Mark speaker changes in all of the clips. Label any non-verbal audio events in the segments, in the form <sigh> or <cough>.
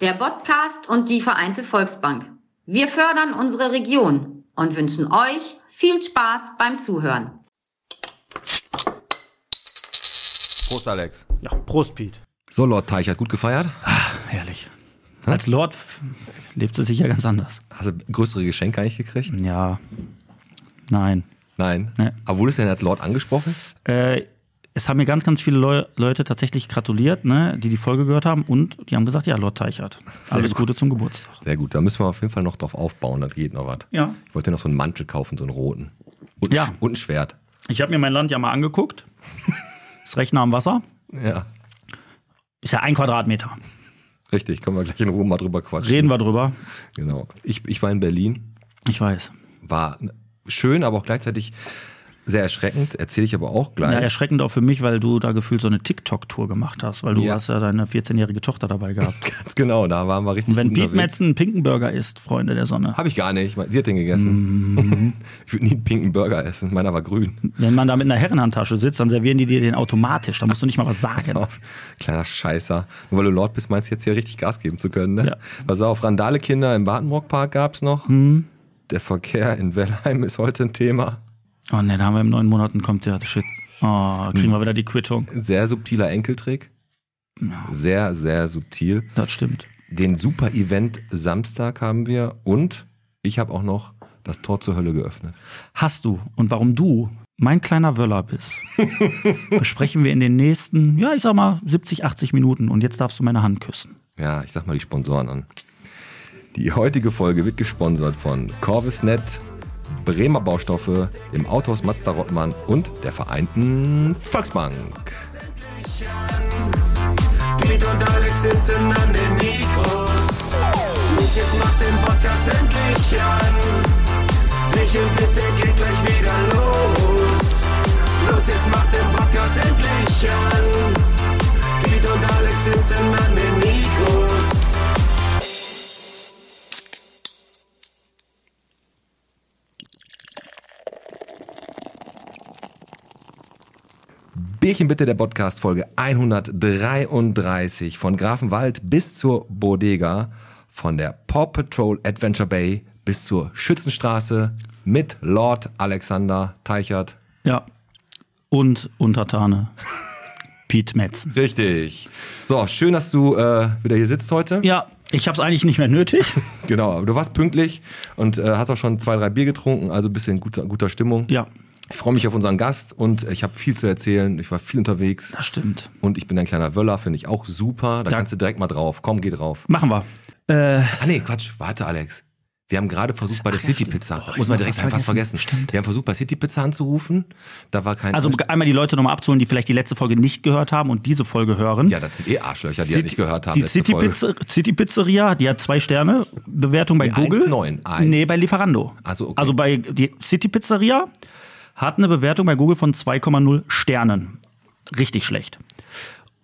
Speaker 1: der Podcast und die Vereinte Volksbank. Wir fördern unsere Region und wünschen euch viel Spaß beim Zuhören.
Speaker 2: Prost, Alex.
Speaker 3: Ja, Prost, Piet.
Speaker 2: So, Lord Teich hat gut gefeiert.
Speaker 3: Herrlich. Als Lord f- lebt es sicher ganz anders.
Speaker 2: Hast du größere Geschenke eigentlich gekriegt?
Speaker 3: Ja. Nein.
Speaker 2: Nein.
Speaker 3: Nee.
Speaker 2: Aber wurdest du denn als Lord angesprochen?
Speaker 3: Äh, es haben mir ganz, ganz viele Leu Leute tatsächlich gratuliert, ne, die die Folge gehört haben und die haben gesagt, ja, Lord Teichert. Alles Gute zum Geburtstag.
Speaker 2: Sehr gut, da müssen wir auf jeden Fall noch drauf aufbauen, da geht noch was.
Speaker 3: Ja.
Speaker 2: Ich wollte dir noch so einen Mantel kaufen, so einen roten. Und, ein
Speaker 3: Ja.
Speaker 2: Sch- und ein Schwert.
Speaker 3: Ich habe mir mein Land ja mal <laughs> angeguckt. Ist recht nah am Wasser.
Speaker 2: Ja,
Speaker 3: Ist ja ein Quadratmeter.
Speaker 2: richtig, können wir gleich in Ruhe mal drüber quatschen.
Speaker 3: Reden wir drüber.
Speaker 2: Genau. Ich, ich war in Berlin,
Speaker 3: Ich weiß.
Speaker 2: war schön, aber auch gleichzeitig sehr erschreckend, erzähle ich aber auch
Speaker 3: Ja,
Speaker 2: gleich.
Speaker 3: erschreckend auch für mich, weil du da gefühlt so eine TikTok-Tour gemacht hast, weil du
Speaker 2: Ja.
Speaker 3: hast ja deine 14-jährige Tochter dabei <laughs> gehabt.
Speaker 2: <laughs> Ganz genau, da waren wir richtig
Speaker 3: Und wenn Piet
Speaker 2: unterwegs.
Speaker 3: Metzen einen Pinkenburger isst, Freunde der Sonne,
Speaker 2: Habe ich gar nicht, sie hat den gegessen.
Speaker 3: Mhm.
Speaker 2: <laughs> ich würde nie einen pinken Burger essen, meiner war grün.
Speaker 3: Wenn man da mit einer Herrenhandtasche sitzt, dann servieren die dir den automatisch. Da musst du nicht mal was sagen.
Speaker 2: auf. Genau. Kleiner Scheißer. Nur weil du Lord bist, meinst du jetzt hier richtig Gas geben zu können, ne?
Speaker 3: Ja.
Speaker 2: Pass auf, Randale-Kinder im Wartenbrock-Park gab's noch. Der Verkehr in Wellheim ist heute ein Thema.
Speaker 3: Oh ne, da haben wir in neun Monaten kommt der Shit. Oh, kriegen wir wieder die Quittung.
Speaker 2: Sehr subtiler Enkeltrick. Sehr, sehr subtil.
Speaker 3: Das stimmt.
Speaker 2: Den Super-Event Samstag haben wir und ich habe auch noch das Tor zur Hölle geöffnet.
Speaker 3: Hast du und warum du mein kleiner Wöller bist, besprechen wir in den nächsten, ja, ich sag mal 70, 80 Minuten. Und jetzt darfst du meine Hand küssen.
Speaker 2: Ja, ich sag mal die Sponsoren an. Die heutige Folge wird gesponsert von Corvisnet, Bremer Baustoffe, im Autohaus Mazda Rottmann und der Vereinten Volksbank.
Speaker 4: Piet und Alex sitzen an den Mikros. Los, jetzt macht den Podcast endlich an. Michel, bitte geht gleich wieder los. Los, jetzt macht den Podcast endlich an. Piet und Alex sitzen an den Mikros.
Speaker 2: Bierchen bitte der Podcast Folge 133 von Grafenwald bis zur Bodega, von der Paw Patrol Adventure Bay bis zur Schützenstraße mit Lord Alexander Teichert.
Speaker 3: Ja. Und Untertane. Piet Metzen.
Speaker 2: Richtig. So, schön, dass du äh, wieder hier sitzt heute.
Speaker 3: Ja, ich hab's eigentlich nicht mehr nötig.
Speaker 2: Genau, aber du warst pünktlich und äh, hast auch schon zwei, drei Bier getrunken, also ein bisschen guter, guter Stimmung.
Speaker 3: Ja,
Speaker 2: Ich freue mich auf unseren Gast und ich habe viel zu erzählen. Ich war viel unterwegs
Speaker 3: das stimmt.
Speaker 2: und ich bin ein kleiner Wöller, finde ich auch super. Da
Speaker 3: Ja.
Speaker 2: kannst du direkt mal drauf. Komm, geh
Speaker 3: <laughs>
Speaker 2: drauf.
Speaker 3: Machen wir.
Speaker 2: Ah nee, Quatsch, warte Alex. Wir haben gerade versucht bei der
Speaker 3: Ach ja,
Speaker 2: City
Speaker 3: stimmt.
Speaker 2: Pizza,
Speaker 3: Boah, ich
Speaker 2: muss man
Speaker 3: hab
Speaker 2: direkt
Speaker 3: was
Speaker 2: einfach vergessen.
Speaker 3: vergessen. Stimmt.
Speaker 2: Wir haben versucht bei City Pizza anzurufen, da war kein
Speaker 3: Also
Speaker 2: Anst-
Speaker 3: einmal die Leute nochmal abzuholen, die vielleicht die letzte Folge nicht gehört haben und diese Folge hören.
Speaker 2: ja, das sind eh Arschlöcher, die ja
Speaker 3: City-
Speaker 2: nicht gehört haben
Speaker 3: Die
Speaker 2: letzte
Speaker 3: City,
Speaker 2: Folge.
Speaker 3: Pizza, City Pizzeria, die hat zwei Sterne. Bewertung bei
Speaker 2: Nee,
Speaker 3: Google.
Speaker 2: 1,9, 1.
Speaker 3: Nee, bei Lieferando.
Speaker 2: Ach so, okay.
Speaker 3: Also bei die City Pizzeria hat eine Bewertung bei Google von 2,0 Sternen. Richtig schlecht.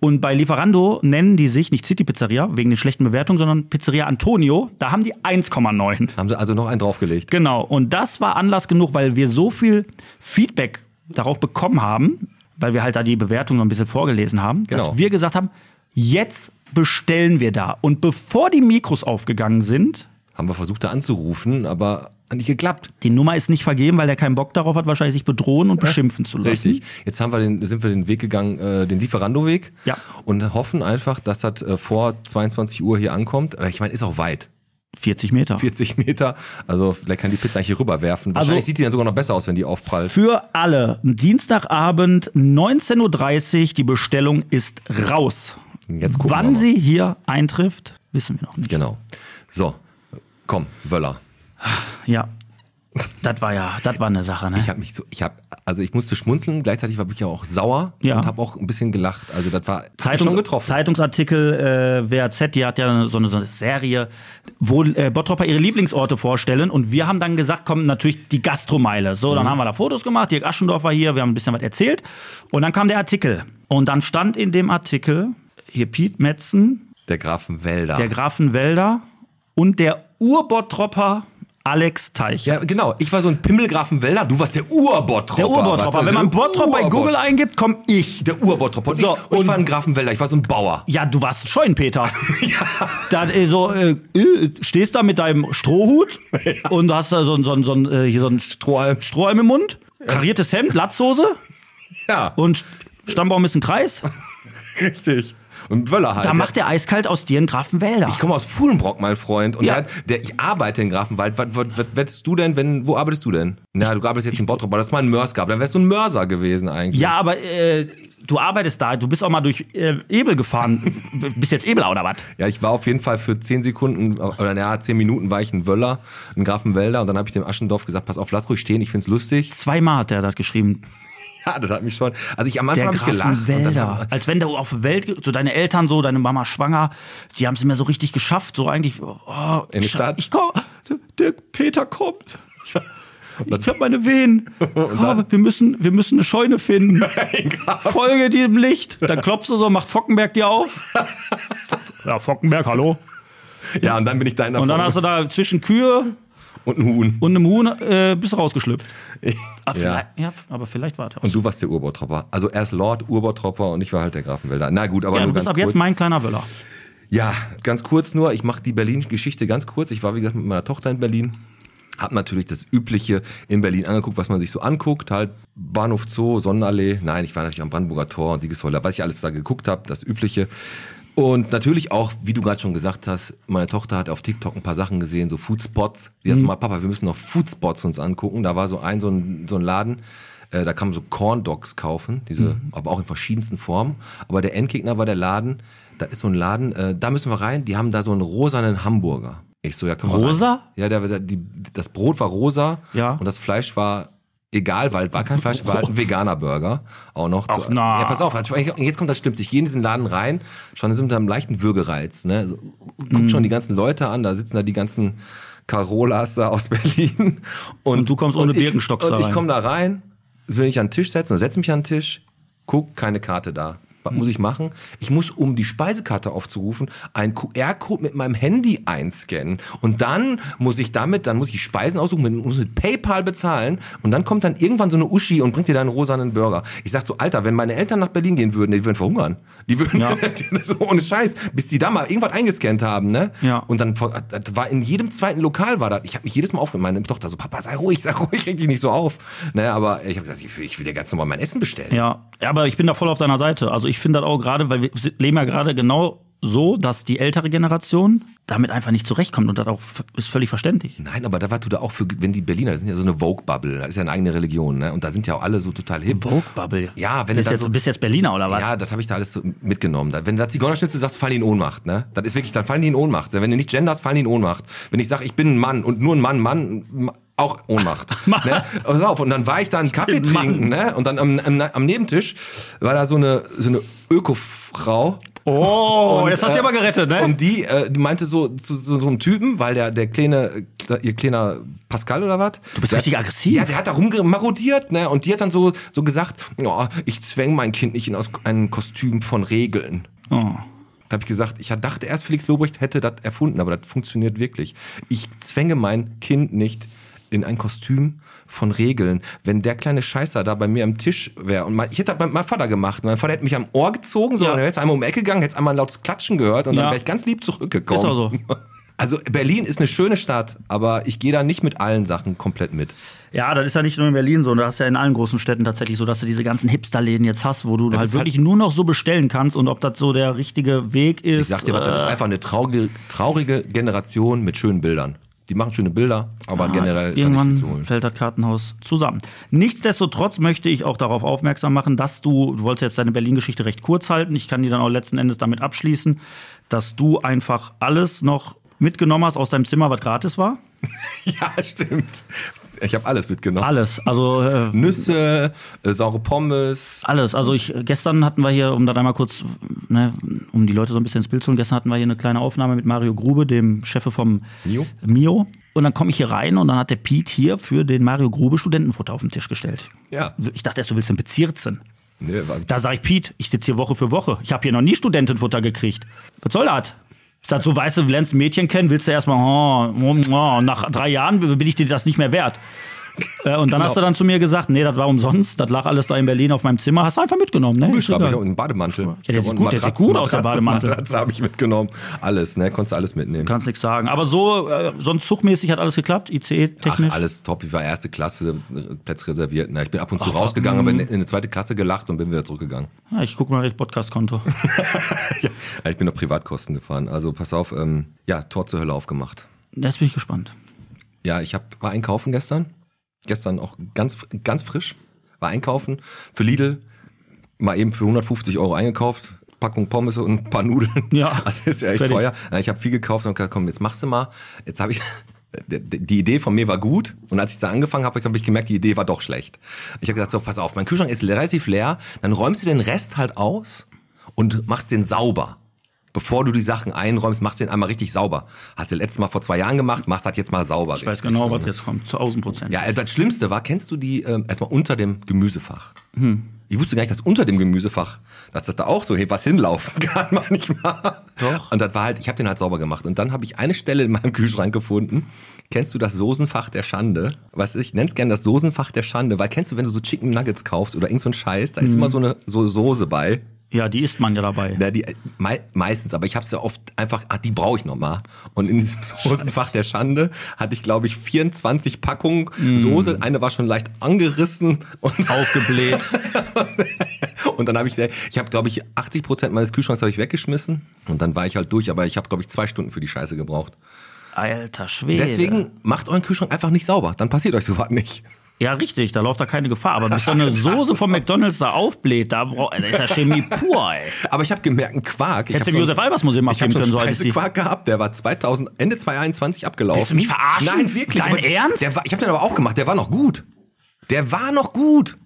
Speaker 3: Und bei Lieferando nennen die sich nicht City Pizzeria wegen den schlechten Bewertungen, sondern Pizzeria Antonio. Da haben die 1,9.
Speaker 2: Haben sie also noch einen draufgelegt.
Speaker 3: Genau, und das war Anlass genug, weil wir so viel Feedback darauf bekommen haben, weil wir halt da die Bewertung noch ein bisschen vorgelesen haben,
Speaker 2: Genau.
Speaker 3: dass wir gesagt haben, jetzt bestellen wir da. Und bevor die Mikros aufgegangen sind,
Speaker 2: Haben wir versucht da anzurufen, aber hat nicht geklappt.
Speaker 3: die Nummer ist nicht vergeben, weil der keinen Bock darauf hat, wahrscheinlich sich bedrohen und beschimpfen zu lassen.
Speaker 2: Richtig. Jetzt haben wir den, sind wir den Weg gegangen, äh, den Lieferando-Weg.
Speaker 3: Ja.
Speaker 2: Und hoffen einfach, dass das äh, vor 22 Uhr hier ankommt. Aber ich meine, ist auch weit.
Speaker 3: 40 Meter.
Speaker 2: 40 Meter. Also vielleicht kann die Pizza eigentlich hier rüberwerfen.
Speaker 3: Also-
Speaker 2: Wahrscheinlich sieht die dann sogar noch besser aus, wenn die aufprallt.
Speaker 3: Für alle, Dienstagabend 19.30 Uhr, die Bestellung ist raus.
Speaker 2: Jetzt gucken wir
Speaker 3: Wann
Speaker 2: mal.
Speaker 3: sie hier eintrifft, wissen wir noch nicht.
Speaker 2: Genau. So, komm, Wöller.
Speaker 3: Ja, das war ja, das war eine Sache. Ne?
Speaker 2: Ich habe mich so, ich habe, also ich musste schmunzeln, gleichzeitig war ich ja auch sauer
Speaker 3: Ja.
Speaker 2: und habe auch ein bisschen gelacht. Also das war hat mich
Speaker 3: Zeitungs
Speaker 2: schon getroffen.
Speaker 3: Zeitungsartikel, äh, WAZ, die hat ja so eine, so eine Serie, wo äh, Bottropper ihre Lieblingsorte vorstellen. Und wir haben dann gesagt, komm, natürlich die Gastromeile. So,
Speaker 2: Mhm.
Speaker 3: dann haben wir da Fotos gemacht, Dirk Aschendorf war hier, wir haben ein bisschen was erzählt. Und dann kam der Artikel. Und dann stand in dem Artikel hier Piet Metzen,
Speaker 2: Der Grafenwälder.
Speaker 3: der Grafenwälder und der Urbottropper Alex Teich.
Speaker 2: Ja, genau. Ich war so ein Pimmelgrafenwälder, du warst der Urbottropper.
Speaker 3: Der Urbottropper.
Speaker 2: Weißt du,
Speaker 3: Wenn man
Speaker 2: der
Speaker 3: Bottrop bei
Speaker 2: Urbott-
Speaker 3: Google eingibt, komme ich.
Speaker 2: Der Urbottropper. Und,
Speaker 3: So,
Speaker 2: ich, und ich war ein Grafenwälder, ich war so ein Bauer.
Speaker 3: Ja, du warst ein <laughs> Scheunenpeter. Dann äh, so äh, äh, stehst da mit deinem <laughs> Strohhut und hast da so, ein- so, ein- so, ein, äh, hier so ein
Speaker 2: Strohhalm.
Speaker 3: Strohhalm im Mund, kariertes Hemd, Latzhose
Speaker 2: Ja,
Speaker 3: und Stammbaum ist ein Kreis.
Speaker 2: richtig. Und Wöller halt.
Speaker 3: Da
Speaker 2: Der-
Speaker 3: macht der eiskalt aus dir einen Grafenwälder.
Speaker 2: ich komme aus Fuhlenbrock, mein Freund. Und
Speaker 3: Ja.
Speaker 2: der, hat- der, ich arbeite in Grafenwald. Was, was, was wärst du denn, wenn, wo arbeitest du denn? Na, du arbeitest jetzt in Bottrop, aber das ist mal ein Mörs gab. Dann wärst du ein Mörser gewesen eigentlich.
Speaker 3: Ja, aber äh, du arbeitest da, du bist auch mal durch äh, Ebel gefahren. B- bist jetzt Ebeler oder was?
Speaker 2: Ja, ich war auf jeden Fall für 10 Sekunden oder naja, 10 Minuten war ich ein Wöller, ein Grafenwälder und dann habe ich dem Aschendorf gesagt, pass auf, lass ruhig stehen, ich find's lustig. <laughs>
Speaker 3: Zweimal hat er das geschrieben.
Speaker 2: Ja, das hat mich schon. Also ich am Anfang
Speaker 3: Der
Speaker 2: hab ich gelacht. und dann
Speaker 3: Grafenwälder.
Speaker 2: hab-
Speaker 3: Als wenn du auf die Welt, ge- so deine Eltern so, deine Mama schwanger, die haben es nicht mehr so richtig geschafft. So eigentlich, oh,
Speaker 2: In die
Speaker 3: ich-
Speaker 2: Stadt?
Speaker 3: Ich komm, der, der Peter kommt. Ich hab
Speaker 2: <laughs>
Speaker 3: meine Wehen. Oh, wir, müssen, wir müssen eine Scheune finden. Folge diesem Licht. Dann klopfst du so, macht Fockenberg
Speaker 2: <laughs>
Speaker 3: dir auf. Ja, Fockenberg, hallo.
Speaker 2: ja, und dann bin ich da in der
Speaker 3: Und dann hast du da zwischen Kühe
Speaker 2: und ein Huhn.
Speaker 3: und einem Huhn äh, bist du rausgeschlüpft. Ah,
Speaker 2: ja.
Speaker 3: vielleicht- ja, aber vielleicht war er auch.
Speaker 2: Und du warst der Urbautropper. Also erst Lord Urbautropper und ich war halt der Grafenwälder. Na gut, aber
Speaker 3: Ja, du
Speaker 2: nur
Speaker 3: bist
Speaker 2: ganz
Speaker 3: ab
Speaker 2: kurz.
Speaker 3: jetzt mein kleiner Wöller.
Speaker 2: Ja, ganz kurz nur, ich mache die Berlin-Geschichte ganz kurz. Ich war, wie gesagt, mit meiner Tochter in Berlin. Hab natürlich das Übliche in Berlin angeguckt, was man sich so anguckt. Halt Bahnhof Zoo, Sonnenallee. Nein, ich war natürlich am Brandenburger Tor und Siegessäule, was ich alles da geguckt habe, das Übliche. Und natürlich auch, wie du gerade schon gesagt hast, meine Tochter hat auf TikTok ein paar Sachen gesehen, so Foodspots. Die
Speaker 3: Mhm.
Speaker 2: hat so mal, Papa, wir müssen noch Foodspots uns angucken. Da war so ein, so ein, so ein Laden, äh, da kann man so Corn Dogs kaufen, diese,
Speaker 3: Mhm.
Speaker 2: aber auch in verschiedensten Formen. Aber der Endgegner war der Laden, da ist so ein Laden, äh, da müssen wir rein, die haben da so einen rosanen Hamburger. Ich so, ja, komm mal rein.
Speaker 3: Rosa?
Speaker 2: Ja, der, der, die, das Brot war rosa
Speaker 3: Ja.
Speaker 2: und das Fleisch war egal, weil war kein Fleisch, war
Speaker 3: <laughs>
Speaker 2: halt ein veganer Burger. Auch noch.
Speaker 3: Ach, na.
Speaker 2: Ja, pass auf, also jetzt kommt das Schlimmste. Ich gehe in diesen Laden rein, schon sind wir mit einem leichten Würgereiz. Ne? So, guck
Speaker 3: Mhm.
Speaker 2: schon die ganzen Leute an, da sitzen da die ganzen Carolas da aus <laughs> Berlin. Und,
Speaker 3: du kommst ohne
Speaker 2: und ich-
Speaker 3: Birkenstocks
Speaker 2: und
Speaker 3: da
Speaker 2: Ich
Speaker 3: rein.
Speaker 2: komme da rein, will mich an den Tisch setzen, oder setze mich an den Tisch, guck, keine Karte da. Was muss ich machen? Ich muss, um die Speisekarte aufzurufen, einen QR-Code mit meinem Handy einscannen. Und dann muss ich damit, dann muss ich Speisen aussuchen, mit- muss mit PayPal bezahlen. Und dann kommt dann irgendwann so eine Uschi und bringt dir deinen rosanen Burger. Ich sag so, Alter, wenn meine Eltern nach Berlin gehen würden, die würden verhungern. Die würden, <laughs>
Speaker 3: Ja.
Speaker 2: so ohne Scheiß, bis die da mal irgendwas eingescannt haben, ne?
Speaker 3: Ja.
Speaker 2: Und dann vor- das war in jedem zweiten Lokal war das. Ich habe mich jedes Mal aufgeregt. Meine Tochter so, Papa, sei ruhig, sei ruhig, reg dich nicht so auf. Ne, aber ich habe gesagt, ich will, ich will dir ganz normal mein Essen bestellen.
Speaker 3: Ja, Ja, aber ich bin da voll auf deiner Seite. Also ich finde das auch gerade, weil wir leben ja gerade genau so, dass die ältere Generation damit einfach nicht zurechtkommt und das auch f- ist völlig verständlich.
Speaker 2: Nein, aber da war du da auch für, wenn die Berliner, das sind ja so eine Vogue-Bubble, das ist ja eine eigene Religion, ne? Und da sind ja auch alle so total hip.
Speaker 3: Vogue-Bubble.
Speaker 2: Ja, wenn du
Speaker 3: bist
Speaker 2: dann
Speaker 3: jetzt,
Speaker 2: so-
Speaker 3: bist jetzt Berliner oder was?
Speaker 2: Ja, das habe ich da alles so mitgenommen. Da- Wenn du da Zigeunerschnitzel sagst, fallen die in Ohnmacht. Ne? Das ist wirklich, dann fallen die in Ohnmacht. Wenn du nicht genderst, fallen die in Ohnmacht. Wenn ich sage, ich bin ein Mann und nur ein Mann, Mann, m- auch
Speaker 3: <laughs>
Speaker 2: Ohnmacht. ne? Pass auf. Und dann war ich da einen Kaffee
Speaker 3: bin
Speaker 2: trinken. Ne? Und dann am, am, am Nebentisch war da so eine, so eine Ökofrau.
Speaker 3: Oh,
Speaker 2: Und,
Speaker 3: jetzt hast du
Speaker 2: äh,
Speaker 3: ja aber gerettet, ne?
Speaker 2: Und die, äh, die meinte so zu so, so einem Typen, weil der, der kleine, äh, ihr kleiner Pascal oder was? Du
Speaker 3: bist
Speaker 2: der,
Speaker 3: richtig aggressiv.
Speaker 2: Ja, der hat da rummarodiert, ne? Und die hat dann so, so gesagt, oh, ich zwäng mein Kind nicht in aus ein Kostüm von Regeln.
Speaker 3: Oh.
Speaker 2: Da habe ich gesagt, ich dachte erst, Felix Lobrecht hätte das erfunden, aber das funktioniert wirklich. Ich zwänge mein Kind nicht in ein Kostüm von Regeln. Wenn der kleine Scheißer da bei mir am Tisch wäre und mein, ich hätte das bei meinem Vater gemacht, mein Vater hätte mich am Ohr gezogen, sondern
Speaker 3: Ja.
Speaker 2: er ist einmal um die Ecke gegangen, hätte einmal ein lautes Klatschen gehört und dann
Speaker 3: Ja.
Speaker 2: wäre ich ganz lieb zurückgekommen.
Speaker 3: Ist auch
Speaker 2: so. <laughs> Also Berlin ist eine schöne Stadt, aber ich gehe da nicht mit allen Sachen komplett mit.
Speaker 3: Ja, das ist ja nicht nur in Berlin so, das ist ja in allen großen Städten tatsächlich so, dass du diese ganzen Hipster-Läden jetzt hast, wo du halt
Speaker 2: ist halt-
Speaker 3: wirklich nur noch so bestellen kannst und ob das so der richtige Weg ist. äh,
Speaker 2: Ich sag dir, was, das ist einfach eine traurige, traurige Generation mit schönen Bildern. Die machen schöne Bilder, aber
Speaker 3: Ja,
Speaker 2: generell ist da nicht viel zu
Speaker 3: Ah, irgendwann
Speaker 2: holen.
Speaker 3: fällt das Kartenhaus zusammen. Nichtsdestotrotz möchte ich auch darauf aufmerksam machen, dass du, du wolltest jetzt deine Berlin-Geschichte recht kurz halten, ich kann die dann auch letzten Endes damit abschließen, dass du einfach alles noch mitgenommen hast aus deinem Zimmer, was gratis war.
Speaker 2: <laughs> Ja, stimmt. Ich habe alles mitgenommen.
Speaker 3: Alles, also äh,
Speaker 2: Nüsse, äh, saure Pommes.
Speaker 3: alles. Also ich, gestern hatten wir hier, um das einmal kurz, ne, um die Leute so ein bisschen ins Bild zu holen, gestern hatten wir hier eine kleine Aufnahme mit Mario Grube, dem Chefe vom
Speaker 2: Mio.
Speaker 3: Mio. Und dann komme ich hier rein und dann hat der Pete hier für den Mario Grube Studentenfutter auf den Tisch gestellt.
Speaker 2: Ja.
Speaker 3: Ich dachte erst, du willst den Bezirzen.
Speaker 2: Nee, war,
Speaker 3: Da sage ich, Piet, ich sitze hier Woche für Woche. Ich habe hier noch nie Studentenfutter gekriegt. Was soll das? Sagt so, weißt du, du lernst ein Mädchen kennen, willst du erstmal, oh, oh, oh, nach drei Jahren bin ich dir das nicht mehr wert. Äh, und
Speaker 2: Genau.
Speaker 3: dann hast du dann zu mir gesagt, nee, das war umsonst, das lag alles da in Berlin auf meinem Zimmer, hast du einfach mitgenommen. Ne?
Speaker 2: Kugelschreiber, ich
Speaker 3: Ist
Speaker 2: habe
Speaker 3: egal.
Speaker 2: einen Bademantel.
Speaker 3: der
Speaker 2: Ich hab
Speaker 3: sieht
Speaker 2: auch
Speaker 3: gut- der sieht gut aus, der Bademantel.
Speaker 2: Matratze habe ich mitgenommen. Alles, ne? Konntest du alles mitnehmen.
Speaker 3: Kannst nichts sagen. Aber so, äh, sonst zugmäßig hat alles geklappt, E
Speaker 2: Ach,
Speaker 3: ICE-technisch.
Speaker 2: alles top. Ich war erste Klasse, äh, Platz reserviert. Na, ich bin ab und zu rausgegangen,
Speaker 3: mm.
Speaker 2: aber in, in eine zweite Klasse gelacht und bin wieder
Speaker 3: <laughs>
Speaker 2: zurückgegangen.
Speaker 3: Ja, Ah, ich gucke mal
Speaker 2: <laughs>
Speaker 3: das Podcast-Konto.
Speaker 2: ja, ich bin auf Privatkosten gefahren. Also pass auf, ähm, ja, Tor zur Hölle aufgemacht.
Speaker 3: Jetzt bin ich gespannt.
Speaker 2: Ja, ich hab, war einkaufen gestern. Gestern auch ganz, ganz frisch. War einkaufen für Lidl. Mal eben für 150 Euro eingekauft. Packung Pommes und ein paar Nudeln.
Speaker 3: Ja,
Speaker 2: <laughs> Das ist ja echt
Speaker 3: fertig.
Speaker 2: teuer. Ja, Ich habe viel gekauft und hab gesagt, komm, jetzt machst du mal. Jetzt habe ich. <laughs> Die die Idee von mir war gut und als ich dann angefangen habe, habe ich gemerkt, die Idee war doch schlecht. Ich habe gesagt, so, pass auf, mein Kühlschrank ist relativ leer, dann räumst du den Rest halt aus und machst den sauber. Bevor du die Sachen einräumst, machst du den einmal richtig sauber. Hast du letztes Mal vor zwei Jahren gemacht, machst das jetzt mal sauber. ne?
Speaker 3: Ich weiß genau, was jetzt kommt. Zu 1000 Prozent.
Speaker 2: Ja, das Schlimmste war, kennst du die ähm, erstmal unter dem Gemüsefach?
Speaker 3: Hm.
Speaker 2: Ich wusste gar nicht, dass unter dem Gemüsefach, dass das da auch so was hinlaufen <laughs> kann manchmal.
Speaker 3: Doch.
Speaker 2: Und das war halt, ich habe den halt sauber gemacht. Und dann habe ich eine Stelle in meinem <laughs> Kühlschrank gefunden. Kennst du das Soßenfach der Schande? Was ich nenn's gerne das Soßenfach der Schande, weil kennst du, wenn du so Chicken Nuggets kaufst oder irgend so einen Scheiß,
Speaker 3: Hm.
Speaker 2: da ist immer so eine so Soße bei.
Speaker 3: Ja, die isst man ja dabei.
Speaker 2: <laughs> Na, die, äh, mei meistens, aber ich habe es ja oft einfach, ah, die brauche ich nochmal. Und in diesem <laughs> Soßenfach der Schande hatte ich, glaube ich, 24 Packungen
Speaker 3: Mm.
Speaker 2: Soße. Eine war schon leicht angerissen und,
Speaker 3: Aufgebläht.
Speaker 2: <laughs> und dann habe ich, äh, ich habe, glaube ich, 80 Prozent meines Kühlschranks habe ich weggeschmissen. Und dann war ich halt durch, aber ich habe, glaube ich, zwei Stunden für die Scheiße gebraucht.
Speaker 3: Alter Schwede.
Speaker 2: Deswegen macht euren Kühlschrank einfach nicht sauber, dann passiert euch sowas nicht.
Speaker 3: Ja, richtig, da läuft da keine Gefahr. Aber bis so eine Soße von McDonalds da aufbläht, da, brau- da ist ja Chemie pur, ey.
Speaker 2: Aber ich habe gemerkt, ein Quark. Ich
Speaker 3: Hättest du
Speaker 2: hab
Speaker 3: im
Speaker 2: so ein-
Speaker 3: Josef-Albers-Museum
Speaker 2: Ich habe
Speaker 3: abgeben
Speaker 2: so einen
Speaker 3: können, so heißt die.
Speaker 2: Speisequark gehabt, der war 2000, Ende 2021 abgelaufen.
Speaker 3: Willst du mich verarschen?
Speaker 2: Nein, wirklich.
Speaker 3: Dein
Speaker 2: aber
Speaker 3: Ernst?
Speaker 2: Der war, ich habe den aber auch gemacht, der war noch gut. Der war noch gut.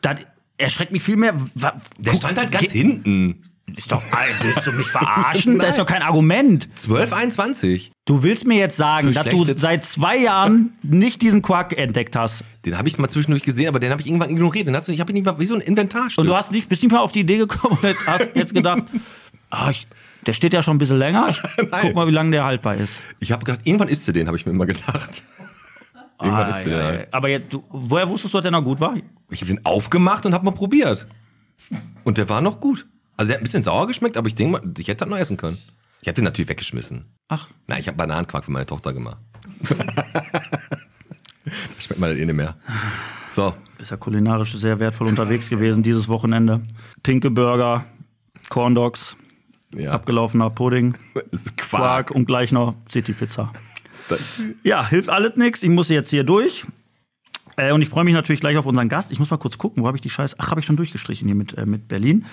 Speaker 3: Das erschreckt mich viel mehr. Wa-
Speaker 2: Der
Speaker 3: guck,
Speaker 2: stand halt ganz
Speaker 3: ge-
Speaker 2: hinten.
Speaker 3: Ist doch, Alter, willst du mich <laughs> verarschen? ne? das ist doch kein Argument.
Speaker 2: 12,21.
Speaker 3: Du willst mir jetzt sagen,
Speaker 2: Für
Speaker 3: dass du
Speaker 2: schlechtes-
Speaker 3: seit zwei Jahren nicht diesen Quark entdeckt hast.
Speaker 2: Den habe ich mal zwischendurch gesehen, aber den habe ich irgendwann ignoriert. Den hast du, ich habe ihn nicht mal wie so ein Inventarstück.
Speaker 3: Und du hast nicht, bist nicht mal auf die Idee gekommen und jetzt hast jetzt gedacht, <laughs> ah, ich, der steht ja schon ein bisschen länger. <laughs> Ich guck mal, wie lange der haltbar ist.
Speaker 2: ich habe gedacht, irgendwann isst du den, habe ich mir immer
Speaker 3: <laughs>
Speaker 2: gedacht. irgendwann isst du den.
Speaker 3: Ah, ja, ja.
Speaker 2: halt.
Speaker 3: Aber jetzt, du, woher wusstest du, dass der noch gut war?
Speaker 2: Ich habe den aufgemacht und habe mal probiert. Und der war noch gut. Also der hat ein bisschen sauer geschmeckt, aber ich denke mal, ich hätte das noch essen können. Ich habe den natürlich weggeschmissen.
Speaker 3: Ach,
Speaker 2: Nein, ich habe Bananenquark für meine Tochter gemacht. das schmeckt man halt eh nicht mehr. So,
Speaker 3: bist ja kulinarisch sehr wertvoll unterwegs gewesen dieses Wochenende. Pinke Burger, Corn Dogs,
Speaker 2: ja.
Speaker 3: abgelaufener Pudding,
Speaker 2: Das ist Quark.
Speaker 3: Quark und gleich noch City Pizza.
Speaker 2: Das-
Speaker 3: Ja, hilft alles nichts. Ich muss jetzt hier durch. Äh, und ich freue mich natürlich gleich auf unseren Gast. Ich muss mal kurz gucken, wo habe ich die Scheiße? Ach, habe ich schon durchgestrichen hier mit, äh, mit Berlin.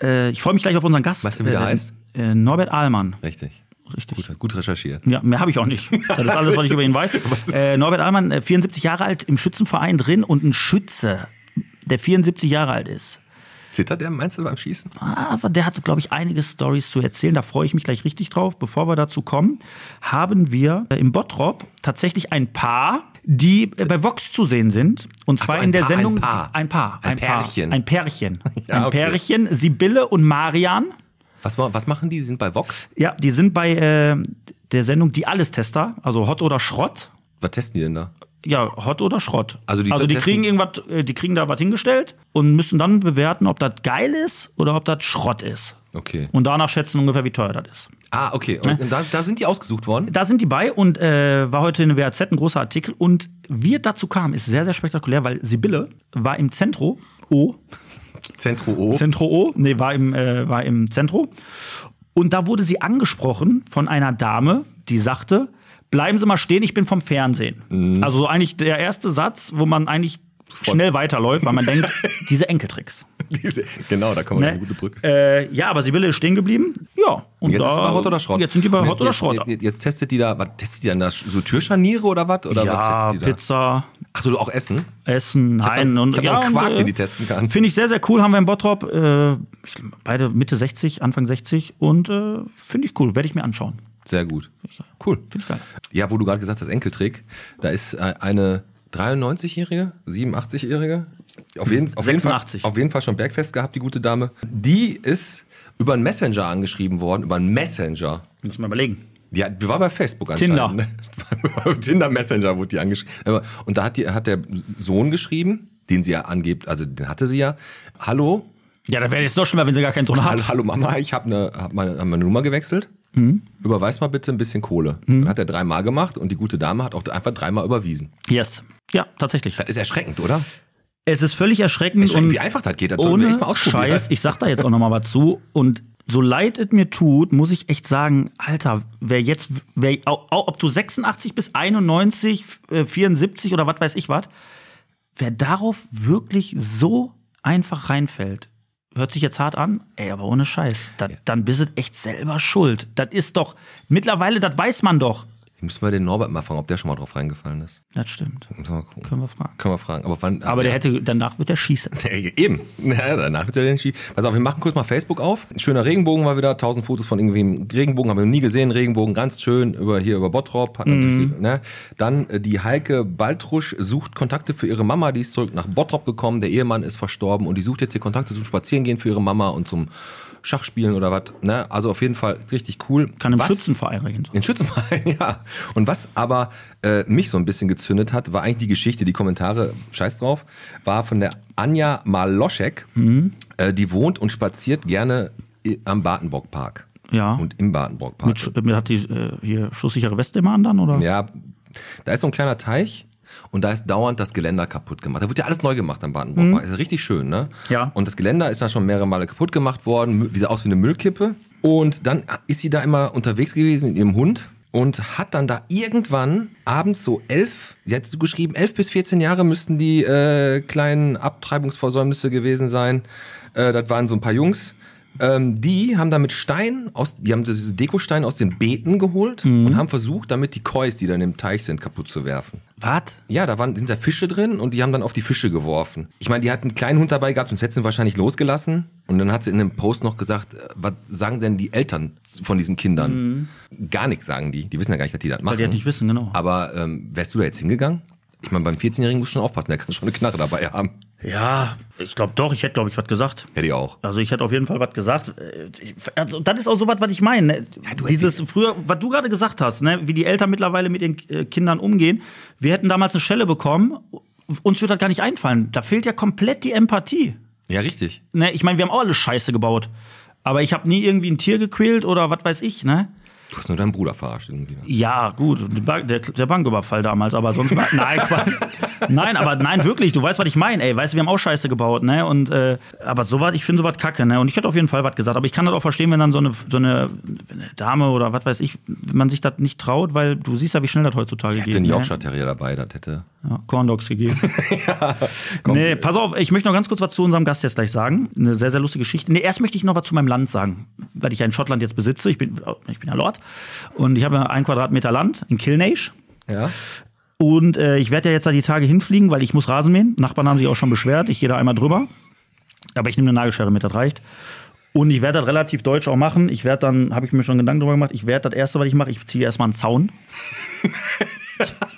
Speaker 3: Äh, ich freue mich gleich auf unseren Gast.
Speaker 2: Weißt du, wie der
Speaker 3: äh,
Speaker 2: heißt?
Speaker 3: Äh, Norbert Ahlmann.
Speaker 2: Richtig.
Speaker 3: Richtig.
Speaker 2: Gut, hast gut recherchiert.
Speaker 3: Ja, mehr habe ich auch nicht. Das ist alles, was ich über
Speaker 2: <laughs>
Speaker 3: ihn weiß. Äh, Norbert Ahlmann, äh, 74 Jahre alt, im Schützenverein drin und ein Schütze, der 74 Jahre alt ist. Ah,
Speaker 2: Zittert der, meinst du, beim Schießen?
Speaker 3: Aber der hat, glaube ich, einige Stories zu erzählen. Da freue ich mich gleich richtig drauf. Bevor wir dazu kommen, haben wir äh, im Bottrop tatsächlich ein Paar, die äh, bei Vox zu sehen sind. Und
Speaker 2: Ach
Speaker 3: zwar
Speaker 2: so, ein
Speaker 3: in der
Speaker 2: Paar,
Speaker 3: Sendung
Speaker 2: ein Paar.
Speaker 3: ein Paar,
Speaker 2: Ein
Speaker 3: ein Paar,
Speaker 2: Pärchen.
Speaker 3: ein Pärchen,
Speaker 2: <laughs> Ja,
Speaker 3: ein
Speaker 2: okay.
Speaker 3: Pärchen. Sibylle und Marian.
Speaker 2: Was, ma- was machen die? Die sind bei Vox?
Speaker 3: Ja, die sind bei äh, der Sendung Die Allestester, also Hot oder Schrott.
Speaker 2: Was testen die denn da?
Speaker 3: Ja, Hot oder Schrott.
Speaker 2: Also die vertesten-
Speaker 3: kriegen irgendwas, äh, die kriegen da was hingestellt und müssen dann bewerten, ob das geil ist oder ob das Schrott ist.
Speaker 2: Okay.
Speaker 3: Und danach schätzen ungefähr, wie teuer das ist.
Speaker 2: Ah, okay. Und, und da, da sind die ausgesucht worden?
Speaker 3: Da sind die bei und äh, war heute in der WAZ ein großer Artikel. Und wie es dazu kam, ist sehr, sehr spektakulär, weil Sibylle war im Zentro. O.
Speaker 2: Centro O.
Speaker 3: Zentro O. Nee, war im, äh, war im Zentro. Und da wurde sie angesprochen von einer Dame, die sagte: Bleiben Sie mal stehen, ich bin vom Fernsehen.
Speaker 2: Mhm.
Speaker 3: Also so eigentlich der erste Satz, wo man eigentlich schnell weiterläuft, weil man
Speaker 2: <laughs>
Speaker 3: denkt, diese Enkeltricks.
Speaker 2: <laughs> Diese- genau, da kommen wir
Speaker 3: Ne?
Speaker 2: eine gute Brücke.
Speaker 3: Äh, ja, aber Sibylle ist stehen geblieben. Ja. Und
Speaker 2: Jetzt
Speaker 3: da,
Speaker 2: ist es bei Hot oder Schrott.
Speaker 3: Jetzt sind die bei
Speaker 2: Und
Speaker 3: Hot oder
Speaker 2: jetzt-
Speaker 3: Schrott.
Speaker 2: Jetzt, jetzt testet die da, was testet die dann da? So Türscharniere oder was? Oder
Speaker 3: Ja,
Speaker 2: was testet die da?
Speaker 3: Pizza,
Speaker 2: Achso, du auch Essen?
Speaker 3: Essen, Nein.
Speaker 2: dann-
Speaker 3: und
Speaker 2: ich hab
Speaker 3: ja,
Speaker 2: dann einen Quark,
Speaker 3: und, äh,
Speaker 2: den die testen kann.
Speaker 3: Finde ich sehr, sehr cool. Haben wir in Bottrop. Äh, ich glaub, beide Mitte 60, Anfang 60. Und äh, finde ich cool. Werde ich mir anschauen.
Speaker 2: Sehr gut. Cool.
Speaker 3: Finde ich geil.
Speaker 2: Ja, wo du gerade gesagt hast, Enkeltrick, da ist äh, eine 93-Jährige, 87-Jährige, auf jeden, auf, jeden Fall,
Speaker 3: 86.
Speaker 2: auf jeden Fall schon Bergfest gehabt, die gute Dame. Die ist über einen Messenger angeschrieben worden, über einen Messenger.
Speaker 3: Muss man überlegen.
Speaker 2: Ja, die war bei Facebook
Speaker 3: Tinder.
Speaker 2: anscheinend. Tinder. <laughs> Tinder Messenger wurde die angeschrieben. Aber- Und da hat, die, hat der Sohn geschrieben, den sie ja angebt, also den hatte sie ja. Hallo,
Speaker 3: Ja, da wäre jetzt doch schlimmer, wenn sie gar keinen
Speaker 2: <laughs>
Speaker 3: Sohn
Speaker 2: hallo,
Speaker 3: hat.
Speaker 2: hallo Mama, ich habe eine, hab meine, hab meine Nummer gewechselt.
Speaker 3: Hm.
Speaker 2: Überweis mal bitte ein bisschen Kohle. Dann hat er dreimal gemacht und die gute Dame hat auch einfach dreimal überwiesen.
Speaker 3: Yes. Ja, tatsächlich.
Speaker 2: Das ist erschreckend, oder?
Speaker 3: Es ist völlig erschreckend,
Speaker 2: Erschreckend,
Speaker 3: und
Speaker 2: Äh, wie einfach das geht. Das sollten wir
Speaker 3: ohne
Speaker 2: echt mal ausprobieren.
Speaker 3: Scheiß. Ich sag da jetzt auch noch mal was zu und so leid es mir tut, muss ich echt sagen, Alter, wer jetzt, wer, au- au- ob du 86 bis 91, äh, 74 oder was weiß ich was, wer darauf wirklich so einfach reinfällt, hört sich jetzt hart an, ey, aber ohne Scheiß, da, dann bist du echt selber schuld. Das ist doch, mittlerweile, das weiß man doch.
Speaker 2: Müssen wir den Norbert mal fragen, ob der schon mal drauf reingefallen ist.
Speaker 3: Das stimmt,
Speaker 2: Müssen wir mal gucken.
Speaker 3: können wir fragen.
Speaker 2: Können wir fragen. Aber, wann,
Speaker 3: Aber der
Speaker 2: ja.
Speaker 3: hätte, danach wird er schießen.
Speaker 2: Ey, Eben. Ja, danach wird er den Ski. Pass auf, wir machen kurz mal Facebook auf. Schöner Regenbogen war wieder. 1000 Fotos von irgendwem. Regenbogen haben wir noch nie gesehen. Regenbogen ganz schön über hier über Bottrop. Hat
Speaker 3: Mhm.
Speaker 2: natürlich, ne? Dann äh, die Heike Baltrusch sucht Kontakte für ihre Mama. Die ist zurück nach Bottrop gekommen. Der Ehemann ist verstorben und die sucht jetzt hier Kontakte zum Spazierengehen für ihre Mama und zum Schachspielen oder was. Ne? Also auf jeden Fall richtig cool.
Speaker 3: Kann im
Speaker 2: was,
Speaker 3: Schützenverein regeln.
Speaker 2: den <laughs> Schützenverein, ja. Und was aber äh, mich so ein bisschen gezündet hat, war eigentlich die Geschichte, die Kommentare, scheiß drauf, war von der Anja Maloschek,
Speaker 3: Mhm.
Speaker 2: äh, die wohnt und spaziert gerne i- am Badenbockpark.
Speaker 3: Ja.
Speaker 2: Und im Badenbockpark.
Speaker 3: Mit, Sch- mit hat die äh, hier schusssichere Weste immer an dann, oder?
Speaker 2: Ja, da ist so ein kleiner Teich und da ist dauernd das Geländer kaputt gemacht. Da wird ja alles neu gemacht am
Speaker 3: Mhm.
Speaker 2: Badenburg. Ist ja richtig schön, ne?
Speaker 3: Ja.
Speaker 2: Und das Geländer ist dann schon mehrere Male kaputt gemacht worden, mü- wie sah aus wie eine Müllkippe. Und dann ist sie da immer unterwegs gewesen mit ihrem Hund und hat dann da irgendwann abends so elf, sie hat so geschrieben, elf bis 14 Jahre müssten die äh, kleinen Abtreibungsversäumnisse gewesen sein. Äh, das waren so ein paar Jungs. Ähm, die haben damit Stein aus, die haben diese Dekosteine aus den Beeten geholt und haben versucht, damit die Kois, die dann im Teich sind, kaputt zu werfen.
Speaker 3: Was?
Speaker 2: Ja, da waren, sind da Fische drin und die haben dann auf die Fische geworfen. Ich meine, die hatten einen kleinen Hund dabei gehabt, sonst hätten sie ihn wahrscheinlich losgelassen. Und dann hat sie in einem Post noch gesagt, äh, was sagen denn die Eltern von diesen Kindern? Gar nichts sagen die. Die wissen ja gar nicht, dass die das machen.
Speaker 3: Mhm. die das nicht wissen, genau.
Speaker 2: Aber ähm, wärst du da jetzt hingegangen? Ich meine, beim 14-Jährigen musst du schon aufpassen, der kann schon eine Knarre dabei haben.
Speaker 3: Ja, ich glaube doch, ich hätte, glaube ich, was gesagt.
Speaker 2: Hätte ich auch.
Speaker 3: Also ich hätte auf jeden Fall was gesagt. Äh, ich- Also, das ist auch so was, was ich meine. ne? Dieses früher, was du gerade gesagt hast, ne? wie die Eltern mittlerweile mit den äh, Kindern umgehen. Wir hätten damals eine Schelle bekommen, uns würde das gar nicht einfallen. Da fehlt ja komplett die Empathie.
Speaker 2: Ja, richtig.
Speaker 3: Ne? Ich meine, wir haben auch alle Scheiße gebaut. Aber ich habe nie irgendwie ein Tier gequält oder was weiß ich, ne?
Speaker 2: Du hast nur deinen Bruder verarscht irgendwie. ne?
Speaker 3: Ja, gut, die Bank- der, der Banküberfall damals, aber sonst. nein, Quatsch. nein, aber nein, wirklich, du weißt, was ich meine, ey. Weißt du, wir haben auch Scheiße gebaut, ne? Und, äh, aber sowas, ich finde sowas kacke, ne? Und ich hätte auf jeden Fall was gesagt, aber ich kann das auch verstehen, wenn dann so eine, so eine, wenn eine Dame oder was weiß ich, wenn man sich das nicht traut, weil du siehst ja, wie schnell das heutzutage
Speaker 2: Hätte
Speaker 3: geht.
Speaker 2: einen
Speaker 3: ne?
Speaker 2: Yorkshire Terrier dabei, das hätte.
Speaker 3: Ja, Corn Dogs gegeben. nee, pass auf, ich möchte noch ganz kurz was zu unserem Gast jetzt gleich sagen. Eine sehr, sehr lustige Geschichte. Nee, erst möchte ich noch was zu meinem Land sagen, weil ich ja in Schottland jetzt besitze. Ich bin, ich bin ja Lord. Und ich habe ja einen Quadratmeter Land in Kilnage.
Speaker 2: Ja.
Speaker 3: Und äh, ich werde ja jetzt da die Tage hinfliegen, weil ich muss Rasen mähen. Nachbarn haben sich auch schon beschwert. Ich gehe da einmal drüber. Aber ich nehme eine Nagelschere mit, das reicht. Und ich werde das relativ deutsch auch machen. Ich werde dann, habe ich mir schon Gedanken drüber gemacht, ich werde das erste, was ich mache, ich ziehe erstmal einen Zaun. <laughs>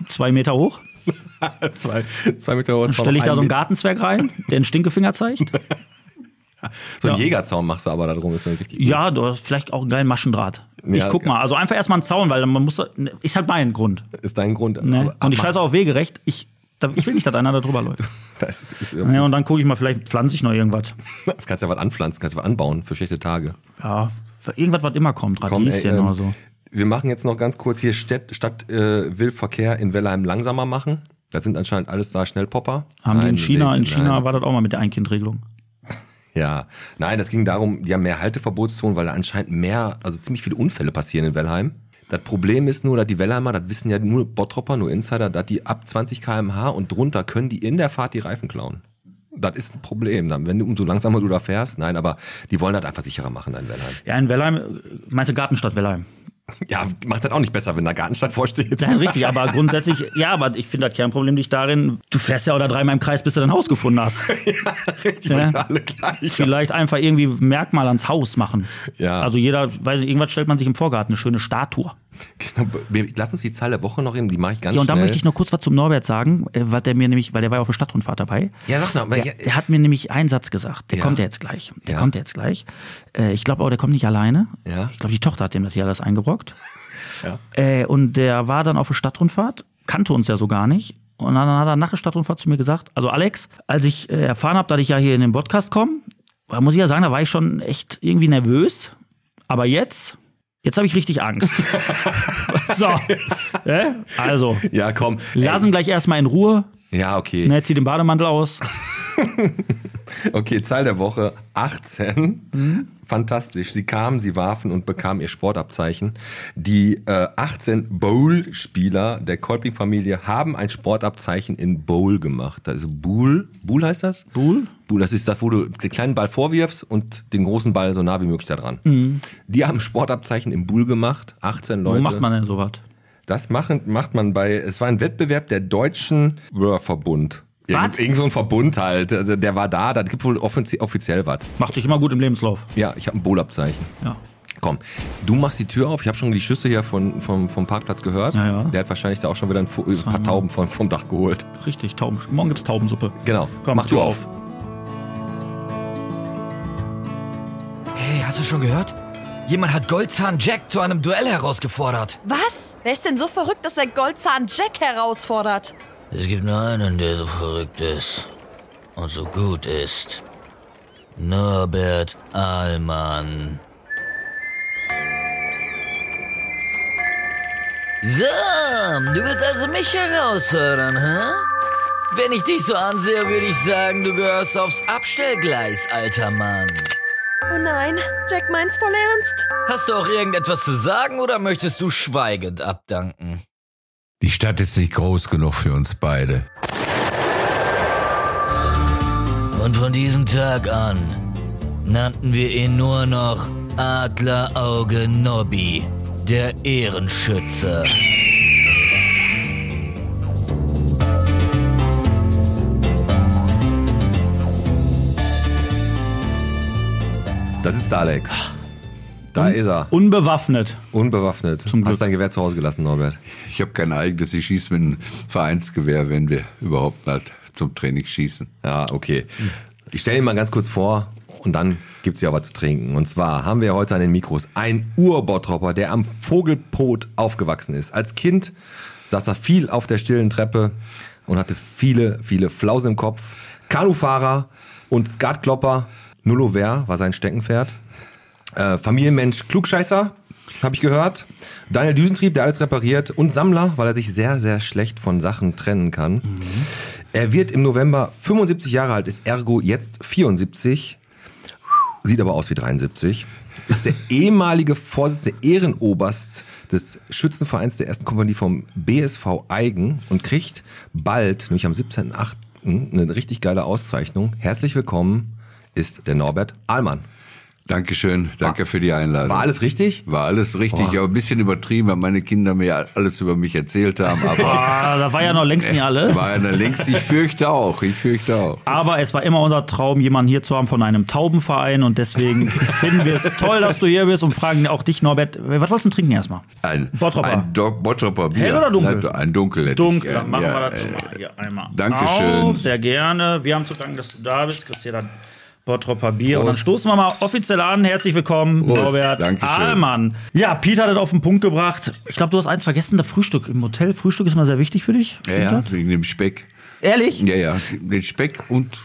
Speaker 3: Zwei Meter hoch.
Speaker 2: <laughs> zwei, zwei Meter hoch.
Speaker 3: Stelle ich da so einen Gartenzwerg rein, der einen Stinkefinger
Speaker 2: <laughs>
Speaker 3: zeigt?
Speaker 2: So einen
Speaker 3: Ja.
Speaker 2: Jägerzaun machst du aber da drum, ist dann richtig.
Speaker 3: Ja, du hast vielleicht auch einen geilen Maschendraht. Ich
Speaker 2: Ja,
Speaker 3: guck
Speaker 2: okay.
Speaker 3: mal. Also einfach erstmal einen Zaun, weil man muss. da- Ist halt mein Grund.
Speaker 2: Ist dein Grund.
Speaker 3: Ne?
Speaker 2: Aber-
Speaker 3: Und ich
Speaker 2: mach-
Speaker 3: scheiße auf Wegerecht. Ich, da, ich will nicht, dass einer da
Speaker 2: <laughs>
Speaker 3: drüber läuft.
Speaker 2: Das ist, ist
Speaker 3: Ja,
Speaker 2: irgendwie,
Speaker 3: und dann gucke ich mal, vielleicht pflanze ich noch irgendwas.
Speaker 2: kannst ja was anpflanzen, kannst ja was anbauen für schlechte Tage.
Speaker 3: Ja, irgendwas, was immer kommt. Radieschen
Speaker 2: ähm,
Speaker 3: oder so.
Speaker 2: Wir machen jetzt noch ganz kurz hier Stadt, Stadt äh, will Verkehr in Wellheim langsamer machen. Das sind anscheinend alles da Schnellpopper.
Speaker 3: Haben die
Speaker 2: Nein,
Speaker 3: in China,
Speaker 2: nee,
Speaker 3: in China
Speaker 2: nein,
Speaker 3: war das auch mal mit der Einkindregelung.
Speaker 2: Ja, nein, das ging darum, die haben mehr Halteverbotszonen, weil da anscheinend mehr, also ziemlich viele Unfälle passieren in Wellheim. Das Problem ist nur, dass die Wellheimer, das wissen ja nur Bottropper, nur Insider, dass die ab 20 km/h und drunter können die in der Fahrt die Reifen klauen. Das ist ein Problem. Dann, wenn du umso langsamer du da fährst, nein, aber die wollen das einfach sicherer machen dann in Wellheim.
Speaker 3: Ja, in Wellheim, äh, meinst du Gartenstadt Wellheim?
Speaker 2: Ja, macht das auch nicht besser, wenn da Gartenstadt vorsteht. <laughs>
Speaker 3: Nein, richtig, aber grundsätzlich, ja, aber ich finde das Kernproblem liegt darin, du fährst ja oder dreimal im Kreis, bis du dein Haus gefunden hast.
Speaker 2: Richtig,
Speaker 3: Ja.
Speaker 2: ja. alle gleich.
Speaker 3: Vielleicht einfach irgendwie ein Merkmal ans Haus machen.
Speaker 2: Ja.
Speaker 3: Also jeder, weiß nicht, irgendwas stellt man sich im Vorgarten, eine schöne Statue.
Speaker 2: Genau, wir- Lass uns die Zahl der Woche noch eben, die mache ich ganz
Speaker 3: Ja, und da
Speaker 2: schnell.
Speaker 3: möchte ich noch kurz was zum Norbert sagen, äh, was der mir nämlich, weil der war ja auf der Stadtrundfahrt dabei.
Speaker 2: Ja, sag noch, aber
Speaker 3: Der,
Speaker 2: ja-
Speaker 3: der hat mir nämlich einen Satz gesagt. Der
Speaker 2: Ja.
Speaker 3: kommt ja jetzt gleich. Der
Speaker 2: Ja.
Speaker 3: kommt ja jetzt gleich. Äh, ich glaube aber, der kommt nicht alleine.
Speaker 2: Ja.
Speaker 3: Ich glaube, die Tochter hat dem das hier alles eingebrockt.
Speaker 2: Ja.
Speaker 3: Äh, und der war dann auf der Stadtrundfahrt, kannte uns ja so gar nicht. Und dann hat er nach der Stadtrundfahrt zu mir gesagt, also Alex, als ich äh, erfahren habe, dass ich ja hier in den Podcast komme, da muss ich ja sagen, da war ich schon echt irgendwie nervös. Aber jetzt, jetzt habe ich richtig Angst.
Speaker 2: <laughs>
Speaker 3: so, äh? also,
Speaker 2: ja, komm.
Speaker 3: lassen gleich erstmal in Ruhe.
Speaker 2: Ja, okay.
Speaker 3: Ne, zieh den Bademantel aus.
Speaker 2: Okay, Zahl der Woche 18.
Speaker 3: Mhm.
Speaker 2: Fantastisch. Sie kamen, sie warfen und bekamen ihr Sportabzeichen. Die äh, 18 Bowl-Spieler der Kolping-Familie haben ein Sportabzeichen in Bowl gemacht. Also Bool, Bool heißt das? Bool? Bool, das ist das, wo du den kleinen Ball vorwirfst und den großen Ball so nah wie möglich da dran. Die haben Sportabzeichen im Bool gemacht. 18 Leute.
Speaker 3: Wo Mhm. macht man denn sowas?
Speaker 2: Das machen, macht man bei, es war ein Wettbewerb der deutschen Röhrverbund.
Speaker 3: Was?
Speaker 2: Irgend, irgend so ein Verbund halt. Also Der war da, da gibt wohl offizie offiziell was.
Speaker 3: Macht sich immer gut im Lebenslauf.
Speaker 2: Ja, ich habe ein Bohlabzeichen.
Speaker 3: Ja.
Speaker 2: Komm, du machst die Tür auf. Ich habe schon die Schüsse hier von, vom, vom Parkplatz gehört.
Speaker 3: Ja, ja.
Speaker 2: Der hat wahrscheinlich da auch schon wieder ein, Fu- ein paar Tauben vom, vom Dach geholt.
Speaker 3: Richtig, Tauben. Morgen gibt's Taubensuppe.
Speaker 2: Genau.
Speaker 3: Komm,
Speaker 2: Mach
Speaker 3: Tür
Speaker 2: du
Speaker 3: auf.
Speaker 2: auf.
Speaker 5: Hey, hast du schon gehört? Jemand hat Goldzahn Jack zu einem Duell herausgefordert.
Speaker 6: Was? Wer ist denn so verrückt, dass er Goldzahn Jack herausfordert?
Speaker 5: Es gibt nur einen, der so verrückt ist und so gut ist. Norbert Allmann. So, du willst also mich herausfordern, hä? Wenn ich dich so ansehe, würde ich sagen, du gehörst aufs Abstellgleis, alter Mann.
Speaker 6: Oh nein, Jack meint's voll ernst.
Speaker 5: Hast du auch irgendetwas zu sagen oder möchtest du schweigend abdanken?
Speaker 7: Die Stadt ist nicht groß genug für uns beide.
Speaker 5: Und von diesem Tag an nannten wir ihn nur noch Adlerauge Nobby, der Ehrenschütze.
Speaker 2: Da sitzt der Alex.
Speaker 3: Ah.
Speaker 2: Da ist er.
Speaker 3: Unbewaffnet.
Speaker 2: Unbewaffnet.
Speaker 3: Glück.
Speaker 2: Hast dein Gewehr zu Hause gelassen, Norbert.
Speaker 7: Ich habe kein eigenes, ich schieße mit einem Vereinsgewehr, wenn wir überhaupt mal zum Training schießen.
Speaker 2: Ja, okay. Ich stelle ihn mal ganz kurz vor und dann gibt's ja was zu trinken. Und zwar haben wir heute an den Mikros einen Urbottropper, der am Vogelpot aufgewachsen ist. Als Kind saß er viel auf der stillen Treppe und hatte viele, viele Flausen im Kopf. Kanufahrer und Skatklopper. Nullover war sein Steckenpferd. Äh, Familienmensch Klugscheißer, habe ich gehört. Daniel Düsentrieb, der alles repariert. Und Sammler, weil er sich sehr, sehr schlecht von Sachen trennen kann. Er wird im November 75 Jahre alt, ist ergo jetzt 74. Sieht aber aus wie 73. Ist der ehemalige Vorsitzende Ehrenoberst des Schützenvereins der ersten Kompanie vom BSV Eigen und kriegt bald, nämlich am 17.8., eine richtig geile Auszeichnung. Herzlich willkommen ist der Norbert Ahlmann.
Speaker 7: Dankeschön, danke
Speaker 2: War-
Speaker 7: für die Einladung.
Speaker 2: War alles richtig?
Speaker 7: War alles richtig,
Speaker 2: Boah.
Speaker 7: aber ein bisschen übertrieben, weil meine Kinder mir alles über mich erzählt <laughs> haben. Aber
Speaker 3: Ah, da war ja noch längst nicht alles.
Speaker 7: war einer längst, ich fürchte auch, ich fürchte auch.
Speaker 3: Aber es war immer unser Traum, jemanden hier zu haben von einem Taubenverein. Und deswegen finden wir es toll, dass du hier bist und fragen auch dich, Norbert. Was wolltest du denn trinken erstmal?
Speaker 7: Ein
Speaker 3: Bottropper.
Speaker 7: Ein Do Bottropper Bier.
Speaker 3: Hell oder dunkel?
Speaker 7: Nein, ein dunkel hätte
Speaker 3: Dunkel,
Speaker 7: ich
Speaker 3: dann
Speaker 7: gern.
Speaker 3: machen
Speaker 7: Ja,
Speaker 3: wir das
Speaker 7: äh,
Speaker 3: mal hier einmal.
Speaker 7: Dankeschön.
Speaker 3: Auf, sehr gerne. Wir haben zu danken, dass du da bist. Kriegst hier dann Bottropper Bier. Und dann stoßen wir mal offiziell an. Herzlich willkommen,
Speaker 7: Prost.
Speaker 3: Norbert
Speaker 7: Dankeschön.
Speaker 3: Ahlmann. Ja, Pete hat es auf den Punkt gebracht. Ich glaube, du hast eins vergessen, das Frühstück im Hotel. Frühstück ist immer sehr wichtig für dich.
Speaker 7: Ja, ja, wegen dem Speck.
Speaker 3: Ehrlich?
Speaker 7: Ja, ja, den Speck und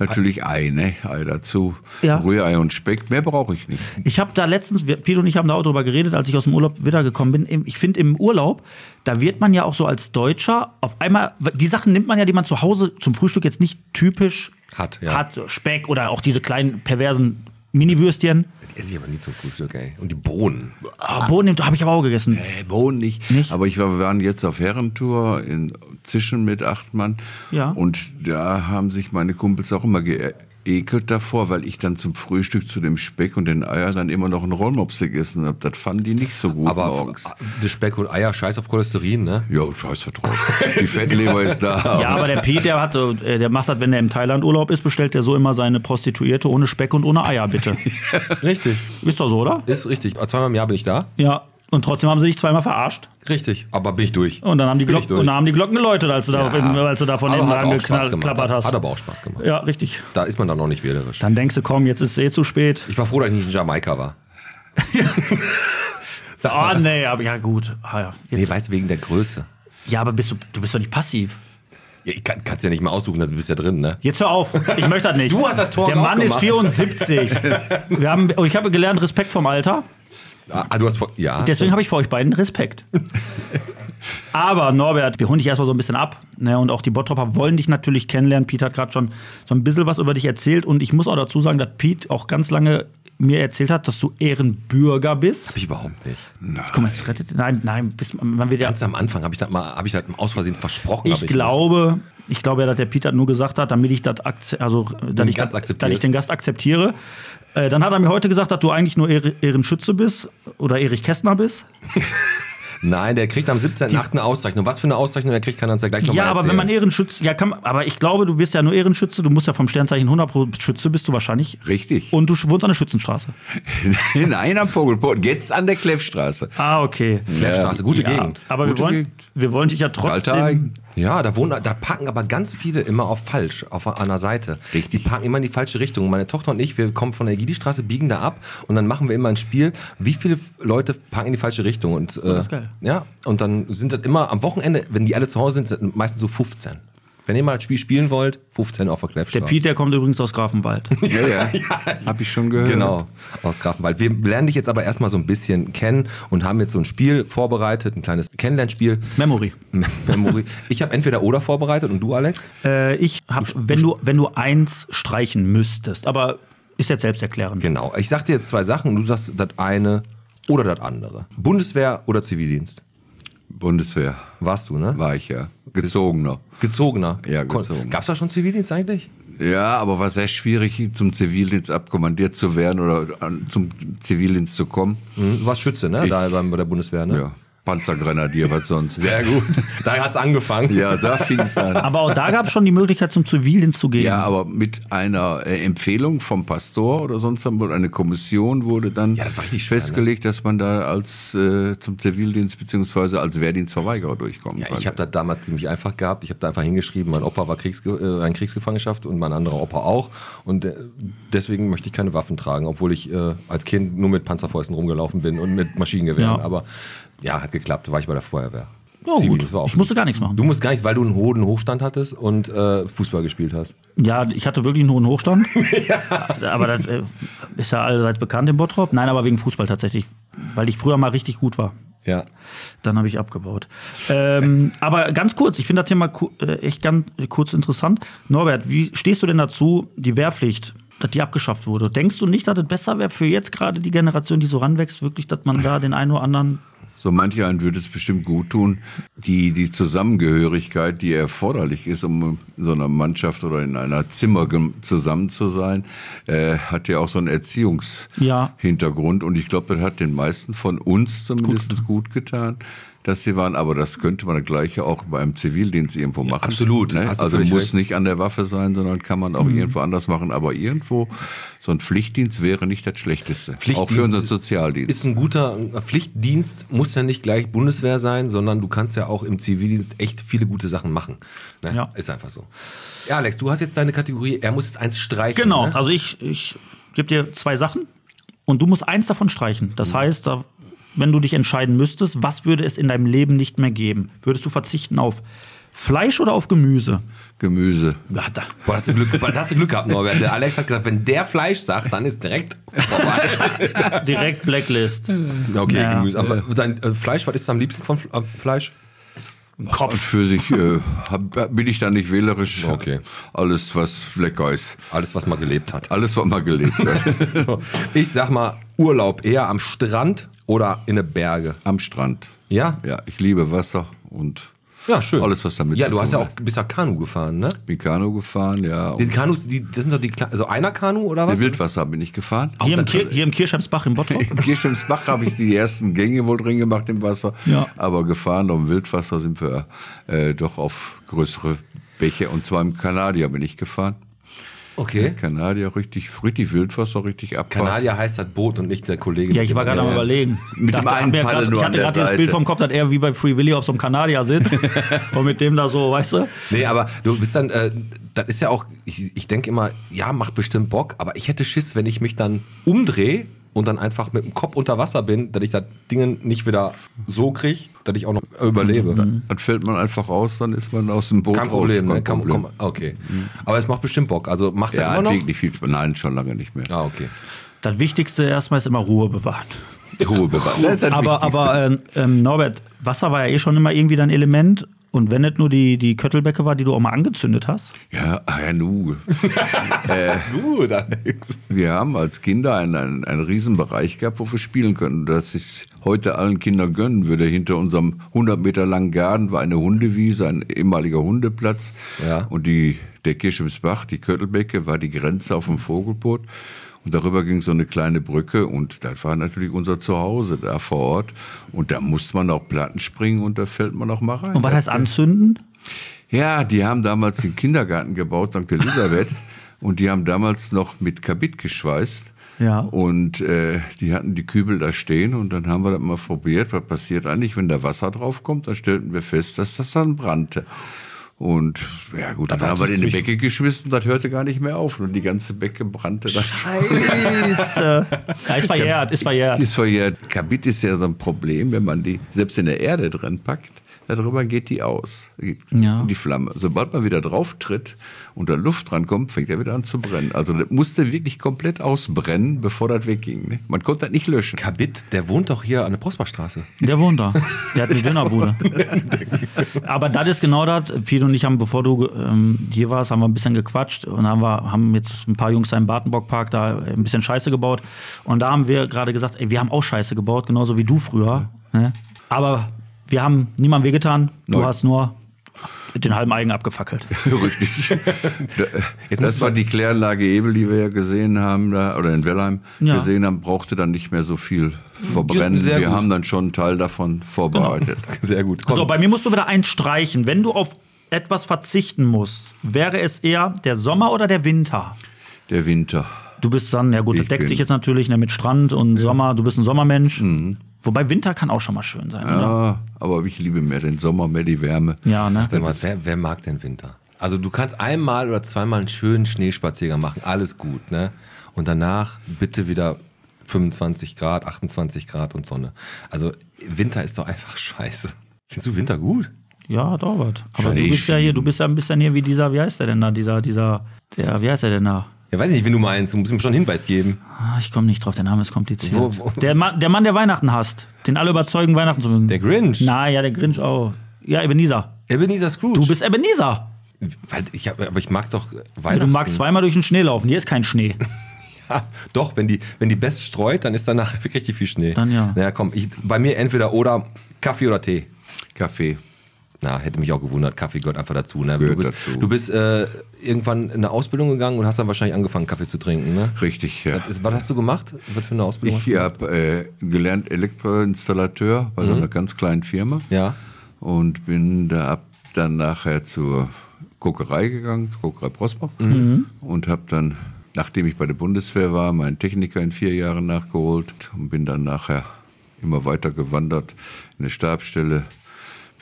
Speaker 7: natürlich Ei, ne? Ei dazu.
Speaker 3: Ja.
Speaker 7: Rührei und Speck, mehr brauche ich nicht.
Speaker 3: Ich habe da letztens, wir- Pete und ich haben da auch drüber geredet, als ich aus dem Urlaub wiedergekommen bin. Im- Ich finde, im Urlaub, da wird man ja auch so als Deutscher auf einmal, die Sachen nimmt man ja, die man zu Hause zum Frühstück jetzt nicht typisch
Speaker 2: Hat, ja.
Speaker 3: hat Speck oder auch diese kleinen perversen Miniwürstchen.
Speaker 2: Die esse ich aber nie zum Frühstück, ey. Und die Bohnen.
Speaker 3: Ah, Bohnen habe ich aber auch gegessen.
Speaker 7: Äh, Bohnen nicht.
Speaker 3: Nicht?
Speaker 7: Aber ich war, wir waren jetzt auf Herrentour in Zischen mit acht Mann.
Speaker 3: Ja.
Speaker 7: Und da haben sich meine Kumpels auch immer geekelt davor, weil ich dann zum Frühstück zu dem Speck und den Eier dann immer noch einen Rollmops gegessen habe. Das fanden die nicht so gut
Speaker 2: Aber
Speaker 7: morgens.
Speaker 2: das Speck und Eier, scheiß auf Cholesterin, ne?
Speaker 7: Ja, scheiß drauf. Die Fettleber ist da.
Speaker 3: <laughs> Ja, aber der Pete, der, hat, so- äh, der macht das, wenn er im Thailand Urlaub ist, bestellt der so immer seine Prostituierte ohne Speck und ohne Eier, bitte.
Speaker 2: <laughs> Richtig.
Speaker 3: ist doch so, oder?
Speaker 2: Ist richtig. Zweimal im Jahr bin ich da.
Speaker 3: Ja. Und trotzdem haben sie dich zweimal verarscht.
Speaker 2: Richtig, aber bin ich durch.
Speaker 3: Und dann haben die
Speaker 2: Bin ich
Speaker 3: Glocken, und dann haben die Glocken geläutet, als du, da, als du da von
Speaker 2: aber
Speaker 3: hinten
Speaker 2: hat auch Spaß gemacht.
Speaker 3: angeklappert hast.
Speaker 2: Hat aber auch Spaß gemacht.
Speaker 3: ja, richtig.
Speaker 2: Da ist man dann noch nicht wählerisch.
Speaker 3: Dann denkst du, komm, jetzt ist es eh zu spät.
Speaker 2: Ich war froh, dass ich nicht in Jamaika
Speaker 3: <laughs>
Speaker 2: war. Sag
Speaker 3: Ah,
Speaker 2: mal.
Speaker 3: nee, aber ja, gut. Ah, ja.
Speaker 2: Nee,
Speaker 3: Jetzt,
Speaker 2: weißt du, wegen der Größe.
Speaker 3: ja, aber bist du, du bist doch nicht passiv.
Speaker 2: Ja, ich kann, kannst ja nicht mehr aussuchen, dass du bist ja drin, ne?
Speaker 3: Jetzt hör auf, ich möchte das
Speaker 2: <laughs>
Speaker 3: nicht.
Speaker 2: Du hast das Tor
Speaker 3: Der Mann ist
Speaker 2: aufgemacht.
Speaker 3: 74.
Speaker 2: <laughs>
Speaker 3: Wir haben, oh, ich habe gelernt, Respekt vom Alter.
Speaker 2: Ah, du hast vor, ja.
Speaker 3: Deswegen habe ich vor euch beiden <laughs> Respekt. Aber Norbert, wir holen dich erstmal so ein bisschen ab. Ne? Und auch die Bottropper wollen dich natürlich kennenlernen. Piet hat gerade schon so ein bisschen was über dich erzählt. Und ich muss auch dazu sagen, dass Piet auch ganz lange mir erzählt hat, dass du Ehrenbürger bist.
Speaker 2: Hab ich überhaupt nicht.
Speaker 3: Guck mal, es rettet. Nein, nein, bis, man wird ja.
Speaker 2: Ganz am Anfang habe ich das mal, habe ich das aus Versehen versprochen. hab
Speaker 3: genau Ich glaube, ich glaube ja, dass der Peter nur gesagt hat, damit ich das akze- also dass ich,
Speaker 2: Gast
Speaker 3: das- dass ich
Speaker 2: akzeptierst.
Speaker 3: den Gast akzeptiere. Äh, dann hat er mir heute gesagt, dass du eigentlich nur Ehre- Ehrenschütze bist oder Erich Kästner bist.
Speaker 2: Nein, der kriegt am 17.8. eine Auszeichnung. Was für eine Auszeichnung, der kriegt, kann er uns ja gleich nochmal
Speaker 3: ja, aber wenn man Ehrenschütze, ja, kann, man- aber ich glaube, du wirst ja nur Ehrenschütze, du musst ja vom Sternzeichen 100 Schütze bist du wahrscheinlich.
Speaker 7: Richtig.
Speaker 3: Und du sch- wohnst an der Schützenstraße.
Speaker 7: Nein, am Vogelport. Jetzt an der Kleffstraße.
Speaker 3: Ah, okay.
Speaker 2: Straße, gute
Speaker 3: Ja,
Speaker 2: Gegend.
Speaker 3: Aber wir
Speaker 7: Gute
Speaker 3: wollen,
Speaker 7: Gegend.
Speaker 3: wir wollen dich ja
Speaker 7: Alter
Speaker 3: trotzdem.
Speaker 7: Eigen.
Speaker 2: Ja, da wohnen, da parken aber ganz viele immer auf falsch, auf einer Seite. Richtig. Die parken immer in die falsche Richtung. Meine Tochter und ich, wir kommen von der Egidi-Straße, biegen da ab und dann machen wir immer ein Spiel, wie viele Leute parken in die falsche Richtung. Und, äh,
Speaker 3: ist geil.
Speaker 2: Ja, und dann sind das immer am Wochenende, wenn die alle zu Hause sind, sind das meistens so 15. Wenn ihr mal das Spiel spielen wollt, 15 auf der <laughs>
Speaker 3: Der
Speaker 2: Kleffstraße.
Speaker 3: Piet, der kommt übrigens aus
Speaker 7: <laughs>
Speaker 3: Grafenwald.
Speaker 7: Ja, ja. Hab ich schon gehört.
Speaker 2: Genau, aus Grafenwald. Wir lernen dich jetzt aber erstmal so ein bisschen kennen und haben jetzt so ein Spiel vorbereitet, ein kleines Kennenlernspiel. <laughs>
Speaker 3: Memory.
Speaker 2: Memory. Ich habe entweder oder vorbereitet und du, Alex?
Speaker 3: Äh, ich hab, wenn du, wenn du eins streichen müsstest, aber ist jetzt selbsterklärend.
Speaker 2: Genau. Ich sag dir jetzt zwei Sachen und du sagst das eine oder das andere. Bundeswehr oder Zivildienst?
Speaker 7: Bundeswehr
Speaker 2: Warst du, ne?
Speaker 7: war ich ja. Gezogener.
Speaker 2: Gezogener.
Speaker 7: Ja, gezogen.
Speaker 2: Gab es da schon Zivildienst eigentlich?
Speaker 7: Ja, aber war sehr schwierig, zum Zivildienst abkommandiert zu werden oder an- zum Zivildienst zu kommen.
Speaker 2: Mhm. Du warst Schütze, ne?
Speaker 7: Ich-
Speaker 2: Da beim, bei der Bundeswehr, ne?
Speaker 7: Ja, Panzergrenadier, was sonst.
Speaker 2: Sehr gut. Da hat's angefangen.
Speaker 7: <laughs> Ja, da fing's an.
Speaker 3: Aber auch da gab es schon die Möglichkeit, zum Zivildienst zu gehen.
Speaker 7: Ja, aber mit einer äh, Empfehlung vom Pastor oder sonst haben wohl eine Kommission wurde dann
Speaker 2: das war richtig schwer,
Speaker 7: festgelegt, dass man da als äh, zum Zivildienst beziehungsweise als Wehrdienstverweigerer durchkommen
Speaker 2: Ja,
Speaker 7: kann.
Speaker 2: ich habe das damals ziemlich einfach gehabt. Ich habe da einfach hingeschrieben, mein Opa war Kriegsge äh, in Kriegsgefangenschaft und mein anderer Opa auch. Und äh, deswegen möchte ich keine Waffen tragen, obwohl ich äh, als Kind nur mit Panzerfäusten rumgelaufen bin und mit Maschinengewehren.
Speaker 3: Ja.
Speaker 2: Aber ja, hat geklappt, war ich bei der Feuerwehr.
Speaker 3: Ja, gut.
Speaker 2: Zivildienst war auch
Speaker 3: Ich musste gar nichts machen.
Speaker 2: Du musst gar nichts, weil du einen hohen Hochstand hattest und äh, Fußball gespielt hast.
Speaker 3: Ja, ich hatte wirklich einen hohen Hochstand. Aber das äh, ist ja allseits bekannt im Bottrop. Nein, aber wegen Fußball tatsächlich. Weil ich früher mal richtig gut war.
Speaker 2: Ja.
Speaker 3: Dann habe ich abgebaut. Ähm, <laughs> aber ganz kurz, ich finde das Thema ku- äh, echt ganz äh, kurz interessant. Norbert, wie stehst du denn dazu, die Wehrpflicht, dass die abgeschafft wurde? Denkst du nicht, dass es besser wäre für jetzt gerade die Generation, die so ranwächst, wirklich, dass man da den einen oder anderen
Speaker 7: So manch einen würde es bestimmt gut tun, die, die Zusammengehörigkeit, die erforderlich ist, um in so einer Mannschaft oder in einer Zimmer gem- zusammen zu sein, äh, hat ja auch so einen
Speaker 3: Ja.
Speaker 7: Erziehungshintergrund. Und ich glaube, das hat den meisten von uns zumindest gut, getan, dass sie waren. Aber das könnte man das Gleiche auch beim Zivildienst irgendwo machen.
Speaker 2: absolut.
Speaker 7: Ne?
Speaker 2: Hast du
Speaker 7: Also
Speaker 2: völlig
Speaker 7: muss
Speaker 2: recht. Mhm.
Speaker 7: nicht an der Waffe sein, sondern kann man auch irgendwo anders machen. Aber irgendwo, so ein Pflichtdienst wäre nicht das Schlechteste. auch für unseren Sozialdienst.
Speaker 2: Ist ein guter Pflichtdienst, muss ja nicht gleich Bundeswehr sein, sondern du kannst ja auch im Zivildienst echt viele gute Sachen machen. Ne?
Speaker 3: Ja.
Speaker 2: Ist einfach so. Ja, Alex, du hast jetzt deine Kategorie, er muss jetzt eins streichen.
Speaker 3: Genau,
Speaker 2: Ne?
Speaker 3: also ich, ich gebe dir zwei Sachen und du musst eins davon streichen. Das
Speaker 7: Mhm.
Speaker 3: heißt, da, wenn du dich entscheiden müsstest, was würde es in deinem Leben nicht mehr geben? Würdest du verzichten auf Fleisch oder auf Gemüse?
Speaker 7: Gemüse.
Speaker 3: Ja, da.
Speaker 2: Boah, hast du Glück, boah, hast du Glück gehabt, Norbert. Der Alex hat gesagt, wenn der Fleisch sagt, dann ist direkt vorbei.
Speaker 3: Direkt
Speaker 2: <laughs>
Speaker 3: Blacklist.
Speaker 2: okay,
Speaker 3: <laughs> Ja.
Speaker 2: Gemüse. Aber dein äh, Fleisch, was ist am liebsten von F- äh, Fleisch?
Speaker 7: Kopf. Für sich äh, hab, bin ich da nicht wählerisch.
Speaker 2: Okay.
Speaker 7: Alles, was lecker ist.
Speaker 2: Alles, was mal gelebt hat. <laughs>
Speaker 7: Alles, was mal gelebt wird.
Speaker 2: So, ich sag mal, Urlaub eher am Strand oder in den Berge.
Speaker 7: Am Strand.
Speaker 2: Ja?
Speaker 7: Ja, ich liebe Wasser und
Speaker 2: Ja, schön.
Speaker 7: Alles, was damit
Speaker 2: Ja,
Speaker 7: zu
Speaker 2: du
Speaker 7: tun
Speaker 2: hast ja auch,
Speaker 7: hat.
Speaker 2: bist ja Kanu gefahren, ne?
Speaker 7: bin Kanu gefahren, ja.
Speaker 2: Die
Speaker 7: Und
Speaker 2: Kanus, die, das sind doch die, Kle- also einer Kanu oder was?
Speaker 7: in Wildwasser bin ich gefahren.
Speaker 3: Hier, im
Speaker 2: das-
Speaker 3: Kir- hier im Kirschheimsbach im
Speaker 7: <laughs>
Speaker 3: Bottrop?
Speaker 7: In Kirchheimsbach habe ich die ersten Gänge wohl drin gemacht im Wasser.
Speaker 3: Ja.
Speaker 7: Aber gefahren um Wildwasser sind wir äh, doch auf größere Bäche. Und zwar im Kanadier bin ich gefahren.
Speaker 2: Okay.
Speaker 7: Kanadier richtig, richtig Wildwasser, richtig abfahren.
Speaker 2: Kanadier heißt das Boot und nicht der Kollege.
Speaker 3: Ja, ich war gerade am
Speaker 7: Ja.
Speaker 3: überlegen.
Speaker 7: Mit dem einen
Speaker 3: hab mir
Speaker 7: Paddel
Speaker 3: grad,
Speaker 7: nur
Speaker 3: ich
Speaker 7: an
Speaker 3: hatte
Speaker 7: der
Speaker 3: gerade das Bild
Speaker 7: Seite.
Speaker 3: vom Kopf, dass er wie bei Free Willy auf so einem Kanadier
Speaker 7: <laughs>
Speaker 3: sitzt und mit dem da so, weißt du?
Speaker 2: Nee, aber du bist dann, äh, das ist ja auch, ich, ich denke immer, ja, macht bestimmt Bock, aber ich hätte Schiss, wenn ich mich dann umdrehe und dann einfach mit dem Kopf unter Wasser bin, dass ich das Ding nicht wieder so kriege, dass ich auch noch überlebe.
Speaker 7: Dann fällt man einfach aus, dann ist man aus dem Mhm. Boot
Speaker 2: Kein Problem,
Speaker 7: raus. Mhm.
Speaker 2: ne? Komm, komm, okay. Aber es macht bestimmt Bock. Also machst du ja,
Speaker 7: Ja,
Speaker 2: immer
Speaker 7: hat
Speaker 2: noch?
Speaker 7: wirklich viel Spaß. Nein, schon lange nicht mehr.
Speaker 2: Ah, okay.
Speaker 3: Das Wichtigste erstmal ist immer Ruhe bewahren.
Speaker 2: <laughs>
Speaker 7: Ruhe bewahren. Das ist das
Speaker 3: aber
Speaker 7: Wichtigste.
Speaker 3: aber ähm, ähm, Norbert, Wasser war ja eh schon immer irgendwie dein Element. Und wenn nicht nur die, die Köttelbecke war, die du auch mal angezündet hast.
Speaker 7: Ja, ah ja, nu.
Speaker 2: <laughs> Gut, Alex.
Speaker 7: Wir haben als Kinder einen, einen, einen riesen Bereich gehabt, wo wir spielen können. Dass ich heute allen Kindern gönnen würde. Hinter unserem 100 Meter langen Garten war eine Hundewiese, ein ehemaliger Hundeplatz.
Speaker 2: Ja.
Speaker 7: Und die, der Kirchemsbach, die Köttelbecke, war die Grenze auf dem Vogelboot. Und darüber ging so eine kleine Brücke und das war natürlich unser Zuhause da vor Ort. Und da musste man auch Platten springen und da fällt man auch mal rein.
Speaker 3: Und was heißt anzünden?
Speaker 7: Ja, die haben damals den Kindergarten gebaut, St. Elisabeth. und die haben damals noch mit Kabit geschweißt.
Speaker 3: Ja.
Speaker 7: Und äh, die hatten die Kübel da stehen und dann haben wir das mal probiert. Was passiert eigentlich, wenn da Wasser draufkommt? Dann stellten wir fest, dass das dann brannte. Und ja gut, dann haben wir den in die Becke geschmissen, das hörte gar nicht mehr auf. Und die ganze Becke brannte dann.
Speaker 3: Scheiße. ja, ist verjährt, ist verjährt.
Speaker 7: Ist verjährt. Kabit ist ja so ein Problem, wenn man die selbst in der Erde drin packt, darüber geht die aus, geht
Speaker 3: Ja.
Speaker 7: die Flamme. Sobald man wieder drauf tritt und da Luft dran kommt, fängt er wieder an zu brennen. Also das musste wirklich komplett ausbrennen, bevor das wegging. Ne? Man konnte das
Speaker 3: <laughs>
Speaker 7: nicht löschen.
Speaker 2: Kabit, der wohnt doch hier an der Prosperstraße. <laughs>
Speaker 3: Der wohnt da. Der hat eine Dönerbude. Aber das ist genau das. Pete und ich haben, bevor du ähm, hier warst, haben wir ein bisschen gequatscht und haben, wir, haben jetzt ein paar Jungs da im Bartenbockpark da ein bisschen Scheiße gebaut. Und da haben wir gerade gesagt, ey, wir haben auch Scheiße gebaut, genauso wie du früher. Ne? Aber wir haben niemandem wehgetan. Du
Speaker 7: Nein.
Speaker 3: hast nur den halben Eigen abgefackelt.
Speaker 7: Richtig.
Speaker 3: <laughs>
Speaker 7: Da- äh, das war die Kläranlage Ebel, die wir ja gesehen haben, da, oder in Wellheim
Speaker 3: Ja.
Speaker 7: gesehen haben, brauchte dann nicht mehr so viel verbrennen.
Speaker 2: Sehr
Speaker 7: wir
Speaker 2: gut.
Speaker 7: haben dann schon einen Teil davon vorbereitet.
Speaker 3: Genau.
Speaker 2: Sehr gut.
Speaker 3: So, Also bei mir musst du wieder eins streichen. Wenn du auf etwas verzichten musst, wäre es eher der Sommer oder der Winter?
Speaker 7: Der Winter.
Speaker 3: Du bist dann, ja gut, das
Speaker 7: Ich
Speaker 3: deckt
Speaker 7: bin-
Speaker 3: sich jetzt natürlich ne, mit Strand und Sommer. Du bist ein Sommermensch. Wobei Winter kann auch schon mal schön sein. Ja, oder?
Speaker 7: Ah, aber ich liebe mehr den Sommer, mehr die Wärme.
Speaker 3: ja ne?
Speaker 2: Sag mal, wer, wer mag den Winter? Also du kannst einmal oder zweimal einen schönen Schneespaziergang machen, alles gut, ne? Und danach bitte wieder 25 Grad, 28 Grad und Sonne. Also Winter ist doch einfach <laughs> scheiße. Findest du Winter gut?
Speaker 3: Ja, Norbert. Aber
Speaker 7: Schnee
Speaker 3: du bist ja hier, du bist ja ein bisschen hier wie dieser, wie heißt der denn da? Dieser, dieser, der, wie heißt der denn da?
Speaker 2: Ja, weiß ich nicht, wenn du meinst, du musst ihm schon einen Hinweis geben.
Speaker 3: Ah, ich komme nicht drauf, der Name ist kompliziert.
Speaker 2: Wo- wo-
Speaker 3: Der, Mann, der Mann, der Weihnachten hasst, den alle überzeugen, Weihnachten zu mögen.
Speaker 2: Der Grinch.
Speaker 3: Na ja, der Grinch auch. Ja, Ebenezer.
Speaker 2: Ebenezer Scrooge.
Speaker 3: Du bist Ebenezer.
Speaker 2: Weil ich hab, aber ich mag doch
Speaker 3: Ja,
Speaker 2: Weihnachten.
Speaker 3: du magst zweimal durch den Schnee laufen. Hier ist kein Schnee.
Speaker 2: Ja, <laughs> doch, wenn die, wenn die Best streut, dann ist danach <laughs> richtig viel Schnee.
Speaker 3: Dann ja.
Speaker 2: Naja, komm, ich, bei mir entweder oder Kaffee oder Tee.
Speaker 7: Kaffee.
Speaker 2: Na, hätte mich auch gewundert, Kaffee gehört einfach dazu. Ne? Du
Speaker 7: Gehört
Speaker 2: bist,
Speaker 7: dazu.
Speaker 2: Du bist äh, irgendwann in eine Ausbildung gegangen und hast dann wahrscheinlich angefangen, Kaffee zu trinken. Ne?
Speaker 7: Richtig, ja.
Speaker 2: Das ist- Was hast du gemacht? Was für eine Ausbildung hast
Speaker 7: Ich
Speaker 2: du gemacht?
Speaker 7: habe äh, gelernt Elektroinstallateur bei so einer ganz kleinen Firma
Speaker 2: Ja.
Speaker 7: und bin da ab dann nachher zur Kokerei gegangen, zur Kokerei Prosper und habe dann, nachdem ich bei der Bundeswehr war, meinen Techniker in vier Jahren nachgeholt und bin dann nachher immer weiter gewandert in eine Stabstelle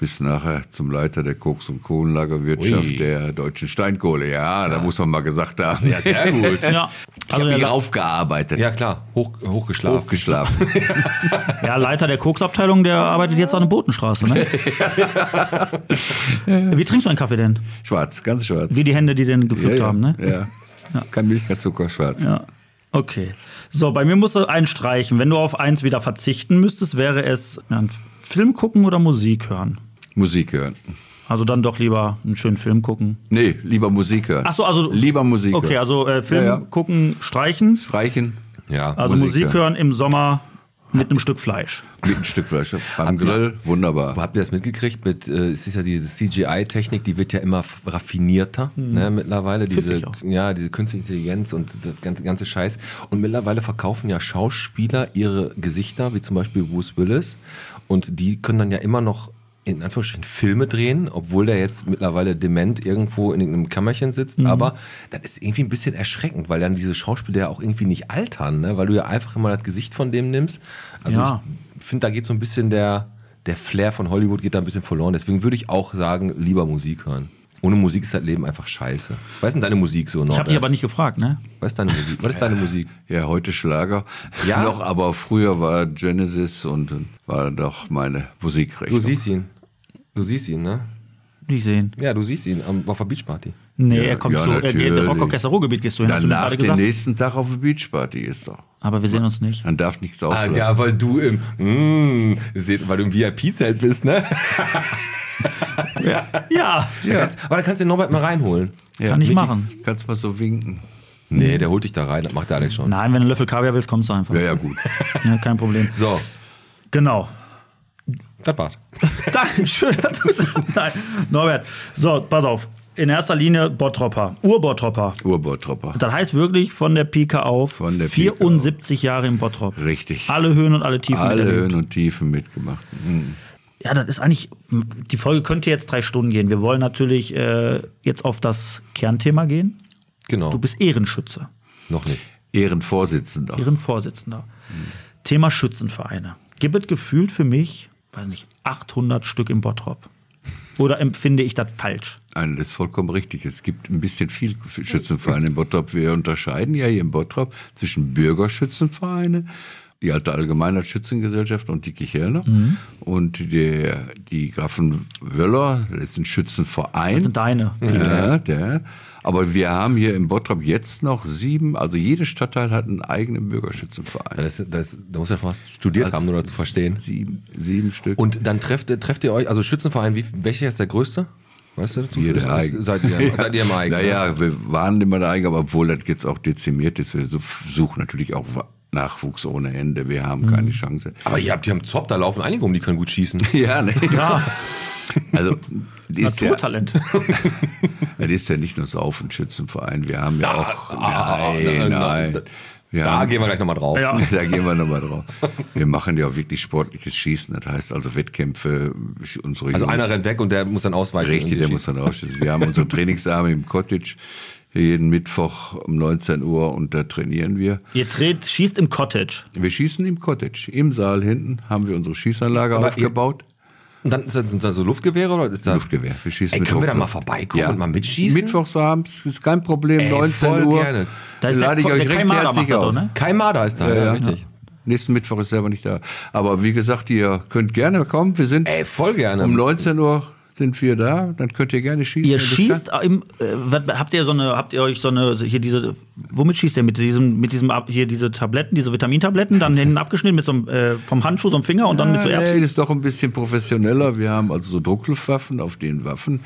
Speaker 7: bis nachher zum Leiter der Koks- und Kohlenlagerwirtschaft
Speaker 2: Ui.
Speaker 7: der deutschen Steinkohle. Ja, da muss man mal gesagt haben. Ja, <laughs> sehr gut.
Speaker 3: Ja. also
Speaker 7: Ich habe
Speaker 3: der-
Speaker 7: mich aufgearbeitet.
Speaker 2: Ja, klar, hoch, hochgeschlafen.
Speaker 7: Aufgeschlafen.
Speaker 3: Ja, Leiter der Koksabteilung, der arbeitet jetzt an der Botenstraße,
Speaker 7: <laughs>
Speaker 3: ne? Wie trinkst du einen Kaffee denn?
Speaker 7: schwarz, ganz schwarz.
Speaker 3: Wie die Hände, die den gepflückt
Speaker 7: ja,
Speaker 3: haben, ne?
Speaker 7: ja. Kein Milch, kein Zucker, schwarz.
Speaker 3: Ja. Okay. So, bei mir musst du einen streichen. Wenn du auf eins wieder verzichten müsstest, wäre es ja, einen Film gucken oder Musik hören.
Speaker 7: Musik hören.
Speaker 3: Also dann doch lieber einen schönen Film gucken.
Speaker 7: Nee, lieber Musik hören.
Speaker 3: Ach so, also
Speaker 7: Lieber Musik
Speaker 3: Okay,
Speaker 7: hören.
Speaker 3: also äh, Film
Speaker 7: Ja, ja.
Speaker 3: gucken, streichen.
Speaker 7: Streichen
Speaker 2: Ja,
Speaker 3: Also Musik,
Speaker 7: Musik
Speaker 3: hören im Sommer mit einem Stück Fleisch.
Speaker 7: mit ein Stück Fleisch. Beim Grill, wunderbar.
Speaker 2: Habt ihr das mitgekriegt? Mit, äh, es ist ja diese CGI-Technik, die wird ja immer f- raffinierter ne, mittlerweile. Diese,
Speaker 3: Pfiffig Mhm. auch.
Speaker 2: ja, diese künstliche Intelligenz und das ganze, ganze Scheiß. Und mittlerweile verkaufen ja Schauspieler ihre Gesichter, wie zum Beispiel Bruce Willis. Und die können dann ja immer noch in Anführungsstrichen Filme drehen, obwohl der jetzt mittlerweile dement irgendwo in irgendeinem Kammerchen sitzt.
Speaker 3: Mhm.
Speaker 2: Aber das ist irgendwie ein bisschen erschreckend, weil dann diese Schauspieler ja auch irgendwie nicht altern, ne? weil du ja einfach immer das Gesicht von dem nimmst. Also
Speaker 3: Ja.
Speaker 2: ich finde, da geht so ein bisschen der, der Flair von Hollywood geht da ein bisschen verloren. Deswegen würde ich auch sagen, lieber Musik hören. Ohne Musik ist das Leben einfach scheiße. Was ist denn deine Musik so,
Speaker 3: Ich
Speaker 2: Norbert?
Speaker 3: habe dich aber nicht gefragt, ne?
Speaker 2: Was ist deine Musik? Was ist deine Musik?
Speaker 7: Ja, heute Schlager.
Speaker 2: Ja?
Speaker 7: Noch, aber früher war Genesis und war doch meine Musikrechnung.
Speaker 2: Du siehst ihn. Du siehst ihn, ne?
Speaker 3: Nicht sehen.
Speaker 2: Ja, du siehst ihn am, auf der Beachparty.
Speaker 3: Nee,
Speaker 7: Ja,
Speaker 3: er kommt
Speaker 7: ja,
Speaker 3: zu. äh, Er geht
Speaker 7: natürlich.
Speaker 3: im Rockorchester Ruhrgebiet gehst du hin, hast du mir
Speaker 7: Danach
Speaker 3: gerade
Speaker 7: den
Speaker 3: gesagt.
Speaker 7: nächsten Tag auf der Beachparty ist doch.
Speaker 3: Aber wir sehen uns
Speaker 7: <laughs>
Speaker 3: nicht.
Speaker 7: Dann darf nichts
Speaker 2: Ah,
Speaker 7: auslassen.
Speaker 2: ja, weil du im, mm, seht, weil du im VIP-Zelt bist, ne?
Speaker 3: Ja. ja.
Speaker 2: <laughs> Da kannst, aber da kannst du den Norbert mal reinholen.
Speaker 3: Kann ich machen.
Speaker 7: Kannst mal so winken.
Speaker 2: Nee, der holt dich da rein, das macht der Alex schon.
Speaker 3: Nein, wenn du einen Löffel Kaviar willst, kommst du einfach.
Speaker 7: Ja,
Speaker 3: <laughs>
Speaker 7: ja, gut.
Speaker 3: Ja, kein Problem.
Speaker 2: So,
Speaker 3: Genau. <laughs>
Speaker 2: das war's.
Speaker 3: Dankeschön. <laughs> Nein, Norbert. So, pass auf. In erster Linie Bottropper. Urbottropper.
Speaker 7: Urbautropper.
Speaker 3: Das heißt wirklich von der Pike auf
Speaker 7: Von der Pike
Speaker 3: 74 Jahre im Bottrop.
Speaker 7: Richtig.
Speaker 3: Alle Höhen und alle Tiefen.
Speaker 7: Alle
Speaker 3: erlebt.
Speaker 7: Höhen und Tiefen mitgemacht. Hm.
Speaker 3: Ja, das ist eigentlich, die Folge könnte jetzt drei Stunden gehen. Wir wollen natürlich äh, jetzt auf das Kernthema gehen.
Speaker 2: Genau.
Speaker 3: Du bist Ehrenschütze,
Speaker 2: noch nicht.
Speaker 7: Ehrenvorsitzender.
Speaker 3: Ehrenvorsitzender. Thema Schützenvereine. Gibt es gefühlt für mich, weiß nicht, 800 Stück im Bottrop? Oder empfinde ich das falsch?
Speaker 7: Nein, das ist vollkommen richtig. Es gibt ein bisschen viel Schützenvereine im Bottrop. Wir unterscheiden ja hier im Bottrop zwischen Bürgerschützenvereine, die alte Allgemeiner Schützengesellschaft und die Kichelner. Und die, die Grafen Wöller, das ist ein Schützenverein.
Speaker 3: Das sind deine.
Speaker 7: Ja, der. Aber wir haben hier im Bottrop jetzt noch sieben, also jedes Stadtteil hat einen eigenen Bürgerschützenverein. Also
Speaker 2: Das, das, da muss ja fast studiert
Speaker 3: Also
Speaker 2: haben, nur um das zu verstehen.
Speaker 7: Sieben, sieben Stück.
Speaker 2: Und dann trefft, ihr- trefft ihr euch, also Schützenverein, wie, welcher ist der größte? Weißt du dazu?
Speaker 7: Wir der
Speaker 2: Ist-
Speaker 7: Eigen.
Speaker 2: Seid
Speaker 7: <laughs>
Speaker 2: ihr, seid ihr im Eigen?
Speaker 7: Naja, wir waren immer der Eigen, aber obwohl das jetzt auch dezimiert ist, wir so- suchen natürlich auch Wa- Nachwuchs ohne Ende. Wir
Speaker 2: Mhm.
Speaker 7: haben keine Chance.
Speaker 2: Aber ihr habt, ihr habt Zop, da laufen einige um, die können gut schießen.
Speaker 7: Ja, ne?
Speaker 3: Ja,
Speaker 7: <laughs> Also, das ist ja,
Speaker 3: Naturtalent.
Speaker 7: <laughs> das ist ja nicht nur Saufen Schützenverein. Wir haben ja auch.
Speaker 2: ah,
Speaker 7: Nein,
Speaker 2: nein,
Speaker 7: nein.
Speaker 2: nein.
Speaker 7: Wir
Speaker 2: Da
Speaker 7: haben-
Speaker 2: gehen wir gleich nochmal drauf.
Speaker 3: Ja.
Speaker 7: <laughs> Da gehen wir nochmal drauf. Wir machen ja auch wirklich sportliches Schießen. Das heißt also Wettkämpfe. Unsere
Speaker 2: Also
Speaker 7: Jungs-
Speaker 2: einer rennt weg und der muss dann ausweichen.
Speaker 7: Richtig, der muss dann ausschießen. Wir
Speaker 2: <laughs>
Speaker 7: haben unsere Trainingsarme im Cottage jeden Mittwoch um 19 Uhr und da trainieren wir.
Speaker 3: Ihr dreht, schießt im Cottage.
Speaker 7: Wir schießen im Cottage. Im Saal hinten haben wir unsere Schießanlage
Speaker 2: Aber ihr-
Speaker 7: aufgebaut.
Speaker 2: Und dann sind sind das so Luftgewehre oder ist das?
Speaker 7: Luftgewehr. Wir schießen
Speaker 2: Ey, können wir da mal
Speaker 7: Luftgewehr.
Speaker 2: vorbeikommen und mal mitschießen?
Speaker 7: Mittwochsabends ist kein Problem,
Speaker 2: Ey,
Speaker 7: 19
Speaker 2: voll
Speaker 7: Uhr.
Speaker 2: gerne.
Speaker 3: Da ist
Speaker 7: lade ich
Speaker 3: der,
Speaker 7: euch
Speaker 3: der Kai
Speaker 7: recht
Speaker 3: Mader macht
Speaker 7: herzlich
Speaker 3: das doch,
Speaker 7: auf.
Speaker 3: ne?
Speaker 2: Kai Mader ist da, ja, richtig.
Speaker 7: Nächsten Mittwoch ist er aber nicht da. Aber wie gesagt, ihr könnt gerne kommen. Wir sind
Speaker 2: Ey, voll gerne.
Speaker 7: um 19 Uhr sind wir da. Dann könnt ihr gerne schießen.
Speaker 3: Ihr
Speaker 7: Das ist
Speaker 3: schießt im, äh, was- habt ihr so eine, habt ihr euch so eine, hier diese, womit schießt ihr? Mit diesem, mit diesem, ab- hier diese Tabletten, diese Vitamintabletten, dann hinten abgeschnitten mit so einem, äh, vom Handschuh, so einem Finger und dann mit so
Speaker 7: Ja,
Speaker 3: Erbsen?
Speaker 7: Ah, nee, das ist doch ein bisschen professioneller. Wir haben also so Druckluftwaffen. Auf den Waffen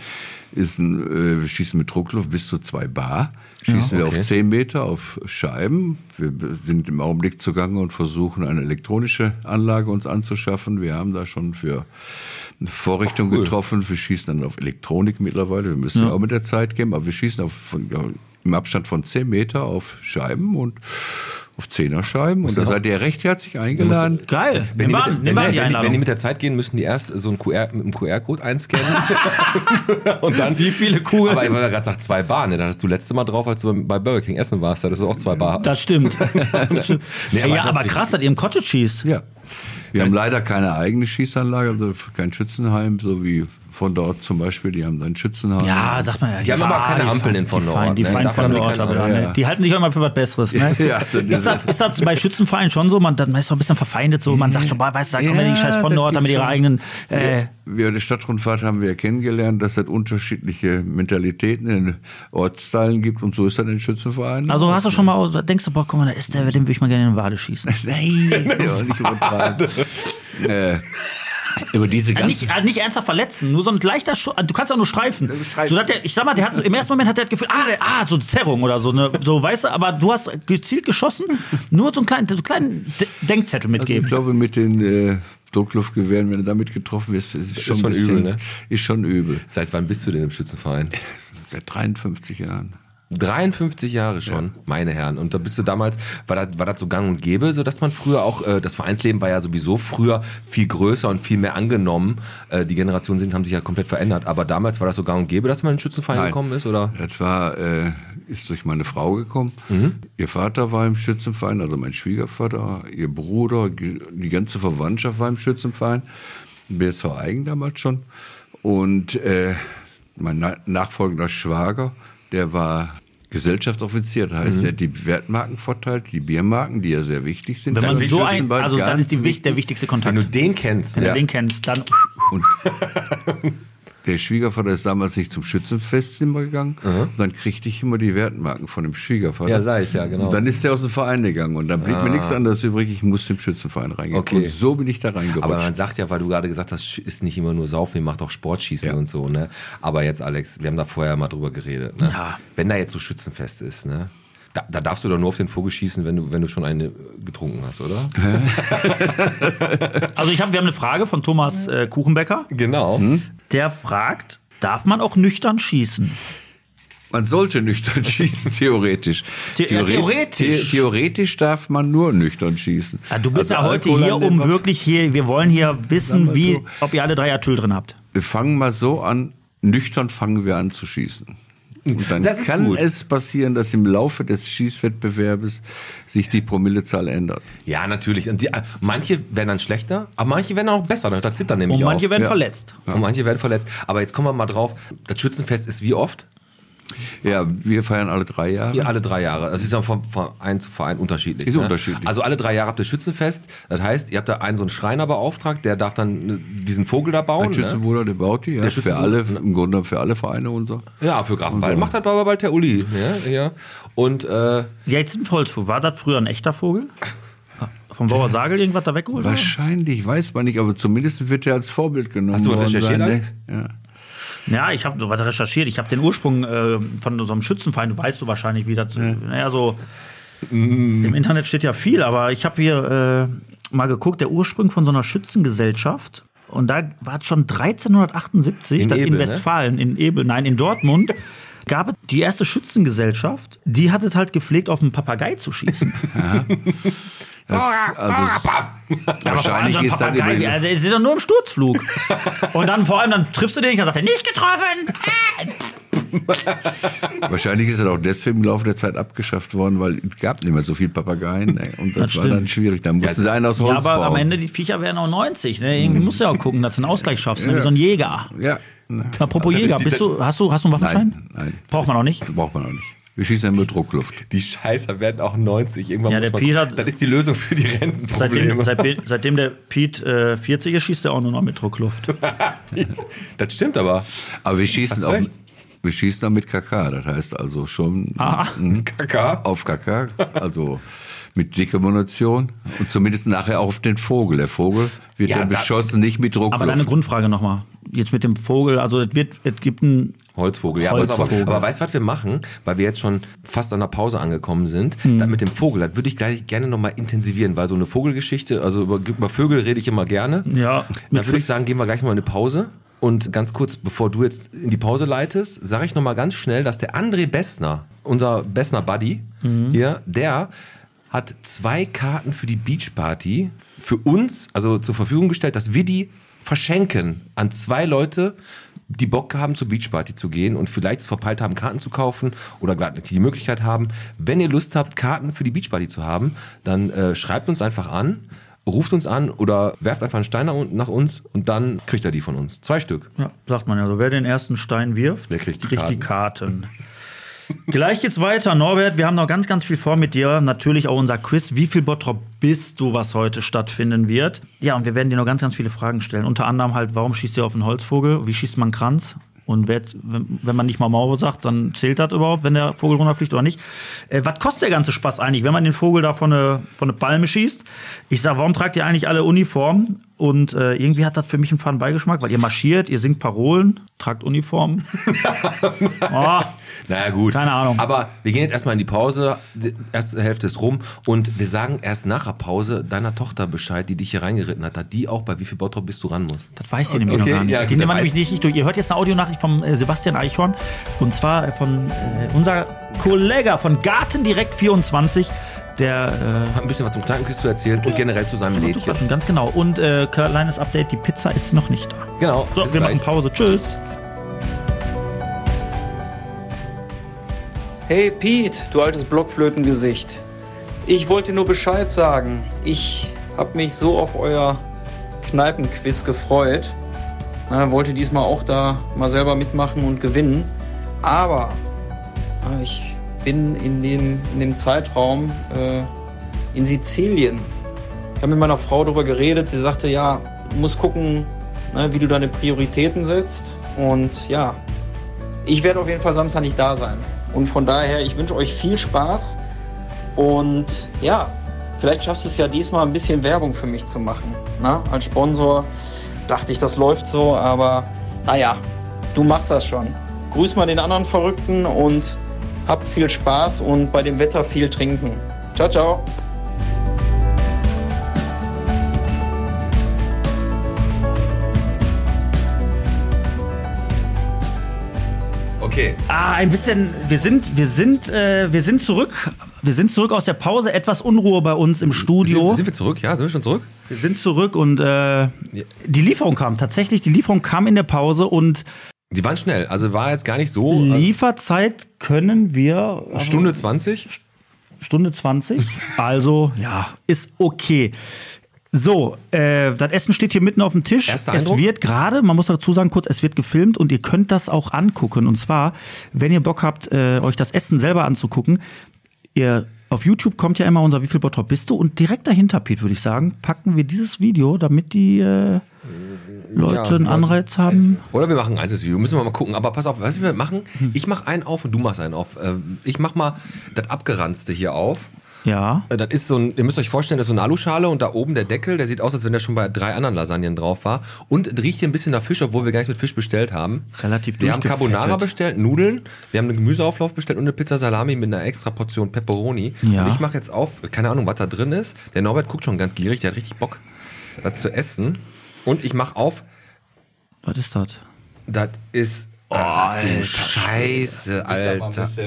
Speaker 7: ist ein, äh, wir schießen mit Druckluft bis zu zwei Bar. Schießen wir auf 10 Meter auf Scheiben. Wir b- sind im Augenblick zugange und versuchen, eine elektronische Anlage uns anzuschaffen. Wir haben da schon für eine Vorrichtung getroffen. Wir schießen dann auf Elektronik mittlerweile. Wir müssen ja, auch mit der Zeit gehen, aber wir schießen auf, von, ja, im Abstand von 10 Meter auf Scheiben und auf Zehnerscheiben. Und da seid ihr recht herzlich eingeladen.
Speaker 3: Geil.
Speaker 2: Wenn
Speaker 3: Nimm
Speaker 2: die,
Speaker 3: mal
Speaker 2: mit,
Speaker 3: an,
Speaker 2: wenn,
Speaker 3: nimm mal an
Speaker 2: wenn, die,
Speaker 3: die
Speaker 2: wenn die
Speaker 3: Einladung.
Speaker 2: mit der Zeit gehen, müssen die erst so einen QR, mit einem QR-Code
Speaker 3: <laughs>
Speaker 2: einscannen. und dann.
Speaker 3: Wie viele Kugeln?
Speaker 2: Aber weil er gerade sagt, zwei Bar, ne? Da hattest du letzte Mal drauf, als du beim- bei Burger King essen warst, da hattest du auch zwei Bar. <laughs>
Speaker 3: Das stimmt. Das stimmt.
Speaker 2: Nee, aber
Speaker 3: ja,
Speaker 2: das-
Speaker 3: aber krass, dass ihr im Cottage schießt.
Speaker 7: Ja. Wir haben leider keine eigene Schießanlage, also kein Schützenheim, so wie von dort zum Beispiel. Die haben ein Schützenheim.
Speaker 3: Ja, sagt man ja.
Speaker 2: haben aber
Speaker 3: Fahr-
Speaker 2: keine
Speaker 3: die
Speaker 2: Ampeln in
Speaker 3: Fahr-
Speaker 2: von
Speaker 3: die
Speaker 2: Nord,
Speaker 3: Fahr- Die
Speaker 2: ne?
Speaker 3: Fein
Speaker 2: Davon
Speaker 3: von
Speaker 2: haben die
Speaker 3: Nord,
Speaker 2: keine
Speaker 3: aber
Speaker 2: Ahnung.
Speaker 3: ne? Die halten sich auch immer für was Besseres. Ne?
Speaker 7: Ja, so
Speaker 3: ist, das, ist das bei Schützenvereinen schon so? Man, dann ist doch ein bisschen verfeindet so. Man sagt schon, boah, weißt du, da kommen ja
Speaker 7: Ja,
Speaker 3: die Scheiß von
Speaker 7: das
Speaker 3: Nord,
Speaker 7: gibt's
Speaker 3: damit ihre
Speaker 7: schon.
Speaker 3: eigenen. Äh,
Speaker 7: Wir in der Stadtrundfahrt haben wir kennengelernt, dass es unterschiedliche Mentalitäten in den Ortsteilen gibt und so ist dann ein Schützenverein.
Speaker 3: Also hast du schon mal, so- denkst du, boah, guck mal, da ist der, den würde ich mal gerne in den Wade schießen.
Speaker 7: Nein, <laughs> ja, nicht <laughs> übertreiben. äh, über diese
Speaker 3: Ja,
Speaker 7: ganze
Speaker 3: nicht, äh, nicht ernsthaft verletzen, nur so ein leichter Schuss. Du kannst auch nur streifen. Sodass der, ich sag mal, der hat, im ersten Moment hat der das Gefühl, ah, der, ah so eine Zerrung oder so, eine, so, weißt du, aber du hast gezielt geschossen, nur so einen kleinen, so einen kleinen De- Denkzettel
Speaker 7: Also ich
Speaker 3: mitgeben.
Speaker 7: glaube, mit den äh, Druckluftgewehren, wenn du damit getroffen wirst, ist, schon,
Speaker 2: schon
Speaker 7: ein bisschen,
Speaker 2: übel, ne?
Speaker 7: Ist schon übel.
Speaker 2: Seit wann bist du denn im Schützenverein?
Speaker 7: Seit 53 Jahren.
Speaker 2: 53 Jahre schon, meine Herren. Und da bist du damals, war das, war das so gang und gäbe, so dass man früher auch, äh, das Vereinsleben war ja sowieso früher viel größer und viel mehr angenommen. Äh, die Generationen sind, haben sich ja komplett verändert. Aber damals war das so gang und gäbe, dass man in den Schützenverein
Speaker 7: Nein.
Speaker 2: gekommen ist, oder?
Speaker 7: Das war, äh, ist durch meine Frau gekommen.
Speaker 3: Mhm.
Speaker 7: Ihr Vater war im Schützenverein, also mein Schwiegervater, ihr Bruder, ge- die ganze Verwandtschaft war im Schützenverein. BSV Eigen damals schon. Und äh, mein na nachfolgender Schwager, der war Gesellschaftsoffizier. Das
Speaker 3: Mhm.
Speaker 7: heißt, er hat die Wertmarken verteilt, die Biermarken, die ja sehr wichtig sind.
Speaker 3: Wenn man
Speaker 7: Für
Speaker 3: so ein,
Speaker 7: Schützenverein
Speaker 3: also dann
Speaker 7: ganz
Speaker 3: ist die, wich- der wichtigste
Speaker 2: Wenn
Speaker 3: Kontakt.
Speaker 2: du den kennst,
Speaker 3: Wenn
Speaker 2: ne?
Speaker 3: du den kennst, dann
Speaker 7: Und der Schwiegervater ist damals nicht zum Schützenfest immer gegangen. Dann kriegte ich immer die Wertmarken von dem Schwiegervater.
Speaker 2: Ja, sag ich, ja, genau. Ah.
Speaker 7: Und dann ist er aus dem Verein gegangen und dann blieb mir nichts anderes übrig. Ich musste im Schützenverein reingehen.
Speaker 2: Okay.
Speaker 7: Und so bin ich da reingerutscht.
Speaker 2: Aber man sagt ja, weil du gerade gesagt hast, Sch- ist nicht immer nur Saufen, ihr macht auch Sportschießen
Speaker 7: Ja.
Speaker 2: und so, ne? Aber jetzt, Alex, wir haben da vorher mal drüber geredet, ne? Wenn da jetzt so Schützenfest ist, ne? Da, da darfst du doch nur auf den Vogel schießen, wenn du, wenn du schon eine äh, getrunken hast, oder?
Speaker 3: Also ich hab, wir haben eine Frage von Thomas äh, Kuchenbecker.
Speaker 2: Genau.
Speaker 3: Der fragt, darf man auch nüchtern schießen?
Speaker 7: Man sollte
Speaker 2: <laughs>
Speaker 7: nüchtern schießen, theoretisch.
Speaker 3: The- ja, theoretisch.
Speaker 7: The theoretisch darf man nur nüchtern schießen.
Speaker 3: Ja, du bist ja
Speaker 7: Also
Speaker 3: heute
Speaker 7: Alkohol
Speaker 3: hier,
Speaker 7: an den
Speaker 3: um
Speaker 7: Kopf-
Speaker 3: wirklich hier, wir wollen hier
Speaker 7: mal
Speaker 3: wissen, wie,
Speaker 7: so.
Speaker 3: ob ihr alle drei Atyl drin habt.
Speaker 7: Wir fangen mal so an, nüchtern fangen wir an zu schießen. Und dann
Speaker 2: Das ist
Speaker 7: kann
Speaker 2: gut.
Speaker 7: es passieren, dass im Laufe des Schießwettbewerbes sich die Promillezahl ändert.
Speaker 2: Ja, natürlich. Und die, äh, manche werden dann schlechter, aber manche werden auch besser. Das zittert nämlich
Speaker 3: Und manche
Speaker 2: auf.
Speaker 3: werden
Speaker 7: ja.
Speaker 3: verletzt.
Speaker 2: Und manche werden verletzt. Aber jetzt kommen wir mal drauf. Das Schützenfest ist wie oft?
Speaker 7: Ja, wir feiern alle drei Jahre.
Speaker 2: Ja, alle drei Jahre. Das ist dann vom Verein zu Verein unterschiedlich.
Speaker 7: Ist unterschiedlich.
Speaker 2: Also alle drei Jahre habt ihr Schützenfest. Das heißt, ihr habt da einen so einen Schreiner beauftragt, der darf dann ne, diesen Vogel da bauen.
Speaker 7: Ein
Speaker 2: ne?
Speaker 7: Schützenbruder, der baut die, ja,
Speaker 2: Der
Speaker 7: für
Speaker 2: Schützenbruder,
Speaker 7: alle, im Grunde für alle Vereine und so.
Speaker 2: Ja, für Grafenwald. Macht das aber bald der Uli. Ja, ja. Und äh,
Speaker 3: Ja, jetzt ein Holzvogel. War das früher ein echter Vogel? Vom Bauer Sagel irgendwas da weggeholt? worden?
Speaker 7: Wahrscheinlich, weiß man nicht, aber zumindest wird er als Vorbild genommen.
Speaker 2: Hast du was
Speaker 7: worden
Speaker 2: recherchiert,
Speaker 7: sein, ne?
Speaker 2: Alex?
Speaker 7: Ja.
Speaker 3: Ja, ich habe was recherchiert. Ich habe den Ursprung äh, von so einem Schützenverein. Du weißt du wahrscheinlich, wie das. Naja, so. Im Internet steht ja viel, aber ich habe hier äh, mal geguckt, der Ursprung von so einer Schützengesellschaft. Und da war es schon 1378,
Speaker 2: In
Speaker 3: dass
Speaker 2: Ebel,
Speaker 3: in
Speaker 2: ne?
Speaker 3: Westfalen, in Ebel, nein, in Dortmund, <laughs> gab es die erste Schützengesellschaft, die hat es halt gepflegt, auf einen Papagei zu schießen.
Speaker 7: Das, also,
Speaker 3: Aber vor allem
Speaker 7: wahrscheinlich
Speaker 3: so ein
Speaker 7: ist dann
Speaker 3: Papagei,
Speaker 7: immer,
Speaker 3: also, der ist ja nur im Sturzflug. Und dann vor allem, dann triffst du den, dann sagt er, nicht getroffen!
Speaker 7: wahrscheinlich ist er auch deswegen im Laufe der Zeit abgeschafft worden, weil es gab nicht mehr so viel Papageien ne? und
Speaker 3: Das
Speaker 7: das, war
Speaker 3: stimmt.
Speaker 7: dann schwierig. Dann mussten sie einen aus
Speaker 3: Ja,
Speaker 7: Holz
Speaker 3: aber am
Speaker 7: bauen.
Speaker 3: Ende, die Viecher werden auch 90. Ne? Irgendwie
Speaker 2: Mhm.
Speaker 3: musst du ja auch gucken, dass du einen Ausgleich schaffst, ne? wie so ein Jäger.
Speaker 7: ja, ne,
Speaker 3: Apropos
Speaker 2: Dann ist
Speaker 3: Jäger,
Speaker 2: die-
Speaker 3: bist du, hast, du, hast du einen Waffenschein?
Speaker 7: Nein, nein.
Speaker 3: Braucht man auch nicht.
Speaker 7: braucht man auch nicht. Wir schießen ja mit Druckluft.
Speaker 2: die Scheißer werden auch 90. Irgendwann
Speaker 3: Ja,
Speaker 2: muss
Speaker 3: der
Speaker 2: man
Speaker 3: Peter-
Speaker 2: gucken. Das ist die Lösung für die Rentenprobleme.
Speaker 3: Seitdem, seit, seitdem der Piet äh, 40 ist, schießt er auch nur noch mit Druckluft.
Speaker 2: das stimmt aber.
Speaker 7: Aber wir schießen
Speaker 2: Hast
Speaker 7: auch,
Speaker 2: recht.
Speaker 7: wir schießen auch mit KK, das heißt also schon
Speaker 3: Ah,
Speaker 2: Kaka.
Speaker 7: auf KK, also mit dicker Munition und zumindest nachher auch auf den Vogel. Der Vogel wird
Speaker 2: Ja,
Speaker 7: dann
Speaker 2: da-
Speaker 7: beschossen, nicht mit Druckluft.
Speaker 3: aber deine Grundfrage nochmal. Jetzt mit dem Vogel, also es, wird, es gibt ein.
Speaker 2: Holzvogel, ja. aber-
Speaker 3: Holzvogel.
Speaker 2: Aber, aber weißt du, was wir machen? Weil wir jetzt schon fast an der Pause angekommen sind. Dann mit dem Vogel, das würde ich gleich gerne nochmal intensivieren, weil so eine Vogelgeschichte, also über, über Vögel rede ich immer gerne.
Speaker 3: Ja,
Speaker 2: Dann
Speaker 3: mit
Speaker 2: würde ich sagen, gehen wir gleich mal in eine Pause. Und ganz kurz, bevor du jetzt in die Pause leitest, sage ich nochmal ganz schnell, dass der André Bessner, unser Bessner Buddy hier, der hat zwei Karten für die Beachparty für uns, also zur Verfügung gestellt, dass wir die verschenken an zwei Leute, die Bock haben, zur Beachparty zu gehen und vielleicht es verpeilt haben, Karten zu kaufen oder gerade nicht die Möglichkeit haben. Wenn ihr Lust habt, Karten für die Beachparty zu haben, dann äh, schreibt uns einfach an, ruft uns an oder werft einfach einen Stein nach un- nach uns und dann kriegt er die von uns. Zwei Stück.
Speaker 3: Ja, sagt man ja so. Wer den ersten Stein wirft,
Speaker 2: Der kriegt die
Speaker 3: Karten. Gleich geht's weiter. Norbert, wir haben noch ganz, ganz viel vor mit dir. Natürlich auch unser Quiz. Wie viel Bottrop bist du, was heute stattfinden wird? Ja, und wir werden dir noch ganz, ganz viele Fragen stellen. Unter anderem halt, warum schießt ihr auf einen Holzvogel? Wie schießt man einen Kranz? Und wer, wenn wenn man nicht mal Mauro sagt, dann zählt das überhaupt, wenn der Vogel runterfliegt oder nicht. Äh, was kostet der ganze ne, Spaß eigentlich, wenn man den Vogel da von eine, von eine Palme schießt? Ich sag, warum tragt ihr eigentlich alle Uniformen? Und äh, irgendwie hat das für mich einen faden Beigeschmack, weil ihr marschiert, ihr singt Parolen, tragt Uniformen. oh,
Speaker 2: Naja, gut.
Speaker 3: Keine Ahnung.
Speaker 2: Aber wir gehen jetzt erstmal in die Pause. Die erste Hälfte ist rum. Und wir sagen erst nach der Pause deiner Tochter Bescheid, die dich hier reingeritten hat. Hat die auch bei wie viel Bottrop bist du ran muss?
Speaker 3: das weiß ihr nämlich
Speaker 2: Okay,
Speaker 3: noch gar nicht.
Speaker 2: ja,
Speaker 3: die
Speaker 2: gut,
Speaker 3: nehmen wir
Speaker 2: dann
Speaker 3: nämlich nicht nicht durch. Ihr hört jetzt eine Audionachricht vom äh, Sebastian Eichhorn. Und zwar äh, von äh, unser Kollege von Garten Direkt 24, der. Äh,
Speaker 2: Hat ein bisschen was zum Kneipenquiz zu erzählen und generell zu seinem
Speaker 3: zu
Speaker 2: Lädchen.
Speaker 3: quatschen, ganz genau. Und äh, kleines Update: die Pizza ist noch nicht da.
Speaker 2: Genau.
Speaker 3: So,
Speaker 2: bis
Speaker 3: wir machen
Speaker 2: gleich.
Speaker 3: Pause. Tschüss.
Speaker 8: Hey Pete, du altes Blockflötengesicht. Ich wollte nur Bescheid sagen. Ich habe mich so auf euer Kneipenquiz gefreut. Na, wollte diesmal auch da mal selber mitmachen und gewinnen. Aber äh, ich bin in, den, in dem Zeitraum äh, in Sizilien. Ich habe mit meiner Frau darüber geredet. Sie sagte, ja, du musst gucken, ne, wie du deine Prioritäten setzt. Und ja, ich werde auf jeden Fall Samstag nicht da sein. Und von daher, ich wünsche euch viel Spaß. Und ja, vielleicht schaffst du es ja diesmal ein bisschen Werbung für mich zu machen. Na, als Sponsor dachte ich, das läuft so, aber naja, du machst das schon. Grüß mal den anderen Verrückten und hab viel Spaß und bei dem Wetter viel trinken. Ciao, ciao.
Speaker 2: Okay.
Speaker 3: Ah, ein bisschen. Wir sind, wir sind, äh, wir sind zurück. Wir sind zurück aus der Pause. Etwas Unruhe bei uns im Studio.
Speaker 2: Sind, sind wir zurück? Ja, sind wir schon zurück?
Speaker 3: wir sind zurück und äh, die Lieferung kam tatsächlich. Die Lieferung kam in der Pause und
Speaker 2: Die waren schnell. Also war jetzt gar nicht so. äh,
Speaker 3: Lieferzeit können wir
Speaker 2: Stunde 20?
Speaker 3: Stunde 20. Also ja, ist okay. So, äh, das Essen steht hier mitten auf dem Tisch.
Speaker 2: Erster
Speaker 3: es
Speaker 2: Eindruck?
Speaker 3: wird gerade, man muss dazu sagen, kurz, es wird gefilmt und ihr könnt das auch angucken. Und zwar, wenn ihr Bock habt, äh, euch das Essen selber anzugucken, ihr auf YouTube kommt ja immer unser Wie viel Bottrop bist du? Und direkt dahinter, Pete, würde ich sagen, packen wir dieses Video, damit die äh, Leute einen
Speaker 2: also-
Speaker 3: Anreiz haben.
Speaker 2: Oder wir machen ein einzelnes Video. Müssen wir mal gucken. Aber pass auf, weißt du, was wir machen? Ich mach einen auf und du machst einen auf. Ähm, Ich mach mal das Abgeranzte hier auf.
Speaker 3: Ja.
Speaker 2: Äh, Das ist so ein, ihr müsst euch vorstellen, das ist so eine Aluschale und da oben der Deckel, der sieht aus, als wenn der schon bei drei anderen Lasagnen drauf war. Und es riecht hier ein bisschen nach Fisch, obwohl wir gar nichts mit Fisch bestellt haben.
Speaker 3: Relativ
Speaker 2: Wir haben
Speaker 3: durchgefettet.
Speaker 2: Carbonara bestellt, Nudeln, wir haben einen Gemüseauflauf bestellt und eine Pizza Salami mit einer extra Portion Pepperoni.
Speaker 3: Ja.
Speaker 2: Und ich mache jetzt auf, keine Ahnung, was da drin ist. Der Norbert guckt schon ganz gierig, der hat richtig Bock, das zu essen. Und ich mache auf,
Speaker 3: Was ist das?
Speaker 2: das ist. Ach, du Scheiße, Alter.
Speaker 9: Das ist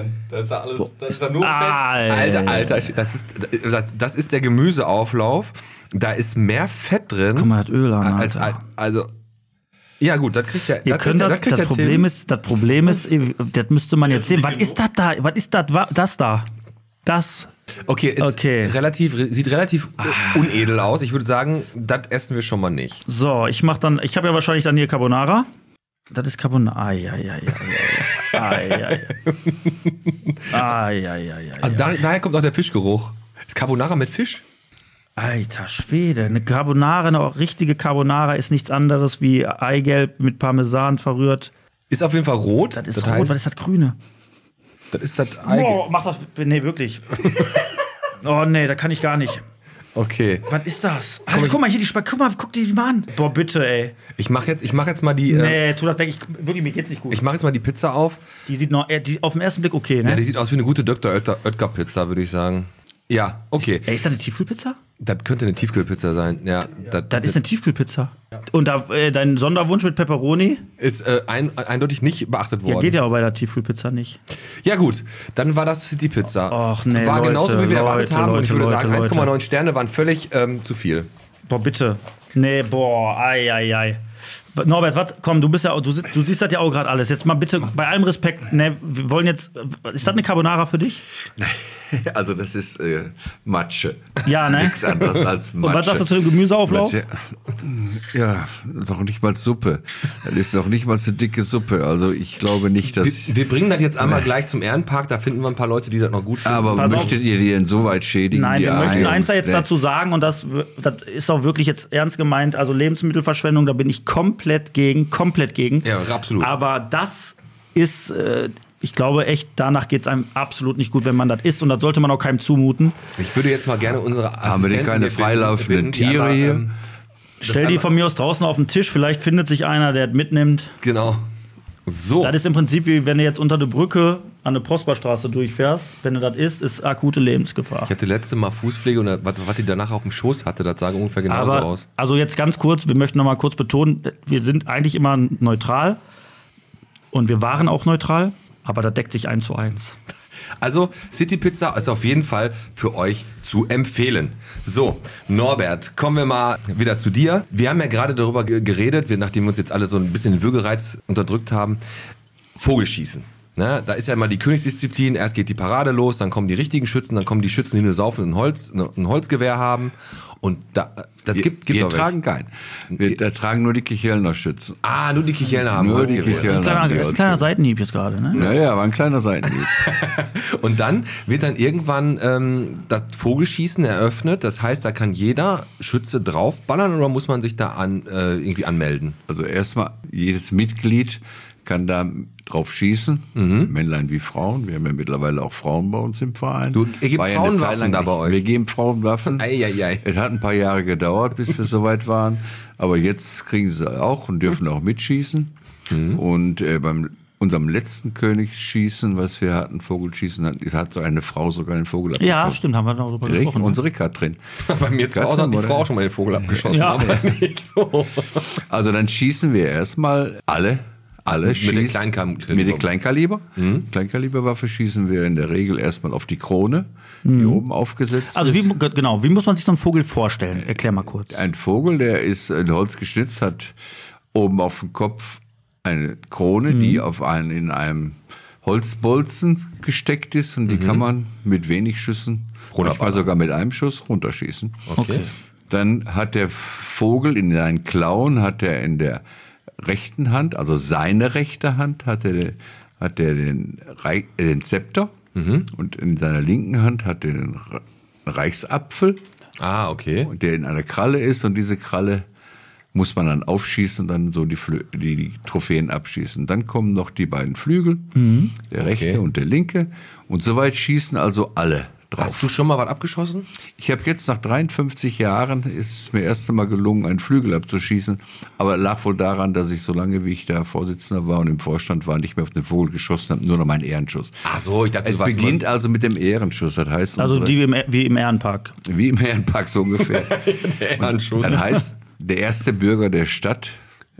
Speaker 9: ja alles, das ist ja nur
Speaker 2: Alter, Alter, das ist, das, das ist der Gemüseauflauf. Da ist mehr Fett drin.
Speaker 3: Guck mal, das Öl an,
Speaker 2: als, als,
Speaker 3: Alter.
Speaker 2: also, ja gut, das kriegt der,
Speaker 3: Ihr
Speaker 2: das
Speaker 3: könnt
Speaker 2: kriegt der-
Speaker 3: das,
Speaker 2: kriegt
Speaker 3: das,
Speaker 2: der
Speaker 3: Problem
Speaker 2: Tim.
Speaker 3: ist, das Problem ist, ihr- das müsste man jetzt sehen. Was ist das da? Was ist das, wa- das da? Das.
Speaker 2: Okay, ist
Speaker 3: Okay.
Speaker 2: Relativ, sieht relativ unedel aus. Ich würde sagen, das essen wir schon mal nicht.
Speaker 3: So, ich mach dann, ich habe ja wahrscheinlich dann hier Carbonara. Das ist Carbonara. Ai, ai, ai, ai, ai, ai, ai. Ai, ai, ai, ai,
Speaker 2: Also da, daher kommt auch der Fischgeruch. Ist Carbonara mit Fisch?
Speaker 3: Alter Schwede, eine Carbonara, eine auch richtige Carbonara ist nichts anderes wie Eigelb mit Parmesan verrührt.
Speaker 2: Ist auf jeden Fall rot.
Speaker 3: Das ist rot, was ist das Grüne?
Speaker 2: das ist das Eigelb.
Speaker 3: Oh, mach das,
Speaker 2: <laughs>
Speaker 3: nee, wirklich. oh, nee, da kann ich gar nicht.
Speaker 2: Okay.
Speaker 3: Was ist das? Alter, guck mal hier, die Spa guck mal, guck dir die mal an. Boah, bitte, ey.
Speaker 2: Ich mache jetzt, ich mach jetzt mal die. Äh,
Speaker 3: Nee, tu das weg. Ich, wirklich, mir geht's nicht gut.
Speaker 2: ich mache jetzt mal die Pizza auf.
Speaker 3: die sieht noch, äh, die, auf den ersten Blick okay, ne?
Speaker 2: Ja, die sieht aus wie eine gute Dr. Oetker- Oetker-Pizza, würde ich sagen. Ja, okay.
Speaker 3: ey, ist das eine Tiefkühlpizza?
Speaker 2: Das könnte eine Tiefkühlpizza sein. Ja,
Speaker 3: Das ist eine Tiefkühlpizza. Und da, äh, dein Sonderwunsch mit Pepperoni,
Speaker 2: ist äh, ein, eindeutig nicht beachtet worden.
Speaker 3: ja, geht ja auch bei der Tiefkühlpizza nicht.
Speaker 2: Ja, gut, dann war das die Pizza.
Speaker 3: Och, nee,
Speaker 2: war
Speaker 3: Leute,
Speaker 2: genauso, wie wir erwartet
Speaker 3: Leute,
Speaker 2: haben. und ich
Speaker 3: Leute,
Speaker 2: würde sagen,
Speaker 3: Leute.
Speaker 2: 1,9 Sterne waren völlig ähm, zu viel.
Speaker 3: Boah, bitte. Nee, boah, ei, ei, ei. Norbert, was? Komm, du bist ja, auch- du, si- du siehst das ja auch gerade alles. Jetzt mal bitte, bei allem Respekt, ne, wir wollen jetzt, äh, ist das eine Carbonara für dich?
Speaker 7: Also das ist äh, Matsche.
Speaker 3: Ja, ne?
Speaker 7: Nichts anderes als Matsche.
Speaker 3: Und was sagst du zu dem Gemüseauflauf?
Speaker 7: Ja, noch nicht mal Suppe. Das ist noch nicht mal so dicke Suppe. Also ich glaube nicht,
Speaker 2: Wir,
Speaker 7: dass...
Speaker 2: wir bringen das jetzt einmal gleich zum Ehrenpark, da finden wir ein paar Leute, die das noch gut finden.
Speaker 7: aber
Speaker 3: Pass auf.
Speaker 7: möchtet ihr die denn so weit schädigen?
Speaker 3: Nein,
Speaker 7: die
Speaker 3: wir möchten
Speaker 7: Jungs,
Speaker 3: eins da jetzt
Speaker 7: ne?
Speaker 3: dazu sagen und das, das ist auch wirklich jetzt ernst gemeint. Also Lebensmittelverschwendung, da bin ich komplett gegen, komplett gegen.
Speaker 2: Ja, absolut.
Speaker 3: Aber das ist, äh, ich glaube echt, danach geht es einem absolut nicht gut, wenn man das isst und das sollte man auch keinem zumuten.
Speaker 2: ich würde jetzt mal gerne unsere Assistenten
Speaker 7: Haben wir denn keine
Speaker 2: hier bitten- bitten,
Speaker 7: freilaufenden
Speaker 2: die
Speaker 7: Tiere
Speaker 2: einmal,
Speaker 7: hier?
Speaker 2: ähm,
Speaker 3: Stell die von mir aus draußen auf den Tisch, vielleicht findet sich einer, der es mitnimmt.
Speaker 2: Genau. So.
Speaker 3: Das ist im Prinzip wie wenn du jetzt unter eine Brücke an eine Prosperstraße durchfährst. Wenn du das isst, ist akute Lebensgefahr.
Speaker 2: Ich hatte letzte Mal Fußpflege und das- was, was die danach auf dem Schoß hatte, das sah ungefähr genauso
Speaker 3: Aber,
Speaker 2: aus.
Speaker 3: also jetzt ganz kurz, wir möchten noch mal kurz betonen, wir sind eigentlich immer neutral und wir waren auch neutral, aber da deckt sich eins zu eins.
Speaker 2: Also City Pizza ist auf jeden Fall für euch zu empfehlen. So, Norbert, kommen wir mal wieder zu dir. Wir haben ja gerade darüber ge- geredet, wir, nachdem wir uns jetzt alle so ein bisschen den Würgereiz unterdrückt haben, Vogelschießen. Ne? Da ist ja immer die Königsdisziplin, erst geht die Parade los, dann kommen die richtigen Schützen, dann kommen die Schützen, die nur saufen und ein, Holz, ne, ein Holzgewehr haben. Und da, äh, das
Speaker 7: Wir,
Speaker 2: gibt, gibt
Speaker 7: wir
Speaker 2: doch welche.
Speaker 7: tragen keinen. Wir da tragen nur die Kichelner Schützen.
Speaker 2: Ah, nur die Kichelner haben
Speaker 7: Nur die
Speaker 2: Holzgewehr.
Speaker 7: Kichelner. Ja,
Speaker 3: Kleiner,
Speaker 7: haben die
Speaker 3: ist ein
Speaker 7: Holz-
Speaker 3: kleiner Seitenhieb jetzt gerade, ne?
Speaker 7: Naja, aber ein kleiner Seitenhieb.
Speaker 2: Und dann wird dann irgendwann ähm, das Vogelschießen eröffnet. Das heißt, da kann jeder Schütze draufballern oder muss man sich da an, äh, irgendwie anmelden?
Speaker 7: Also erstmal, jedes Mitglied kann da drauf schießen,
Speaker 2: Mhm.
Speaker 7: Männlein wie Frauen. Wir haben ja mittlerweile auch Frauen bei uns im Verein.
Speaker 2: Du, ihr gebt
Speaker 7: War ja eine
Speaker 2: Frauenwaffen
Speaker 7: Zeit lang
Speaker 2: da
Speaker 7: nicht-
Speaker 2: bei euch.
Speaker 7: Wir geben Frauenwaffen.
Speaker 2: Eieiei.
Speaker 7: Es hat ein paar Jahre gedauert, bis wir <laughs> soweit waren. Aber jetzt kriegen sie auch und dürfen auch mitschießen.
Speaker 2: Mhm.
Speaker 7: Und äh, beim unserem letzten Königsschießen, was wir hatten, Vogelschießen, hat, hat so eine Frau sogar einen Vogel abgeschossen.
Speaker 3: Ja, stimmt, haben wir noch drüber
Speaker 7: Richtig,
Speaker 3: gesprochen. ne?
Speaker 2: <laughs>
Speaker 7: unsere Katrin.
Speaker 2: <laughs> Bei mir zu Hause hat die
Speaker 7: Gattung,
Speaker 2: Frau
Speaker 7: oder?
Speaker 2: auch schon mal den Vogel abgeschossen.
Speaker 3: Ja.
Speaker 2: Aber nicht so.
Speaker 7: Also dann schießen wir erstmal alle. Alle
Speaker 2: Mit
Speaker 7: schießen.
Speaker 2: den Kleinkaliber.
Speaker 7: Mit den Kleinkaliber. Kleinkaliberwaffe schießen wir in der Regel erstmal auf die Krone, die oben aufgesetzt
Speaker 3: Mhm. Also wie,
Speaker 7: ist.
Speaker 3: mu- genau, wie muss man sich so einen Vogel vorstellen? Erklär mal kurz.
Speaker 7: Ein Vogel, der ist in Holz geschnitzt, hat oben auf dem Kopf eine Krone,
Speaker 3: Mhm.
Speaker 7: die auf einen, in einem Holzbolzen gesteckt ist und die kann man mit wenig Schüssen, manchmal sogar mit einem Schuss runterschießen.
Speaker 2: Okay.
Speaker 7: Dann hat der Vogel in seinen Klauen, hat er in der rechten Hand, also seine rechte Hand, hat er, hat er den, Rei- äh, den Zepter und in seiner linken Hand hat er den Re- Reichsapfel,
Speaker 2: Ah, okay.
Speaker 7: und der in einer Kralle ist und diese Kralle muss man dann aufschießen und dann so die, Flö die, die Trophäen abschießen. Dann kommen noch die beiden Flügel, der rechte
Speaker 2: Okay.
Speaker 7: und der linke und soweit schießen also alle drauf.
Speaker 2: Hast du schon mal was abgeschossen?
Speaker 7: Ich habe jetzt nach 53 Jahren ist es mir erst einmal gelungen, einen Flügel abzuschießen, aber lag wohl daran, dass ich so lange, wie ich da Vorsitzender war und im Vorstand war, nicht mehr auf den Vogel geschossen habe, nur noch meinen Ehrenschuss.
Speaker 2: Ach so, ich dachte,
Speaker 7: Es
Speaker 2: du warst
Speaker 7: beginnt also mit dem Ehrenschuss, das heißt,
Speaker 3: Also
Speaker 7: unsere-
Speaker 3: die wie im, wie im Ehrenpark.
Speaker 7: wie im Herrenpark so
Speaker 2: <laughs>
Speaker 7: ungefähr.
Speaker 2: Ehrenschuss.
Speaker 7: Dann heißt der erste Bürger der Stadt,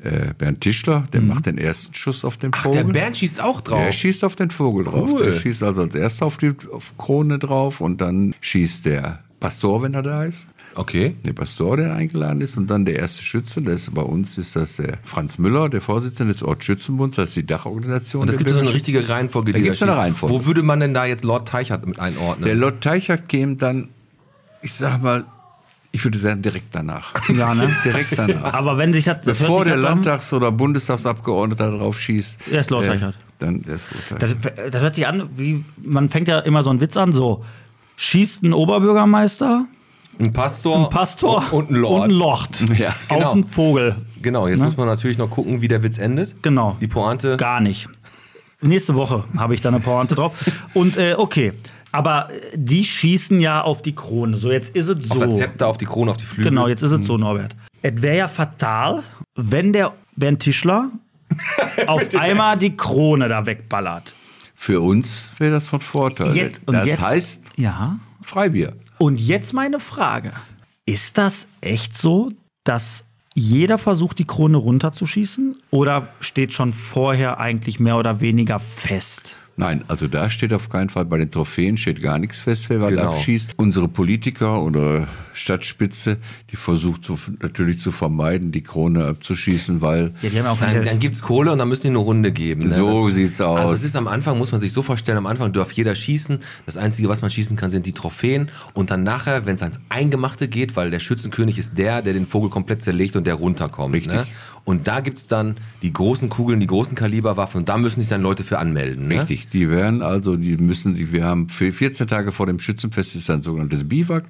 Speaker 7: äh, Bernd Tischler, der macht den ersten Schuss auf den
Speaker 2: Mhm. Der
Speaker 7: Vogel.
Speaker 2: Bernd schießt auch drauf.
Speaker 7: Der schießt auf den Vogel drauf.
Speaker 2: Cool.
Speaker 7: Der schießt also als erster auf die auf Krone drauf und dann schießt der Pastor, wenn er da ist.
Speaker 2: Okay.
Speaker 7: Der Pastor, der eingeladen ist, und dann der erste Schütze. Das ist, bei uns ist das der Franz Müller, der Vorsitzende des Ortsschützenbunds, das ist die Dachorganisation.
Speaker 2: Und das
Speaker 7: der
Speaker 2: gibt so eine
Speaker 7: Bürger-
Speaker 2: richtige Reihenfolge. die
Speaker 7: Da gibt's so eine
Speaker 2: schießt.
Speaker 7: Reihenfolge.
Speaker 2: Wo würde man denn da jetzt Lord Teichert mit einordnen?
Speaker 7: Der Lord Teichert käme dann, ich sag mal, ich würde sagen, direkt danach.
Speaker 3: Ja, ne?
Speaker 7: <laughs> direkt danach.
Speaker 3: Aber wenn sich das. das
Speaker 7: Bevor
Speaker 3: hört sich
Speaker 7: der
Speaker 3: das an-
Speaker 7: Landtags- oder Bundestagsabgeordneter drauf schießt. äh,
Speaker 3: Er ist laut, Reichert.
Speaker 7: Dann er ist laut,
Speaker 3: Das, das hört sich an, wie man fängt ja immer so einen Witz an, so schießt ein Oberbürgermeister,
Speaker 2: ein Pastor,
Speaker 3: ein Pastor
Speaker 2: und, und ein Lord.
Speaker 3: und ein Lord
Speaker 2: <laughs> Ja, genau.
Speaker 3: auf einen Vogel.
Speaker 2: Genau, jetzt muss man natürlich noch gucken, wie der Witz endet.
Speaker 3: Genau.
Speaker 2: Die Pointe.
Speaker 3: Gar nicht. Nächste Woche habe ich da eine Pointe drauf. Und äh, okay, aber äh, die schießen ja auf die Krone. So, jetzt ist es
Speaker 2: Auf
Speaker 3: so.
Speaker 2: das Zepter, Mhm. auf die Krone, auf die Flügel.
Speaker 3: Genau, jetzt ist es so, Norbert. Es wäre ja fatal, wenn der
Speaker 2: <laughs>
Speaker 3: Bernd Tischler auf einmal die Krone da wegballert.
Speaker 7: Für uns wäre das von Vorteil.
Speaker 3: Jetzt- und
Speaker 7: das
Speaker 3: jetzt-
Speaker 7: heißt
Speaker 3: Ja.
Speaker 7: Freibier.
Speaker 3: Und jetzt meine Frage. Ist das echt so, dass jeder versucht, die Krone runterzuschießen? Oder steht schon vorher eigentlich mehr oder weniger fest?
Speaker 7: Nein, also da steht auf keinen Fall, bei den Trophäen steht gar nichts fest, wer was
Speaker 2: Genau.
Speaker 7: abschießt. Unsere Politiker oder Stadtspitze, die versucht so, natürlich zu vermeiden, die Krone abzuschießen, weil
Speaker 3: Ja, die haben ja
Speaker 2: Dann,
Speaker 3: auch kein
Speaker 2: dann
Speaker 3: Geld.
Speaker 2: gibt es Kohle und dann müssen die eine Runde geben. Ne?
Speaker 7: so sieht's aus.
Speaker 2: Also es ist am Anfang, muss man sich so vorstellen, am Anfang darf jeder schießen. Das Einzige, was man schießen kann, sind die Trophäen. Und dann nachher, wenn es ans Eingemachte geht, weil der Schützenkönig ist der, der den Vogel komplett zerlegt und der runterkommt.
Speaker 7: Richtig.
Speaker 2: Ne? Und da gibt es dann die großen Kugeln, die großen Kaliberwaffen und da müssen sich dann Leute für anmelden. Ne?
Speaker 7: Richtig, die werden also, die müssen sich, wir haben vier- 14 Tage vor dem Schützenfest ist ein sogenanntes Biwak.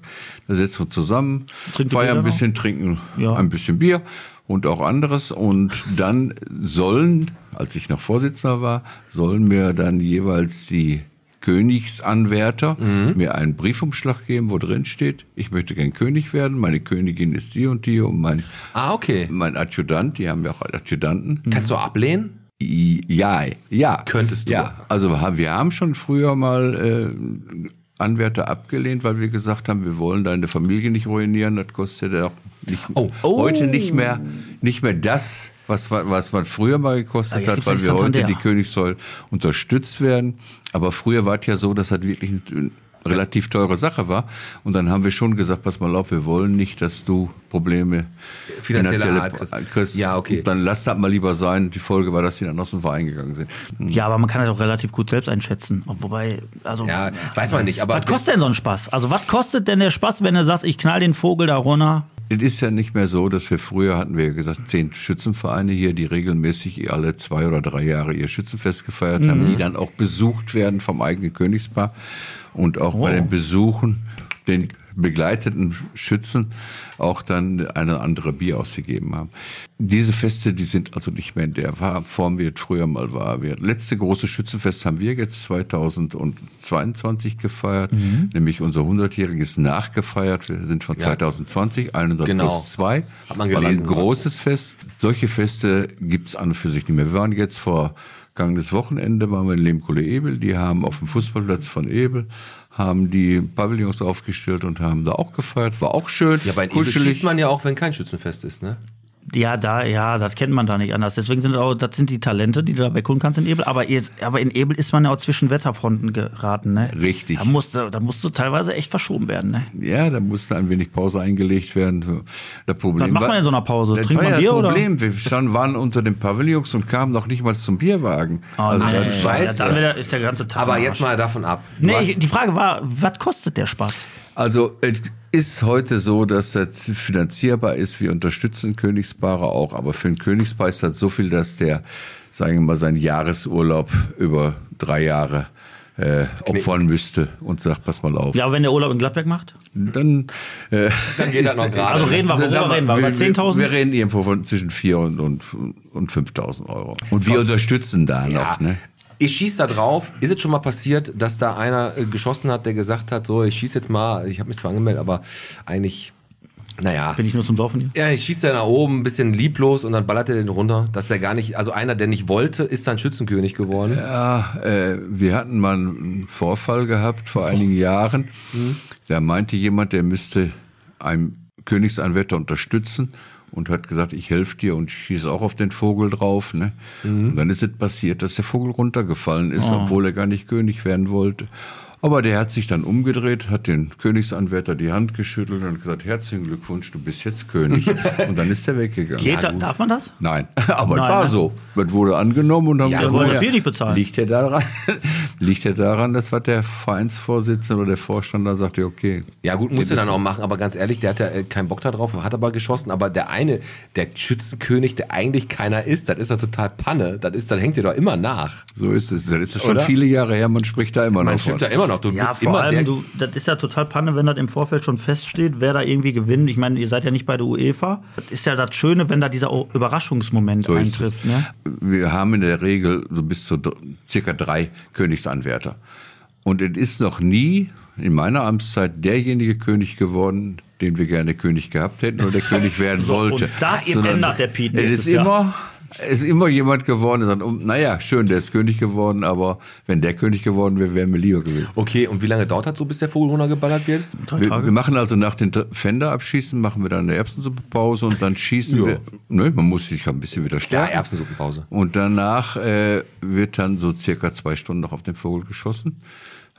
Speaker 7: Da setzen wir uns zusammen,
Speaker 3: Trinkt ihr Bier
Speaker 7: feiern ein
Speaker 3: dann
Speaker 7: bisschen, trinken
Speaker 3: Ja.
Speaker 7: ein bisschen Bier und auch anderes. Und dann sollen, als ich noch Vorsitzender war, sollen mir dann jeweils die Königsanwärter
Speaker 3: Mhm.
Speaker 7: mir einen Briefumschlag geben, wo drin steht, ich möchte gern König werden, meine Königin ist die und die und mein,
Speaker 2: Ah, okay.
Speaker 7: mein Adjutant, die haben ja auch Adjutanten.
Speaker 2: Kannst du ablehnen?
Speaker 7: I- Ja, ja.
Speaker 2: Könntest du.
Speaker 7: Ja, also wir haben- wir haben schon früher mal äh, Anwärter abgelehnt, weil wir gesagt haben, wir wollen deine Familie nicht ruinieren. Das kostet ja auch nicht,
Speaker 2: Oh. Oh.
Speaker 7: heute nicht mehr, nicht mehr das, was, wa- was man früher mal
Speaker 3: Ah,
Speaker 7: gekostet
Speaker 3: jetzt
Speaker 7: hat,
Speaker 3: gibt's
Speaker 7: weil
Speaker 3: nicht
Speaker 7: wir heute
Speaker 3: Santander.
Speaker 7: die Königstoll unterstützt werden. Aber früher war es ja so, dass das wirklich eine relativ teure Sache war. Und dann haben wir schon gesagt, pass mal auf, wir wollen nicht, dass du Probleme
Speaker 2: Finanzieller
Speaker 7: finanzielle
Speaker 2: Art kriegst.
Speaker 7: Pro- kriegst.
Speaker 2: Ja, okay.
Speaker 7: Und dann lass das mal lieber sein. Die Folge war, dass die dann aus dem Verein gegangen sind.
Speaker 3: Ja, aber man kann das auch relativ gut selbst einschätzen. Wobei, also.
Speaker 2: Ja, weiß man nicht, aber-
Speaker 3: Was kostet denn so ein Spaß? Also, was kostet denn der Spaß, wenn du sagst, ich knall den Vogel da runter?
Speaker 7: Es ist ja nicht mehr so, dass wir früher hatten wir gesagt, zehn Schützenvereine hier, die regelmäßig alle zwei oder drei Jahre ihr Schützenfest gefeiert haben, die dann auch besucht werden vom eigenen Königspaar und auch bei den Besuchen den begleiteten Schützen auch dann eine andere Bier ausgegeben haben. Diese Feste, die sind also nicht mehr in der Form, wie es früher mal war. Wir, letzte große Schützenfest haben wir jetzt 2022 gefeiert, nämlich unser 100-jähriges nachgefeiert. Wir sind von 2020, 100
Speaker 2: Genau.
Speaker 7: plus 2.
Speaker 2: Hat man
Speaker 7: War
Speaker 2: gelesen.
Speaker 7: ein großes Fest. Solche Feste gibt's an und für sich nicht mehr. Wir waren jetzt vor vergangenes Wochenende, waren wir in Lehmkohle Ebel. Die haben auf dem Fußballplatz von Ebel haben die Pavillons aufgestellt und haben da auch gefeiert. War auch schön.
Speaker 2: Ja, bei Ebel
Speaker 7: kuschelig.
Speaker 2: schießt man ja auch, wenn kein Schützenfest ist, ne?
Speaker 3: Ja, da, ja, das kennt man da nicht anders. Deswegen sind das auch, das sind die Talente, die du da wegholen kannst in Ebel. Aber, jetzt, aber in Ebel ist man ja auch zwischen Wetterfronten geraten, ne?
Speaker 7: Richtig.
Speaker 3: Da musst du, da musst du teilweise echt verschoben werden, ne?
Speaker 7: Ja, da musste ein wenig Pause eingelegt werden. Das Problem
Speaker 3: Was macht man in so einer Pause?
Speaker 7: Das
Speaker 3: Trinkt
Speaker 7: war
Speaker 3: man
Speaker 7: ja
Speaker 3: Bier
Speaker 7: das
Speaker 3: oder?
Speaker 7: Problem. Wir standen, waren unter den Pavillons und kamen noch nicht mal zum Bierwagen. also,
Speaker 3: Ah, nein,
Speaker 7: das war-
Speaker 2: weiß
Speaker 3: ja,
Speaker 2: ja.
Speaker 3: dann wieder ist der ganze Tag.
Speaker 2: Aber
Speaker 3: am
Speaker 2: jetzt
Speaker 3: Arsch.
Speaker 2: mal davon ab. Du
Speaker 3: Nee,
Speaker 2: hast-
Speaker 3: ich, die Frage war, was kostet der Spaß?
Speaker 7: also es ist heute so, dass das finanzierbar ist. Wir unterstützen Königspaare auch, aber für den Königspaar ist das so viel, dass der, sagen wir mal, seinen Jahresurlaub über drei Jahre äh, opfern müsste und sagt, pass mal auf.
Speaker 3: Ja, aber wenn der Urlaub in Gladberg macht?
Speaker 7: Dann, äh,
Speaker 2: Dann geht das noch gerade.
Speaker 3: Also reden wir,
Speaker 7: Sag
Speaker 3: worüber
Speaker 7: mal,
Speaker 3: reden wir? Über
Speaker 7: Wir
Speaker 3: 10.000?
Speaker 7: reden irgendwo von zwischen 4 und, und, und 5.000 Euro. Und wir unterstützen da
Speaker 2: Ja.
Speaker 7: noch. Ne?
Speaker 2: Ich schieß da drauf. Ist es schon mal passiert, dass da einer äh, geschossen hat, der gesagt hat, so, ich schieß jetzt mal, ich habe mich zwar angemeldet, aber eigentlich, naja.
Speaker 3: Bin ich nur zum Saufen hier?
Speaker 2: Ja, ich schieß da nach oben, ein bisschen lieblos und dann ballert er den runter, dass der gar nicht, also einer, der nicht wollte, ist dann Schützenkönig geworden.
Speaker 7: Äh, wir hatten mal einen Vorfall gehabt vor einigen Jahren. Da meinte jemand, der müsste einem Königsanwärter unterstützen und hat gesagt, ich helfe dir und ich schieße auch auf den Vogel drauf. Ne? Und dann ist es passiert, dass der Vogel runtergefallen ist, obwohl er gar nicht König werden wollte. Aber der hat sich dann umgedreht, hat den Königsanwärter die Hand geschüttelt und gesagt, herzlichen Glückwunsch, du bist jetzt König. und dann ist er weggegangen.
Speaker 3: Geht, da, darf man das?
Speaker 7: Nein, <laughs> aber
Speaker 3: Nein,
Speaker 7: es war
Speaker 3: ne?
Speaker 7: so. Das wurde angenommen und haben
Speaker 2: Ja,
Speaker 7: gesagt,
Speaker 2: wollen wir
Speaker 7: naja,
Speaker 3: viel nicht bezahlen.
Speaker 7: Liegt ja daran, <laughs> liegt ja daran, dass was der Vereinsvorsitzende oder der Vorstand da sagte, okay.
Speaker 2: Ja, gut, musste
Speaker 7: Den
Speaker 2: dann
Speaker 7: ist-
Speaker 2: auch machen, aber ganz ehrlich, der hat ja äh, keinen Bock da drauf, hat aber geschossen. Aber der eine, der Schützenkönig, der eigentlich keiner ist, das ist doch total Panne. Das ist, dann hängt dir doch immer nach.
Speaker 7: So ist es. Das ist ja schon
Speaker 2: Oder?
Speaker 7: viele Jahre her, man spricht da immer
Speaker 2: Man
Speaker 7: noch von.
Speaker 2: stimmt da immer noch. Du
Speaker 3: Ja,
Speaker 2: bist
Speaker 3: vor
Speaker 2: immer der.
Speaker 3: allem, du, das ist ja total Panne, wenn das im Vorfeld schon feststeht, wer da irgendwie gewinnt. Ich meine, ihr seid ja nicht bei der UEFA. Das ist ja das Schöne, wenn da dieser O- Überraschungsmoment
Speaker 7: So ist
Speaker 3: eintrifft.
Speaker 7: es.
Speaker 3: Ne?
Speaker 7: Wir haben in der Regel so bis zu dr- circa drei Königsanwärter. Und es ist noch nie in meiner Amtszeit derjenige König geworden, den wir gerne König gehabt hätten oder
Speaker 3: <laughs>
Speaker 7: der König werden wollte.
Speaker 3: und das
Speaker 7: Sondern
Speaker 3: ändert der Piet
Speaker 7: Es
Speaker 3: nächstes
Speaker 7: ist immer, es ist immer jemand geworden, der sagt, um, naja, schön, der ist König geworden, aber wenn der König geworden wäre, wären wir lieber gewesen.
Speaker 2: Okay, und wie lange dauert das so, bis der Vogel runtergeballert wird?
Speaker 7: Wir, wir machen also nach den T- Fender abschießen, machen wir dann eine Erbsensuppe Pause und dann schießen wir. Ne, man muss sich ein bisschen wieder
Speaker 2: Ja,
Speaker 7: stärken.
Speaker 2: Erbsensuppenpause.
Speaker 7: Und danach äh, wird dann so circa zwei Stunden noch auf den Vogel geschossen.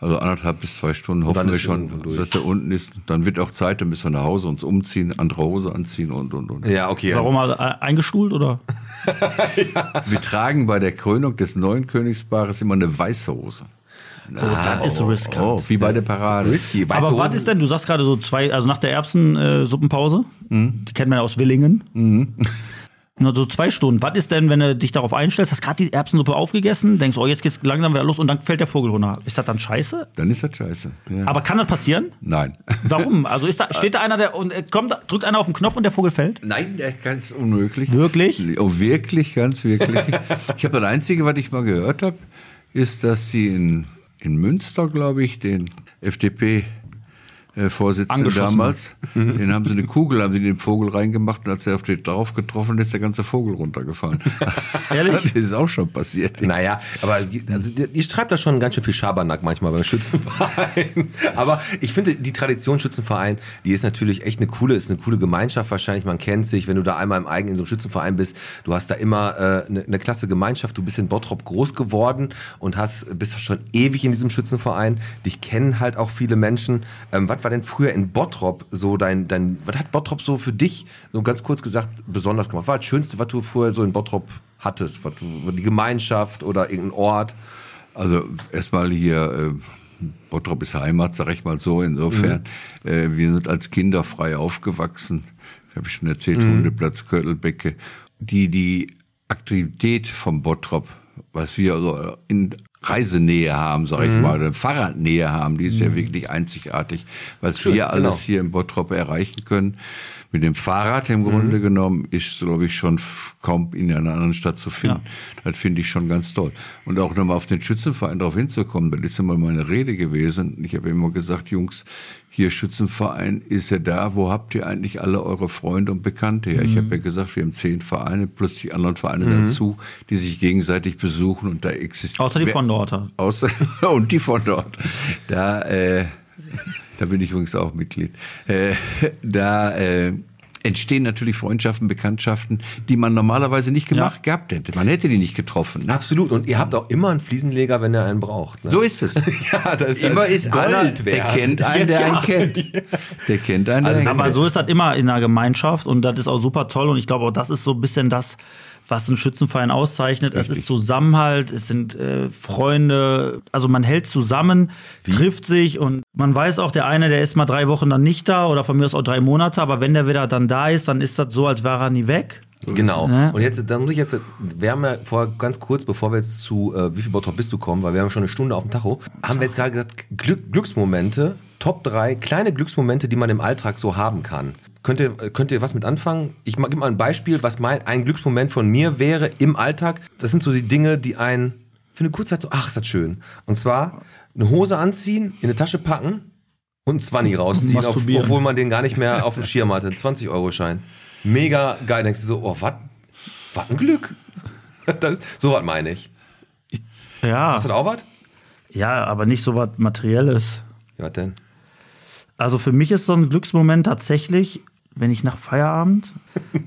Speaker 7: Also anderthalb bis zwei Stunden
Speaker 2: dann
Speaker 7: hoffen wir
Speaker 2: ist
Speaker 7: schon,
Speaker 2: irgendwo durch.
Speaker 7: dass er unten ist. Dann wird auch Zeit, dann müssen wir nach Hause uns umziehen, andere Hose anziehen und und und.
Speaker 2: Ja, okay.
Speaker 3: Warum also, äh, eingestuhlt oder?
Speaker 7: Wir tragen bei der Krönung des neuen Königspaares immer eine weiße Hose.
Speaker 2: Oh,
Speaker 3: das ist riskant.
Speaker 7: Oh, wie bei der Parade.
Speaker 2: Whisky, weiße
Speaker 3: Aber was
Speaker 2: Hosen.
Speaker 3: ist denn, du sagst gerade so zwei, also nach der Erbsen-Suppenpause, die kennt man ja aus Willingen. <laughs> Nur so zwei Stunden. Was ist denn, wenn du dich darauf einstellst, hast gerade die Erbsensuppe aufgegessen, denkst, oh, jetzt geht's langsam wieder los und dann fällt der Vogel runter. Ist das dann scheiße?
Speaker 7: Dann ist das scheiße. Ja.
Speaker 3: Aber kann das passieren?
Speaker 7: Nein.
Speaker 3: Warum? Also ist da, steht da einer, der und äh, kommt, drückt einer auf den Knopf und der Vogel fällt?
Speaker 7: Nein, der ist ganz unmöglich.
Speaker 3: Wirklich?
Speaker 7: Oh,
Speaker 3: <laughs>
Speaker 7: wirklich, ganz wirklich. ich habe das Einzige, was ich mal gehört habe, ist, dass die in in Münster, glaube ich, den FDP-Vorsitzenden
Speaker 3: Angeschossen.
Speaker 7: äh,
Speaker 3: <laughs>
Speaker 7: damals. Den haben sie eine Kugel, haben sie in den Vogel reingemacht und als er auf den drauf getroffen ist, ist der ganze Vogel runtergefallen.
Speaker 3: <laughs> Ehrlich?
Speaker 7: <laughs> Das ist auch schon passiert.
Speaker 2: Naja, aber also, die- die schreibt da schon ganz schön viel Schabernack manchmal beim Schützenverein. <laughs> Aber ich finde, die Tradition Schützenverein, die ist natürlich echt eine coole, ist eine coole Gemeinschaft wahrscheinlich. Man kennt sich, wenn du da einmal im eigenen in so einem Schützenverein bist, du hast da immer äh, eine, eine klasse Gemeinschaft. Du bist in Bottrop groß geworden und hast, bist schon ewig in diesem Schützenverein. Dich kennen halt auch viele Menschen. Ähm, was war denn früher in Bottrop so dein, dein, was hat Bottrop so für dich, so ganz kurz gesagt, besonders gemacht? Was war das Schönste, was du vorher so in Bottrop hattest? Was, du- die Gemeinschaft oder irgendein Ort?
Speaker 7: Also erstmal hier, äh, Bottrop ist Heimat, sag ich mal so, insofern. Äh, wir sind als Kinder frei aufgewachsen. Habe ich schon erzählt, Hundeplatz, Körtelbecke. Die, die Aktivität vom Bottrop, was wir also in Reisenähe haben, sag ich mal, oder Fahrradnähe haben, die ist ja wirklich einzigartig, was wir alles
Speaker 2: genau.
Speaker 7: hier in Bottrop erreichen können. Mit dem Fahrrad im Grunde genommen ist, glaube ich, schon f- kaum in einer anderen Stadt zu finden. Das finde ich schon ganz toll. Und auch nochmal auf den Schützenverein drauf hinzukommen, das ist immer meine Rede gewesen. Ich habe immer gesagt, Jungs, hier Schützenverein ist ja da, wo habt ihr eigentlich alle eure Freunde und Bekannte her? Ich habe ja gesagt, wir haben zehn Vereine plus die anderen Vereine dazu, die sich gegenseitig besuchen und da existieren.
Speaker 3: Außer die von Dorter.
Speaker 7: Außer, <laughs> und die von dort. Da, äh, da bin ich übrigens auch Mitglied. Äh, da äh, entstehen natürlich Freundschaften, Bekanntschaften, die man normalerweise nicht gemacht gehabt hätte. Man hätte die nicht getroffen. Ne?
Speaker 2: Absolut. Und ihr habt auch immer einen Fliesenleger, wenn ihr einen braucht. Ne?
Speaker 7: So ist es.
Speaker 2: <laughs> ja, das ist
Speaker 7: Immer ist
Speaker 2: Gold
Speaker 7: einer, der
Speaker 2: wert. <laughs>
Speaker 7: kennt einen, der einen
Speaker 3: Ja. Also
Speaker 7: kennt. Der kennt einen, der einen kennt.
Speaker 3: Aber so ist das immer in einer Gemeinschaft und das ist auch super toll und ich glaube auch das ist so ein bisschen das, was einen Schützenverein auszeichnet. Es ist Zusammenhalt, es sind äh, Freunde, also man hält zusammen, trifft sich und man weiß auch, der eine, der ist mal drei Wochen dann nicht da oder von mir aus auch drei Monate, aber wenn der wieder dann da ist, dann ist das so, als wäre er nie weg.
Speaker 2: Genau. Und jetzt, da muss ich jetzt, wir haben ja vor ganz kurz, bevor wir jetzt zu äh, wie viel Bottrop bist du kommen, weil wir haben schon eine Stunde auf dem Tacho, haben wir jetzt gerade gesagt, Glück, Glücksmomente, Top 3, kleine Glücksmomente, die man im Alltag so haben kann. Könnt ihr, äh, könnt ihr was mit anfangen? Ich gebe mal ein Beispiel, was mein, ein Glücksmoment von mir wäre im Alltag. Das sind so die Dinge, die einen für eine kurze Zeit so, ach, ist das schön. Und zwar eine Hose anziehen, in eine Tasche packen und einen Zwanni rausziehen, auf,
Speaker 3: Masturbieren.
Speaker 2: obwohl man den gar nicht mehr auf dem Schirm hatte. 20-Euro-Schein. Mega geil. Denkst du so, oh, was? Was ein Glück. <laughs> Das ist, so was meine ich.
Speaker 3: Ja,
Speaker 2: Hast du da auch was?
Speaker 3: ja, aber nicht so was Materielles.
Speaker 2: Ja, was denn?
Speaker 3: Also für mich ist so ein Glücksmoment tatsächlich, wenn ich nach Feierabend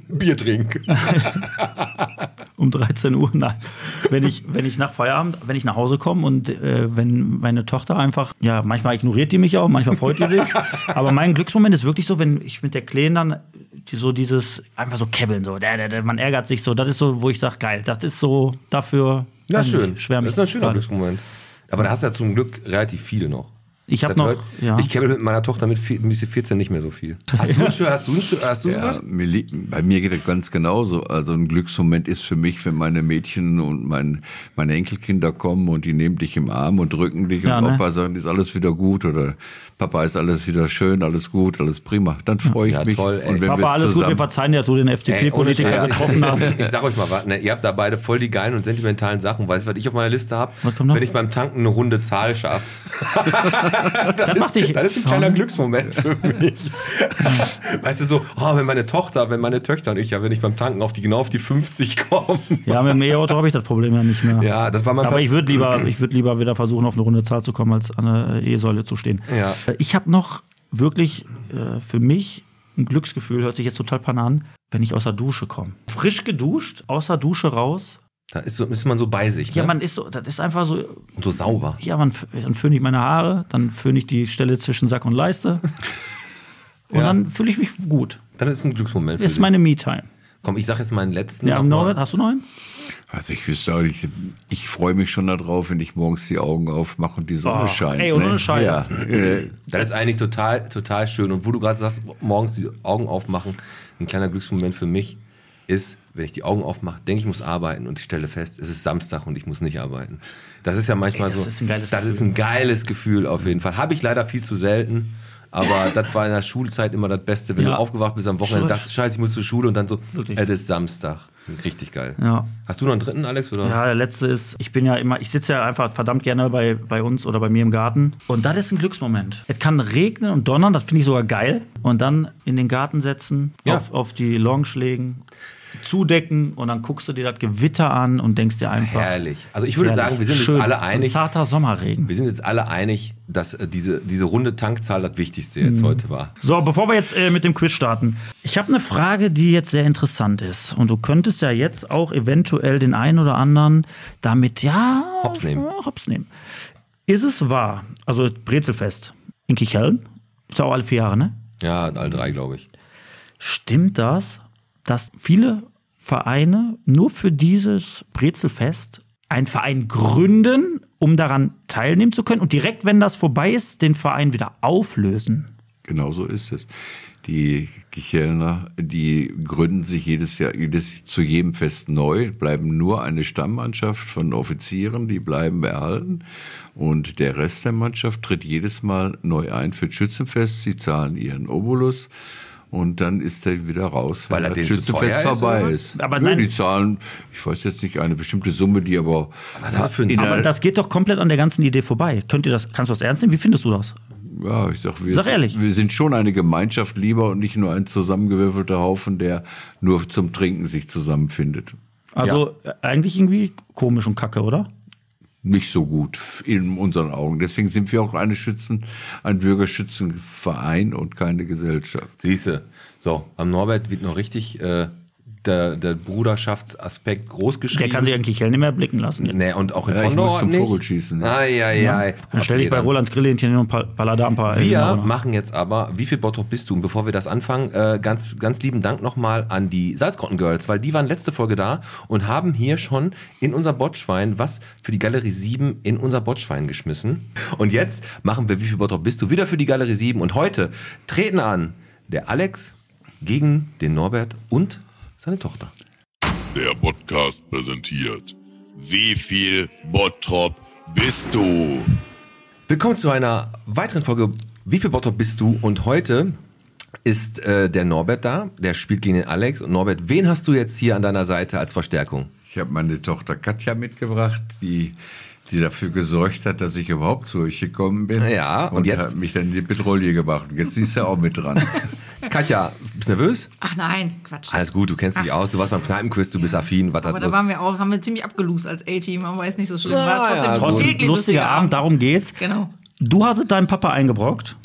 Speaker 2: Bier trinken.
Speaker 3: Ah, um 13 Uhr, nein, wenn ich, wenn ich nach Feierabend, wenn ich nach Hause komme und äh, wenn meine Tochter einfach, ja, manchmal ignoriert die mich auch, manchmal freut die
Speaker 2: <laughs>
Speaker 3: sich, aber mein Glücksmoment ist wirklich so, wenn ich mit der Kleinen dann die, so dieses, einfach so kebbeln, so, da, da, da, man ärgert sich so, das ist so, wo ich sage, geil, das ist so dafür.
Speaker 2: Ja,
Speaker 3: weiß nicht,
Speaker 2: schön.
Speaker 3: Schwer mich
Speaker 2: das ist ein schöner
Speaker 3: gerade.
Speaker 2: Glücksmoment. Aber da hast du ja zum Glück relativ viele noch.
Speaker 3: Ich habe
Speaker 2: Das
Speaker 3: noch,
Speaker 2: hört-
Speaker 3: ja.
Speaker 2: Ich kenne mit meiner Tochter mit, vier, mit 14 nicht mehr so
Speaker 3: <laughs>
Speaker 2: viel. Hast du, einen schö- hast du, einen schö- hast du
Speaker 7: Ja,
Speaker 2: sowas?
Speaker 7: mir liegt, bei mir geht das ganz genauso. Also ein Glücksmoment ist für mich, wenn meine Mädchen und mein, meine Enkelkinder kommen und die nehmen dich im Arm und drücken dich
Speaker 3: Ja,
Speaker 7: und
Speaker 3: ne?
Speaker 7: Opa sagt, ist alles wieder gut oder Papa ist alles wieder schön, alles gut, alles prima. Dann freue ich
Speaker 2: Ja,
Speaker 7: mich.
Speaker 2: toll, ey.
Speaker 7: und wenn wir
Speaker 3: Papa, alles gut,
Speaker 7: zusammen,
Speaker 3: wir verzeihen dir, dass du den
Speaker 2: ohne
Speaker 3: FDP-Politiker
Speaker 2: Scheiß.
Speaker 3: getroffen <laughs> hast.
Speaker 2: Ich sag euch mal was, ne, ihr habt da beide voll die geilen und sentimentalen Sachen. Weißt du, was ich auf meiner Liste habe?
Speaker 3: Was kommt noch?
Speaker 2: Wenn ich beim Tanken eine runde Zahl
Speaker 3: <laughs>
Speaker 2: schaffe.
Speaker 3: Das macht dich.
Speaker 2: Das ist ein kleiner Glücksmoment für mich. <laughs> weißt du, so, oh, wenn meine Tochter, wenn meine Töchter und ich, ja, wenn ich beim Tanken auf die, genau auf die 50 kommen. <laughs>
Speaker 3: Ja, mit dem E-Auto habe ich das Problem ja nicht mehr.
Speaker 2: Ja, das war mein
Speaker 3: Aber
Speaker 2: Platz.
Speaker 3: ich würde lieber, ich würd lieber wieder versuchen, auf eine runde Zahl zu kommen, als an eine E-Säule zu stehen.
Speaker 2: Ja.
Speaker 3: Äh, Ich habe noch wirklich äh, für mich ein Glücksgefühl, hört sich jetzt total panne an, wenn ich aus der Dusche komme. Frisch geduscht, aus der Dusche raus.
Speaker 2: Da ist, so, ist man so bei sich, ne?
Speaker 3: Ja, man ist so, das ist einfach so,
Speaker 2: und so sauber.
Speaker 3: ja, man, f- dann föhne ich meine Haare, dann föhne ich die Stelle zwischen Sack und Leiste. Und
Speaker 2: Ja.
Speaker 3: dann fühle ich mich gut.
Speaker 2: Das ist ein Glücksmoment für
Speaker 3: Ist
Speaker 2: dich.
Speaker 3: meine Me-Time.
Speaker 2: Komm, ich sag jetzt meinen letzten.
Speaker 3: Ja,
Speaker 2: noch mal.
Speaker 3: Norbert, hast du noch einen?
Speaker 7: also ich wüsste auch nicht, ich freue mich schon darauf, wenn ich morgens die Augen aufmache und die Sonne
Speaker 3: Ach,
Speaker 7: scheint.
Speaker 3: ey, und
Speaker 7: ne?
Speaker 3: ohne Scheiß.
Speaker 7: Ja, äh,
Speaker 2: Das ist eigentlich total, total schön. Und wo du gerade sagst, morgens die Augen aufmachen, ein kleiner Glücksmoment für mich ist, wenn ich die Augen aufmache, denke ich muss arbeiten und ich stelle fest, es ist Samstag und ich muss nicht arbeiten. Das ist ja manchmal
Speaker 3: Ey, das
Speaker 2: so.
Speaker 3: ist ein geiles
Speaker 2: das ist
Speaker 3: Gefühl.
Speaker 2: ein geiles Gefühl auf jeden Fall. Habe ich leider viel zu selten.
Speaker 3: <laughs>
Speaker 2: Aber das war in der Schulzeit immer das Beste, wenn
Speaker 3: Ja.
Speaker 2: du aufgewacht bist am Wochenende,
Speaker 3: Scheiße.
Speaker 2: dachtest, scheiße, ich muss zur Schule und dann so,
Speaker 3: Wirklich.
Speaker 2: es ist Samstag. Richtig geil.
Speaker 3: Ja.
Speaker 2: Hast du noch einen dritten, Alex? Oder?
Speaker 3: Ja, der letzte ist, ich bin ja immer, ich sitze ja einfach verdammt gerne bei, bei uns oder bei mir im Garten. Und das ist ein Glücksmoment. Es kann regnen und donnern, das finde ich sogar geil. Und dann in den Garten setzen,
Speaker 2: Ja.
Speaker 3: auf, auf die Long schlägen, zudecken und dann guckst du dir das Gewitter an und denkst dir einfach.
Speaker 2: Herrlich. Also ich würde
Speaker 3: herrlich,
Speaker 2: sagen, wir sind
Speaker 3: schön,
Speaker 2: jetzt alle
Speaker 3: so ein
Speaker 2: einig.
Speaker 3: zarter Sommerregen.
Speaker 2: Wir sind jetzt alle einig, dass äh, diese, diese runde Tankzahl das Wichtigste jetzt
Speaker 3: Mhm.
Speaker 2: heute war.
Speaker 3: So, bevor wir jetzt äh, mit dem Quiz starten, ich habe eine Frage, die jetzt sehr interessant ist. Und du könntest ja jetzt auch eventuell den einen oder anderen damit, ja,
Speaker 2: Hops nehmen.
Speaker 3: ja, Hops nehmen. Ist es wahr, also Brezelfest in Kichellen, ist ja auch alle vier Jahre, ne?
Speaker 2: Ja, alle drei, glaube ich.
Speaker 3: Stimmt das, dass viele Vereine nur für dieses Brezelfest einen Verein gründen, um daran teilnehmen zu können und direkt, wenn das vorbei ist, den Verein wieder auflösen?
Speaker 7: Genau so ist es. Die Kichelner, die gründen sich jedes Jahr, jedes, zu jedem Fest neu, bleiben nur eine Stammmannschaft von Offizieren, die bleiben erhalten. Und der Rest der Mannschaft tritt jedes Mal neu ein für das Schützenfest. Sie zahlen ihren Obolus und dann ist er wieder raus,
Speaker 2: Weil er
Speaker 7: das
Speaker 2: denen zu
Speaker 7: Schützenfest
Speaker 2: teuer ist, oder
Speaker 7: vorbei
Speaker 2: was?
Speaker 7: ist.
Speaker 3: Aber
Speaker 7: Nö,
Speaker 3: nein.
Speaker 7: die zahlen, ich weiß jetzt nicht, eine bestimmte Summe, die aber.
Speaker 2: dafür nicht.
Speaker 7: in
Speaker 3: Aber
Speaker 7: der,
Speaker 3: das geht doch komplett an der ganzen Idee vorbei. Könnt ihr das, kannst du das ernst nehmen? Wie findest du das?
Speaker 7: Ja, ich sag, wir,
Speaker 3: Sag ehrlich.
Speaker 7: wir sind schon eine Gemeinschaft lieber und nicht nur ein zusammengewürfelter Haufen, der nur zum Trinken sich zusammenfindet.
Speaker 3: Also äh, eigentlich irgendwie komisch und kacke, oder?
Speaker 7: Nicht so gut in unseren Augen. Deswegen sind wir auch eine Schützen, ein Bürgerschützenverein und keine Gesellschaft.
Speaker 2: Siehste. So, am Norbert wird noch richtig äh, der, der Bruderschaftsaspekt großgeschrieben.
Speaker 3: Der kann sich eigentlich hell nicht mehr blicken lassen. Jetzt.
Speaker 2: Nee, und auch in
Speaker 7: Ja, ich
Speaker 2: Fondor
Speaker 7: muss zum
Speaker 2: nicht.
Speaker 7: Vogelschießen, ne?
Speaker 2: Ai, ai, ai.
Speaker 3: Dann stell dich bei Roland Grillhähnchen hin und Pal- baller da ein paar
Speaker 2: Wir
Speaker 3: Ellenbogen rein.
Speaker 2: machen jetzt aber, wie viel Bottrop bist du? Und bevor wir das anfangen, äh, ganz, ganz lieben Dank nochmal an die Salzgrotten-Girls, weil die waren letzte Folge da und haben hier schon in unser Botschwein was für die Galerie 7 in unser Botschwein geschmissen. Und jetzt machen wir, wie viel Bottrop bist du? Wieder für die Galerie 7. Und heute treten an der Alex gegen den Norbert und seine Tochter.
Speaker 10: Der Podcast präsentiert. Wie viel Bottrop bist du?
Speaker 2: Willkommen zu einer weiteren Folge. Wie viel Bottrop bist du? Und heute ist äh, der Norbert da. Der spielt gegen den Alex. Und Norbert, wen hast du jetzt hier an deiner Seite als Verstärkung?
Speaker 7: Ich habe meine Tochter Katja mitgebracht, die, die dafür gesorgt hat, dass ich überhaupt zu euch gekommen bin.
Speaker 2: Ja, und
Speaker 7: und,
Speaker 2: jetzt-
Speaker 7: hat mich dann in die Petrolie gemacht. Und jetzt ist sie auch mit dran.
Speaker 2: Katja, bist du nervös?
Speaker 11: Ach nein, Quatsch.
Speaker 2: Alles gut, du kennst dich aus. Du warst beim Kneipenquiz, du bist affin. Was hat
Speaker 11: Aber da
Speaker 2: los?
Speaker 11: waren wir auch, haben wir ziemlich abgelost als A-Team, aber ist nicht so schlimm.
Speaker 2: Ah,
Speaker 11: War
Speaker 2: ja,
Speaker 11: trotzdem
Speaker 3: Trotzdem
Speaker 11: wirklich
Speaker 3: lustiger, Abend, darum geht's.
Speaker 11: Genau.
Speaker 3: Du hast es deinem Papa eingebrockt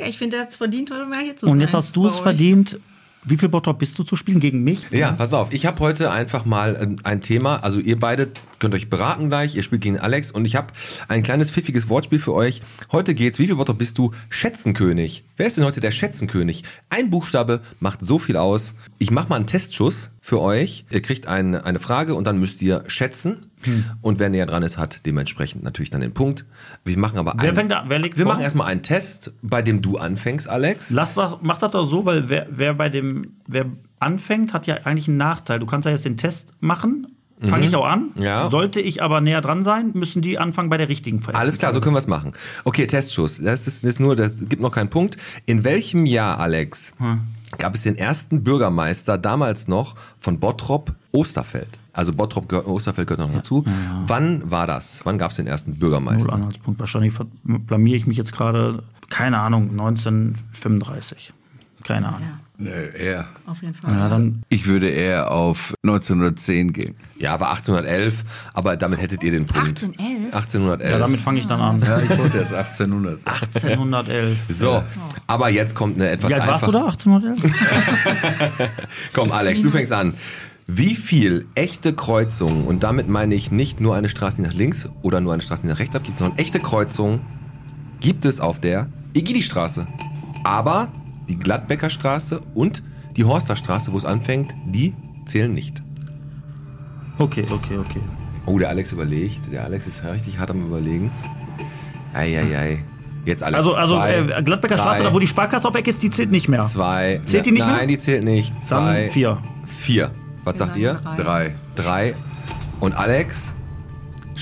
Speaker 11: Ja, ich finde, er hat es verdient, heute mal hier zu sein.
Speaker 3: und jetzt hast du
Speaker 11: bei
Speaker 3: es
Speaker 11: euch.
Speaker 3: verdient. Wie viel Bottrop bist du zu spielen gegen mich?
Speaker 2: Ja, pass auf. Ich habe heute einfach mal ähm, ein Thema. Also ihr beide könnt euch beraten gleich. Ihr spielt gegen Alex und ich habe ein kleines pfiffiges Wortspiel für euch. Heute geht's. Wie viel Wörter bist du? Schätzenkönig. Wer ist denn heute der Schätzenkönig? Ein Buchstabe macht so viel aus. Ich mache mal einen Testschuss für euch. Ihr kriegt ein, eine Frage und dann müsst ihr schätzen.
Speaker 3: Hm.
Speaker 2: Und wer näher dran ist, hat dementsprechend natürlich dann den Punkt. Wir machen aber
Speaker 3: Wer
Speaker 2: einen-
Speaker 3: fängt an? Wer legt
Speaker 2: Wir
Speaker 3: vor?
Speaker 2: machen erstmal einen Test, bei dem du anfängst, Alex.
Speaker 3: Lass das, mach das doch so, weil wer, wer bei dem, wer anfängt, hat ja eigentlich einen Nachteil. Du kannst ja jetzt den Test machen. Fange ich auch an.
Speaker 2: Mhm. Ja.
Speaker 3: Sollte ich aber näher dran sein, müssen die anfangen bei der richtigen Frage.
Speaker 2: Alles klar, so können wir es machen. Okay, Testschuss. Das ist, das ist nur, das gibt noch keinen Punkt. In welchem Jahr, Alex,
Speaker 3: Hm.
Speaker 2: gab es den ersten Bürgermeister damals noch von Bottrop Osterfeld? Also Bottrop gehört, Osterfeld gehört noch dazu. Wann war das? Wann gab es den ersten
Speaker 3: Null
Speaker 2: Bürgermeister?
Speaker 3: Anhaltspunkt. Wahrscheinlich ver- blamier ich mich jetzt gerade, keine Ahnung, 1935. Keine Ahnung.
Speaker 7: nee, eher.
Speaker 11: Auf jeden Fall.
Speaker 3: Ja, dann,
Speaker 7: Ich würde eher auf 1910 gehen.
Speaker 2: Ja, war 1811, aber damit hättet ihr den Punkt.
Speaker 11: 1811?
Speaker 2: 1811.
Speaker 3: ja, damit fange ich dann an.
Speaker 7: Ja, ich wollte erst 1800.
Speaker 2: <laughs>
Speaker 3: 1811.
Speaker 2: so, aber jetzt kommt eine etwas
Speaker 3: Wie alt warst du da?
Speaker 2: einfache.
Speaker 3: 1811?
Speaker 2: Komm, Alex, du fängst an. Wie viel echte Kreuzungen, und damit meine ich nicht nur eine Straße, die nach links oder nur eine Straße, die nach rechts abgibt, sondern echte Kreuzungen gibt es auf der Egidi-Straße. Aber die Gladbecker Straße und die Horster Straße, wo es anfängt, die zählen nicht.
Speaker 3: Okay, okay, okay.
Speaker 2: Oh, der Alex überlegt. Der Alex ist richtig hart am Überlegen. Eieiei. Jetzt Alex.
Speaker 3: Also, also
Speaker 2: zwei,
Speaker 3: äh, Gladbecker
Speaker 2: drei,
Speaker 3: Straße, da wo die Sparkasse auf Eck ist, die zählt nicht mehr.
Speaker 2: Zwei.
Speaker 3: Zählt die nicht
Speaker 2: Nein,
Speaker 3: mehr?
Speaker 2: die zählt nicht. Zwei.
Speaker 3: Dann vier.
Speaker 2: Vier. Was sagt ihr?
Speaker 11: Drei.
Speaker 7: Drei.
Speaker 2: Drei. Und Alex?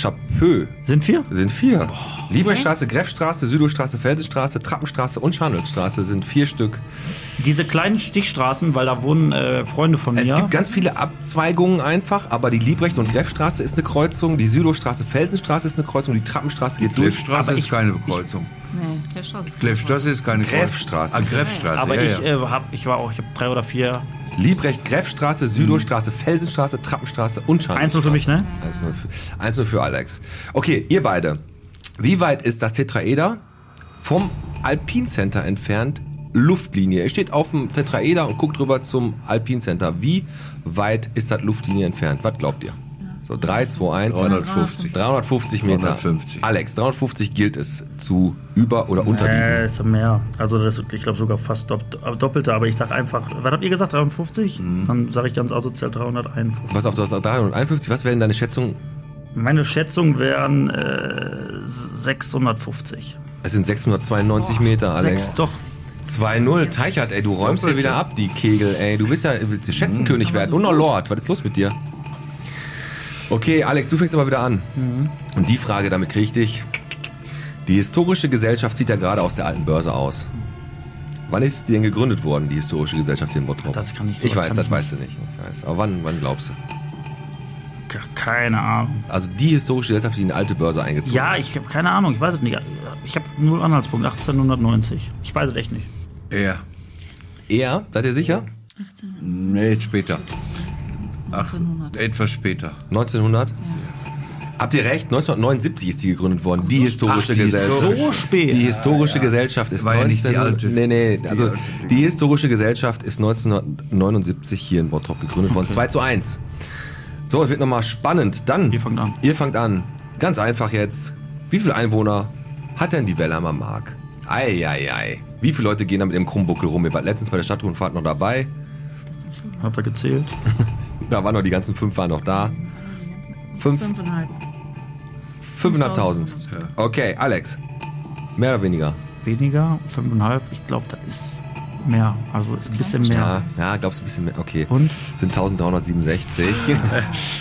Speaker 2: Chapeau.
Speaker 3: Sind vier?
Speaker 2: Sind vier. Lieberstraße, Greffstraße, Südowstraße, Felsenstraße, Trappenstraße und Scharnhölzstraße sind vier Stück.
Speaker 3: Diese kleinen Stichstraßen, weil da wohnen äh, Freunde von mir.
Speaker 2: Es gibt ganz viele Abzweigungen einfach, aber die Liebrecht- und Greffstraße ist eine Kreuzung, die Südowstraße, Felsenstraße ist eine Kreuzung, die Trappenstraße geht durch.
Speaker 7: Kleffstraße ist keine Kreuzung.
Speaker 11: Nee, Kleffstraße ist
Speaker 7: Kleffstraße ist keine Kreuzung.
Speaker 2: Greffstraße.
Speaker 7: Ah, Greffstraße,
Speaker 3: Aber
Speaker 7: ja,
Speaker 3: ich,
Speaker 7: ja.
Speaker 3: Äh, hab, ich war auch, ich habe drei oder vier.
Speaker 2: Liebrecht, Greffstraße, Südowstraße, Felsenstraße, Trappenstraße und Scharnhölzstraße.
Speaker 3: Eins nur für mich, ne?
Speaker 2: Eins nur für, eins nur für Alex. Okay, ihr beide. Wie weit ist das Tetraeder vom Alpine Center entfernt? Luftlinie. Ihr steht auf dem Tetraeder und guckt rüber zum Alpine Center. Wie weit ist das Luftlinie entfernt? Was glaubt ihr? So 3, 2, 1.
Speaker 7: 350.
Speaker 2: 350 Meter.
Speaker 7: 350.
Speaker 2: Alex, 350 gilt es zu über- oder unterliegen.
Speaker 3: Äh, ist mehr. Also das ist, ich glaube sogar fast dopp äh, doppelte, aber ich sag einfach, was habt ihr gesagt, 350?
Speaker 2: Mhm.
Speaker 3: Dann sage ich ganz asozial 351.
Speaker 2: Pass auf, du hast auch 351. Was wäre denn deine Schätzung?
Speaker 3: Meine Schätzung wären äh, 650.
Speaker 2: Es sind 692 Meter, Alex.
Speaker 3: Sechs, doch.
Speaker 2: 2-0, Teichert, ey, du räumst hier wieder ab, die Kegel, ey. Du bist ja, willst du
Speaker 3: Mhm.
Speaker 2: Schätzenkönig werden und noch Lord. Was ist los mit dir? Okay, Alex, du fängst aber wieder an.
Speaker 3: Mhm.
Speaker 2: Und die Frage, damit kriege ich dich. Die historische Gesellschaft zieht ja gerade aus der alten Börse aus. Wann ist die denn gegründet worden, die historische Gesellschaft hier in Bottrop?
Speaker 3: Das kann ich-
Speaker 2: Ich weiß,
Speaker 3: kann
Speaker 2: das
Speaker 3: ich
Speaker 2: weißt du nicht. Ich weiß. Aber wann, wann glaubst du?
Speaker 3: Ke- Keine Ahnung.
Speaker 2: Also die historische Gesellschaft, die in die alte Börse eingezogen
Speaker 3: Ja, ich habe keine Ahnung, ich weiß es nicht. Ich habe null Anhaltspunkt, 1890. Ich weiß es echt nicht.
Speaker 7: Ja.
Speaker 2: Er? Seid ihr sicher?
Speaker 7: Nee, später. Ach,
Speaker 11: 1800.
Speaker 7: etwas später.
Speaker 2: 1900? Habt ihr recht? 1979 ist die gegründet worden. Die historische
Speaker 7: Ach, die
Speaker 2: Gesellschaft.
Speaker 7: historische. So
Speaker 3: spät.
Speaker 2: Die historische Gesellschaft ist
Speaker 7: War ja nicht die
Speaker 2: 19
Speaker 7: alte.
Speaker 2: Nee, nee, also
Speaker 7: Die alte,
Speaker 2: die historische Gesellschaft ist 1979 hier in Bottrop gegründet worden. 2 zu 1. So, es wird nochmal spannend. Dann. Ihr
Speaker 3: fangt an.
Speaker 2: Ihr fangt an. Ganz einfach jetzt. Wie viele Einwohner hat denn die Wellheimer Mark? Ei, ei, ei. Wie viele Leute gehen da mit dem Krummbuckel rum? Ihr wart letztens bei der Stadtrundfahrt noch dabei.
Speaker 3: Habt ihr gezählt?
Speaker 2: Da waren noch die ganzen fünf waren noch da. Fünf,
Speaker 11: Fünfeinhalb.
Speaker 2: 500.000. Okay, Alex. Mehr oder weniger?
Speaker 3: Weniger, 5,5. Ich glaube, das ist mehr. Also ist ein bisschen mehr.
Speaker 2: Ja, ja glaubst du ein bisschen mehr? Okay.
Speaker 3: Und?
Speaker 2: Sind
Speaker 7: <laughs>
Speaker 2: 1367.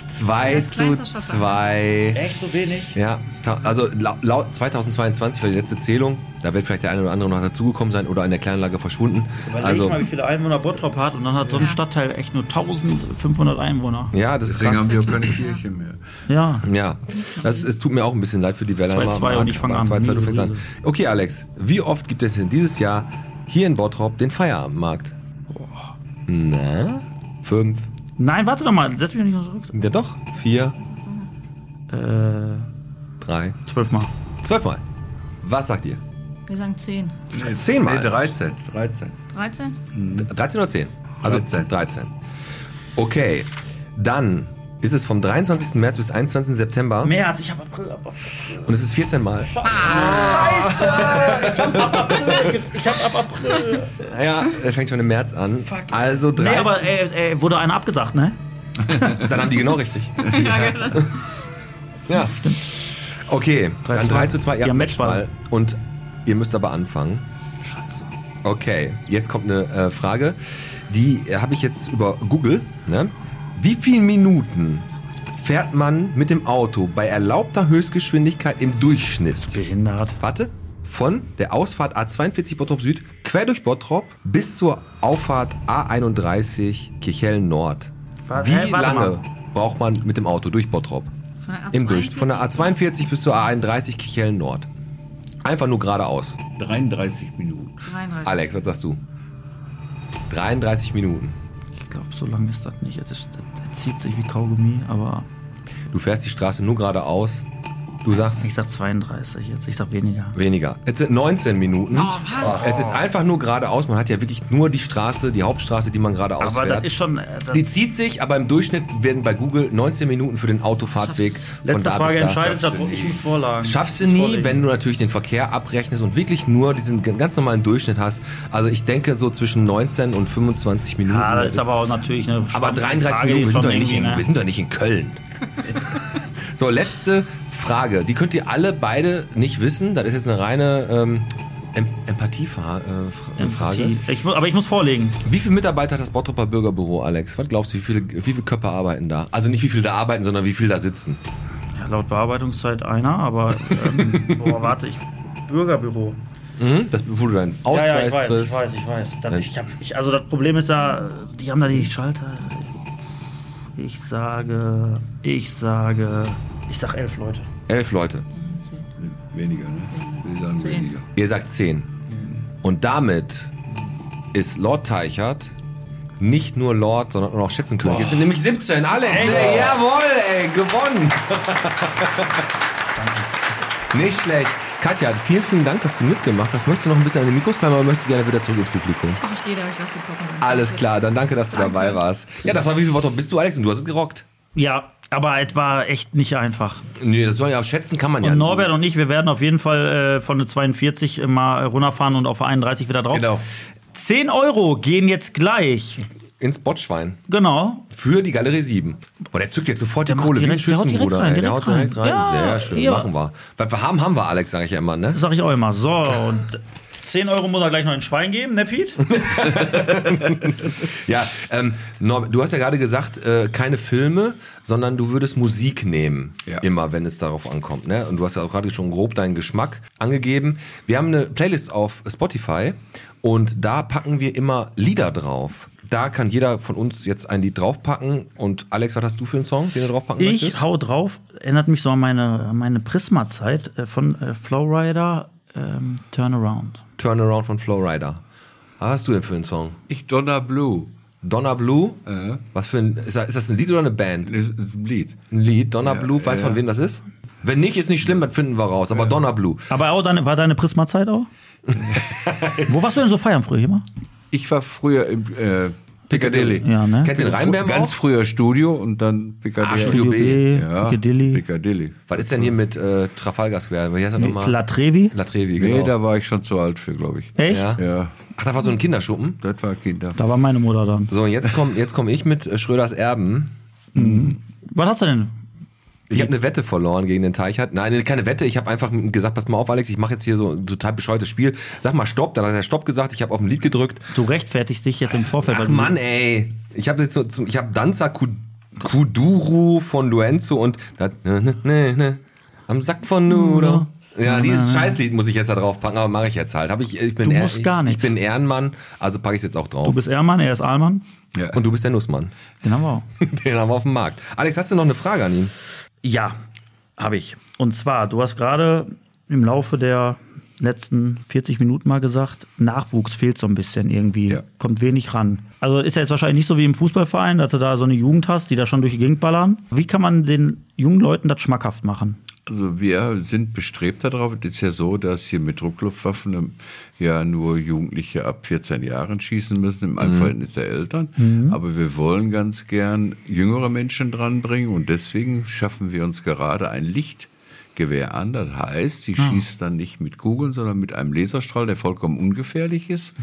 Speaker 2: 2
Speaker 11: Das
Speaker 2: zu
Speaker 11: kleinste Stadtteil.
Speaker 2: 2.
Speaker 3: Echt so wenig?
Speaker 2: Ja, ta- also lau- laut 2022 war die letzte Zählung. Da wird vielleicht der eine oder andere noch dazugekommen sein oder in der Kleinlage verschwunden.
Speaker 3: Überleg
Speaker 2: also,
Speaker 3: mal, wie viele Einwohner Bottrop hat und dann hat so ein Stadtteil echt nur 1500 Einwohner.
Speaker 2: ja, das ist
Speaker 7: Deswegen
Speaker 2: krass.
Speaker 7: haben wir auch keine Kirche mehr.
Speaker 3: Ja.
Speaker 2: Ja, das, es tut mir auch ein bisschen leid für die Wellheimer.
Speaker 3: 2-2 und
Speaker 2: Mark,
Speaker 3: ich fang
Speaker 2: aber
Speaker 3: an.
Speaker 2: 2-2, du
Speaker 3: Miese,
Speaker 2: fängst an.
Speaker 3: miese.
Speaker 2: Okay, Alex, wie oft gibt es denn dieses Jahr hier in Bottrop den Feierabendmarkt? Na? Fünf.
Speaker 3: Nein, warte doch mal, setz mich nicht so zurück.
Speaker 2: Ja doch, vier,
Speaker 3: Äh,
Speaker 2: drei,
Speaker 3: zwölfmal.
Speaker 2: zwölfmal. Was sagt ihr?
Speaker 11: Wir sagen 10.
Speaker 7: Nee,
Speaker 2: Zehnmal.
Speaker 7: Nee, 13. 13.
Speaker 11: 13?
Speaker 2: 13 oder 10? Also
Speaker 7: 13.
Speaker 2: 13. Okay, dann ist es vom 23. März bis 21. September
Speaker 3: März, ich habe April, aber
Speaker 2: und es ist 14 Mal.
Speaker 3: ich habe ab April.
Speaker 2: Ja, er fängt schon im März an. Also 13.
Speaker 3: Nee, aber äh, äh, wurde einer abgesagt, ne?
Speaker 2: Dann haben die genau <laughs> richtig. ja, stimmt. Okay, dann 3 zu 2. Ihr
Speaker 3: Ja,
Speaker 2: habt
Speaker 3: Matchball.
Speaker 2: Matchball. Und ihr müsst aber anfangen. Okay, jetzt kommt eine äh, Frage. Die äh, habe ich jetzt über Google. Ne? Wie viele Minuten fährt man mit dem Auto bei erlaubter Höchstgeschwindigkeit im Durchschnitt?
Speaker 3: Behindert.
Speaker 2: Warte. Von der Ausfahrt A42 Bottrop Süd quer durch Bottrop bis zur Auffahrt A31 Kirchhellen Nord.
Speaker 3: Was?
Speaker 2: Wie
Speaker 3: Hä, warte
Speaker 2: lange
Speaker 3: mal.
Speaker 2: braucht man mit dem Auto durch Bottrop?
Speaker 11: Von der
Speaker 2: Im Durch. Von der
Speaker 11: A42
Speaker 2: A42 bis zur A31 Kirchhellen Nord. Einfach nur geradeaus.
Speaker 7: 33 Minuten.
Speaker 11: 33.
Speaker 2: Alex, was sagst du? 33 Minuten.
Speaker 3: Ich glaube, so lange ist das nicht. Das, ist, das, das zieht sich wie Kaugummi, aber
Speaker 2: Du fährst die Straße nur geradeaus. Du sagst
Speaker 3: ich sag 32 jetzt. Ich sag weniger.
Speaker 2: weniger. Es sind 19 Minuten.
Speaker 11: Oh, was?
Speaker 2: Es ist einfach nur geradeaus. Man hat ja wirklich nur die Straße, die Hauptstraße, die man geradeaus
Speaker 3: Aber das
Speaker 2: fährt.
Speaker 3: ist schon. Äh, das
Speaker 2: Die zieht sich, aber im Durchschnitt werden bei Google 19 Minuten für den Autofahrtweg von
Speaker 3: letzte
Speaker 2: da bis
Speaker 3: Frage
Speaker 2: da.
Speaker 3: entscheidet, das, ich muss vorlagen.
Speaker 2: Schaffst du nie,
Speaker 3: Vorlegen.
Speaker 2: wenn du natürlich den Verkehr abrechnest und wirklich nur diesen g- ganz normalen Durchschnitt hast. Also ich denke so zwischen 19 und 25 Minuten.
Speaker 3: Ja, das ist aber auch natürlich eine.
Speaker 2: aber
Speaker 3: spannende
Speaker 2: 33
Speaker 3: Frage, die
Speaker 2: Minuten, wir sind,
Speaker 3: schon
Speaker 2: doch nicht in,
Speaker 3: irgendwie, ne?
Speaker 2: wir sind doch nicht in
Speaker 3: <laughs>
Speaker 2: Köln. so, letzte Frage. Die könnt ihr alle beide nicht wissen. Das ist jetzt eine reine ähm, Em- Empathiefra- äh, Fra-
Speaker 3: ne?
Speaker 2: Frage.
Speaker 3: Empathie. Ich mu- aber ich muss vorlegen.
Speaker 2: Wie viele Mitarbeiter hat das Bottroper Bürgerbüro, Alex? Was glaubst du, wie viele, wie viele Köpfe arbeiten da? Also nicht wie viele da arbeiten, sondern wie viele da sitzen.
Speaker 3: Ja, laut Bearbeitungszeit einer, aber
Speaker 2: <laughs>
Speaker 3: ähm, boah, warte, ich. Bürgerbüro.
Speaker 2: Mhm. Das, wo du deinen Ausweis
Speaker 3: ja, ja, ich weiß,
Speaker 2: kriegst.
Speaker 3: ich weiß, ich weiß. Dann, ich hab, ich, also das Problem ist ja, die haben da die Schalter. Ich sage, ich sage, ich sag elf Leute.
Speaker 2: Elf Leute.
Speaker 7: Weniger, ne? Wir sagen
Speaker 3: Zehn.
Speaker 7: weniger.
Speaker 2: Ihr sagt 10. Und damit ist Lord Teichert nicht nur Lord, sondern auch noch Schützenkönig. Es sind nämlich 17. Alex,
Speaker 4: Echt?
Speaker 2: ey, jawohl, ey, gewonnen. nicht schlecht. Katja, vielen, vielen Dank, dass du mitgemacht hast. Möchtest du noch ein bisschen an den Mikros bleiben, aber möchtest du gerne wieder zurück ins Publikum?
Speaker 11: Ach, ich gehe da, ich lasse die Pocken.
Speaker 2: Alles klar, dann danke, dass du dabei warst. Ja, das war wie viel Wort bist du, Alex, und du hast es gerockt.
Speaker 3: Ja, aber es war echt nicht einfach.
Speaker 2: Nee, das soll ja auch schätzen, kann man ja
Speaker 3: Und Norbert und ich, wir werden auf jeden Fall äh, von der 42 mal runterfahren und auf der 31 wieder drauf. Genau. 10 Euro gehen jetzt gleich.
Speaker 2: Ins Botschwein.
Speaker 3: Genau.
Speaker 2: Für die Galerie 7. Und der zückt jetzt sofort die Kohle. wie ein
Speaker 3: direkt- der haut direkt
Speaker 2: Schützenbruder,
Speaker 3: rein,
Speaker 2: ey. Der haut
Speaker 3: direkt
Speaker 2: direkt rein.
Speaker 3: rein. Ja,
Speaker 2: Sehr schön.
Speaker 3: ja.
Speaker 2: Machen wir. Was wir haben, haben wir, Alex, sage ich ja immer, ne?
Speaker 3: Sag ich auch immer. So, und 10 Euro muss er gleich noch in Schwein geben,
Speaker 2: <laughs>
Speaker 3: ne, Piet?
Speaker 2: Ja, ähm, Norbert, du hast ja gerade gesagt, äh, keine Filme, sondern du würdest Musik nehmen, immer wenn es darauf ankommt. Ne? Und du hast ja auch gerade schon grob deinen Geschmack angegeben. Wir haben eine Playlist auf Spotify und da packen wir immer Lieder drauf. Da kann jeder von uns jetzt ein Lied draufpacken. Und Alex, was hast du für einen Song, den du draufpacken möchtest?
Speaker 3: Ich hau drauf, erinnert mich so an meine, meine Prisma-Zeit äh, von äh, Flowrider ähm, Turnaround.
Speaker 2: Turnaround von Flowrider. Was hast du denn für einen Song? Ich Donna Blue. Donna Blue? Was für ein, ist, das, ist das ein Lied oder eine Band? ein Lied. Ein Lied. Donna
Speaker 3: Ja,
Speaker 2: Blue, weißt du,
Speaker 3: ja.
Speaker 2: von wem das ist? Wenn nicht, ist nicht schlimm, das finden wir raus. Aber Donna Blue.
Speaker 3: Aber auch deine, war deine
Speaker 2: <laughs>
Speaker 3: Prisma-Zeit auch? Wo warst du denn so feiern früher immer?
Speaker 7: Ich war früher im äh,
Speaker 2: Piccadilly.
Speaker 3: Ja, ne?
Speaker 2: Kennst du den Rheinberg
Speaker 7: Ganz
Speaker 2: auch?
Speaker 7: früher Studio und dann Piccadilly.
Speaker 2: Ah, Studio B,
Speaker 7: Ja,
Speaker 3: Piccadilly.
Speaker 7: Piccadilly.
Speaker 2: Was ist denn hier mit äh, Trafalgar Square? Wie heißt das
Speaker 7: Nee,
Speaker 2: nochmal?
Speaker 7: La
Speaker 3: Trevi?
Speaker 2: La Trevi,
Speaker 7: Nee,
Speaker 2: genau.
Speaker 7: da war ich schon zu alt für, glaube ich.
Speaker 3: Echt?
Speaker 2: Ja.
Speaker 7: Ja.
Speaker 2: Ach, da war so ein Kinderschuppen?
Speaker 7: Das war Kinder.
Speaker 3: Da war meine Mutter dann.
Speaker 2: So, und jetzt komme jetzt komm ich mit äh, Schröders Erben.
Speaker 3: Was hast du denn?
Speaker 2: Ich habe eine Wette verloren gegen den Teichert. Nein, keine Wette. Ich habe einfach gesagt, pass mal auf, Alex, ich mache jetzt hier so ein total bescheuertes Spiel. Sag mal Stopp. Dann hat er Stopp gesagt. Ich habe auf ein Lied gedrückt.
Speaker 3: Du rechtfertigst dich jetzt im Vorfeld.
Speaker 2: Ach
Speaker 3: weil du-
Speaker 2: Mann, ey. Ich habe jetzt so zum, ich habe Danza Ku- Kuduro von Luenzo und da, ne, ne, ne, ne, am Sack von Nudo. Ja, dieses Scheißlied muss ich jetzt da drauf packen, aber mache ich jetzt halt. Hab ich, ich bin
Speaker 3: Du
Speaker 2: Ehr-
Speaker 3: musst gar
Speaker 2: ich, ich
Speaker 3: nichts.
Speaker 2: bin Ehrenmann, also packe ich es jetzt auch drauf.
Speaker 3: Du bist Ehrmann, er ist Ahlmann.
Speaker 2: Und du bist der Nussmann. <laughs>
Speaker 3: Den haben wir auch.
Speaker 2: Den haben wir auf dem Markt. Alex, hast du noch eine Frage an ihn?
Speaker 3: Ja, habe ich. Und zwar, du hast gerade im Laufe der letzten 40 Minuten mal gesagt, Nachwuchs fehlt so ein bisschen irgendwie, kommt wenig ran. Also ist ja jetzt wahrscheinlich nicht so wie im Fußballverein, dass du da so eine Jugend hast, die da schon durch die Gegend ballern. Wie kann man den jungen Leuten das schmackhaft machen?
Speaker 7: Also wir sind bestrebt darauf. Es ist ja so, dass hier mit Druckluftwaffen ähm, ja nur Jugendliche ab 14 Jahren schießen müssen,
Speaker 2: Mhm.
Speaker 7: im Einverhältnis der Eltern.
Speaker 12: Mhm.
Speaker 7: Aber wir wollen ganz gern jüngere Menschen dranbringen und deswegen schaffen wir uns gerade ein Lichtgewehr an. Das heißt, sie
Speaker 12: Ah.
Speaker 7: schießt dann nicht mit Kugeln, sondern mit einem Laserstrahl, der vollkommen ungefährlich ist.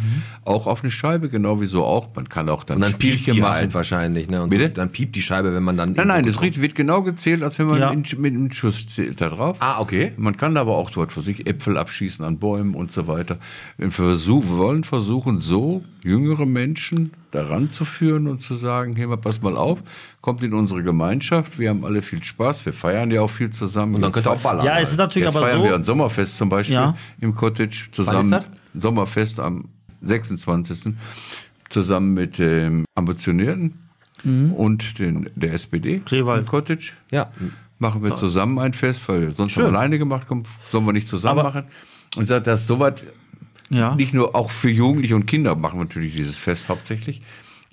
Speaker 7: Auch auf eine Scheibe, genau wie so auch. Man kann auch dann,
Speaker 2: Mhm. Und dann piept
Speaker 7: Spielchen
Speaker 2: die
Speaker 7: machen.
Speaker 2: halt wahrscheinlich, ne? Und
Speaker 7: Bitte?
Speaker 2: So, dann piept die Scheibe, wenn man dann.
Speaker 7: Nein, nein, das Ried wird genau gezählt, als wenn man
Speaker 2: Ja.
Speaker 7: in- mit einem Schuss zählt da drauf.
Speaker 2: Ah, okay.
Speaker 7: Man kann aber auch dort für sich Äpfel abschießen an Bäumen und so weiter. Wir versuch- wir wollen versuchen, so jüngere Menschen daran zu führen und zu sagen, hey, mal, pass mal auf, kommt in unsere Gemeinschaft, wir haben alle viel Spaß, wir feiern ja auch viel zusammen.
Speaker 2: Und dann
Speaker 7: Jetzt
Speaker 2: könnt ihr auch
Speaker 7: feiern-
Speaker 2: ballern. Ja, es ist natürlich
Speaker 7: halt. Jetzt
Speaker 2: aber
Speaker 7: feiern
Speaker 2: so-
Speaker 7: wir ein Sommerfest zum Beispiel
Speaker 2: Ja.
Speaker 7: im Cottage zusammen.
Speaker 2: Wann ist
Speaker 7: Sommerfest am 26. zusammen mit dem Ambitionierten
Speaker 3: Mhm.
Speaker 7: und den, der SPD im Cottage.
Speaker 2: Ja.
Speaker 7: Machen wir zusammen ein Fest, weil wir sonst
Speaker 2: Schön.
Speaker 7: haben wir alleine gemacht, komm, sollen wir nicht zusammen
Speaker 3: Aber-
Speaker 7: machen. Und sagt, das ist soweit
Speaker 3: Ja.
Speaker 7: nicht nur auch für Jugendliche und Kinder machen wir natürlich dieses Fest hauptsächlich.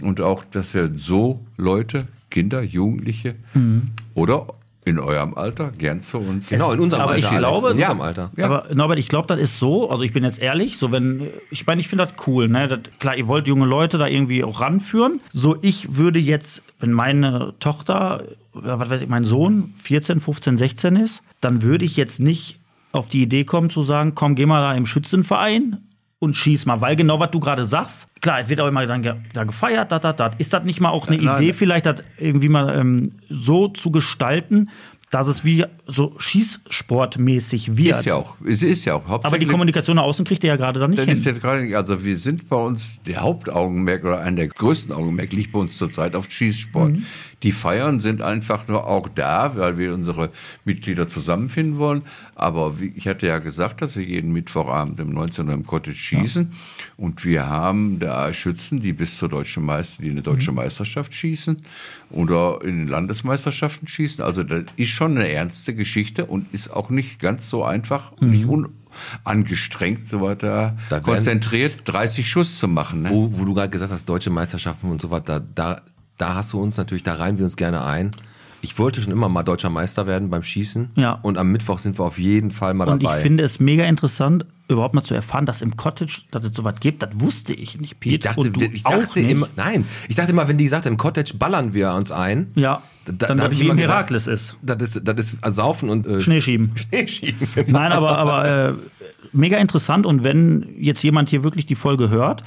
Speaker 7: Und auch, dass wir so Leute, Kinder, Jugendliche
Speaker 3: Mhm.
Speaker 7: oder in eurem Alter gern zu uns.
Speaker 2: Genau,
Speaker 3: aber Ich glaube,
Speaker 7: ja. Ja.
Speaker 3: Aber Norbert, ich glaube, das ist so. Also ich bin jetzt ehrlich, so wenn ich meine, ich finde das cool. Ne? Das, klar, ihr wollt junge Leute da irgendwie auch ranführen. So ich würde jetzt, wenn meine Tochter, oder was weiß ich, mein Sohn 14, 15, 16 ist, dann würde ich jetzt nicht auf die Idee kommen zu sagen, komm, geh mal da im Schützenverein und schieß mal, weil genau was du gerade sagst, klar, es wird auch immer dann ge da gefeiert, dat, dat, dat. Ist das nicht mal auch eine
Speaker 7: Nein.
Speaker 3: Idee, vielleicht das irgendwie mal ähm, so zu gestalten, dass es wie so schießsportmäßig wird.
Speaker 7: Ist ja auch. Es ist ja auch.
Speaker 3: Aber die
Speaker 7: Hauptsächlich-
Speaker 3: Kommunikation nach außen kriegt ihr ja gerade dann nicht
Speaker 7: Dann
Speaker 3: hin.
Speaker 7: ist ja gerade, nicht- also wir sind bei uns, der Hauptaugenmerk oder einer der größten Augenmerk liegt bei uns zurzeit auf Schießsport.
Speaker 3: Mhm.
Speaker 7: Die Feiern sind einfach nur auch da, weil wir unsere Mitglieder zusammenfinden wollen. Aber wie, ich hatte ja gesagt, dass wir jeden Mittwochabend um 19 Uhr im Cottage schießen. Und wir haben da Schützen, die bis zur deutschen Meister, die in die
Speaker 3: Mhm.
Speaker 7: deutsche Meisterschaft schießen oder in den Landesmeisterschaften schießen. Also das ist schon eine ernste Geschichte und ist auch nicht ganz so einfach und
Speaker 3: Mhm.
Speaker 7: nicht un angestrengt, so weiter, konzentriert, 30 Schuss zu machen. ne?
Speaker 2: Wo, wo du gerade gesagt hast, deutsche Meisterschaften und so weiter, da, da hast du uns natürlich, da reihen wir uns gerne ein. Ich wollte schon immer mal deutscher Meister werden beim Schießen.
Speaker 3: Ja.
Speaker 2: Und am Mittwoch sind wir auf jeden Fall mal
Speaker 3: Und ich
Speaker 2: dabei.
Speaker 3: finde es mega interessant, überhaupt mal zu erfahren, dass im Cottage, dass es sowas gibt, das wusste ich nicht, Pete.
Speaker 2: ich dachte,
Speaker 3: und du
Speaker 2: ich dachte
Speaker 3: auch nicht.
Speaker 2: immer, nein, ich dachte immer, wenn die gesagt haben, im Cottage ballern wir uns ein.
Speaker 3: Ja, dann
Speaker 2: hab
Speaker 3: wird wie im
Speaker 2: immer gedacht,
Speaker 3: Herakles ist.
Speaker 2: Das ist, das ist also Saufen und äh,
Speaker 7: <laughs>
Speaker 3: Schneeschieben.
Speaker 2: Schneeschieben.
Speaker 3: Nein, aber, aber äh, mega interessant. Und wenn jetzt jemand hier wirklich die Folge hört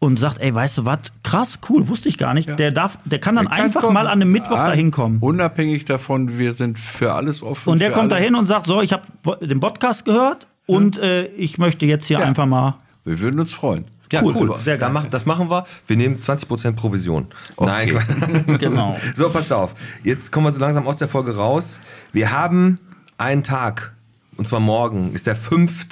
Speaker 3: und sagt, ey, weißt du was, krass, cool, wusste ich gar nicht, der darf, der kann dann
Speaker 7: Der kann
Speaker 3: einfach
Speaker 7: kommen.
Speaker 3: mal an einem Mittwoch
Speaker 7: Ah,
Speaker 3: dahin kommen.
Speaker 7: Unabhängig davon, wir sind für alles offen.
Speaker 3: Und der
Speaker 7: für
Speaker 3: kommt
Speaker 7: alle.
Speaker 3: dahin und sagt, so, ich habe den Podcast gehört und äh, ich möchte jetzt hier einfach mal.
Speaker 7: <laughs> Wir würden uns freuen.
Speaker 2: Ja, cool.
Speaker 3: Cool,
Speaker 2: Sehr Dann mach, das machen wir. Wir nehmen 20% Provision. Nein,
Speaker 3: Genau.
Speaker 2: So, passt auf. Jetzt kommen wir so langsam aus der Folge raus. Wir haben einen Tag. Und zwar morgen ist der 5.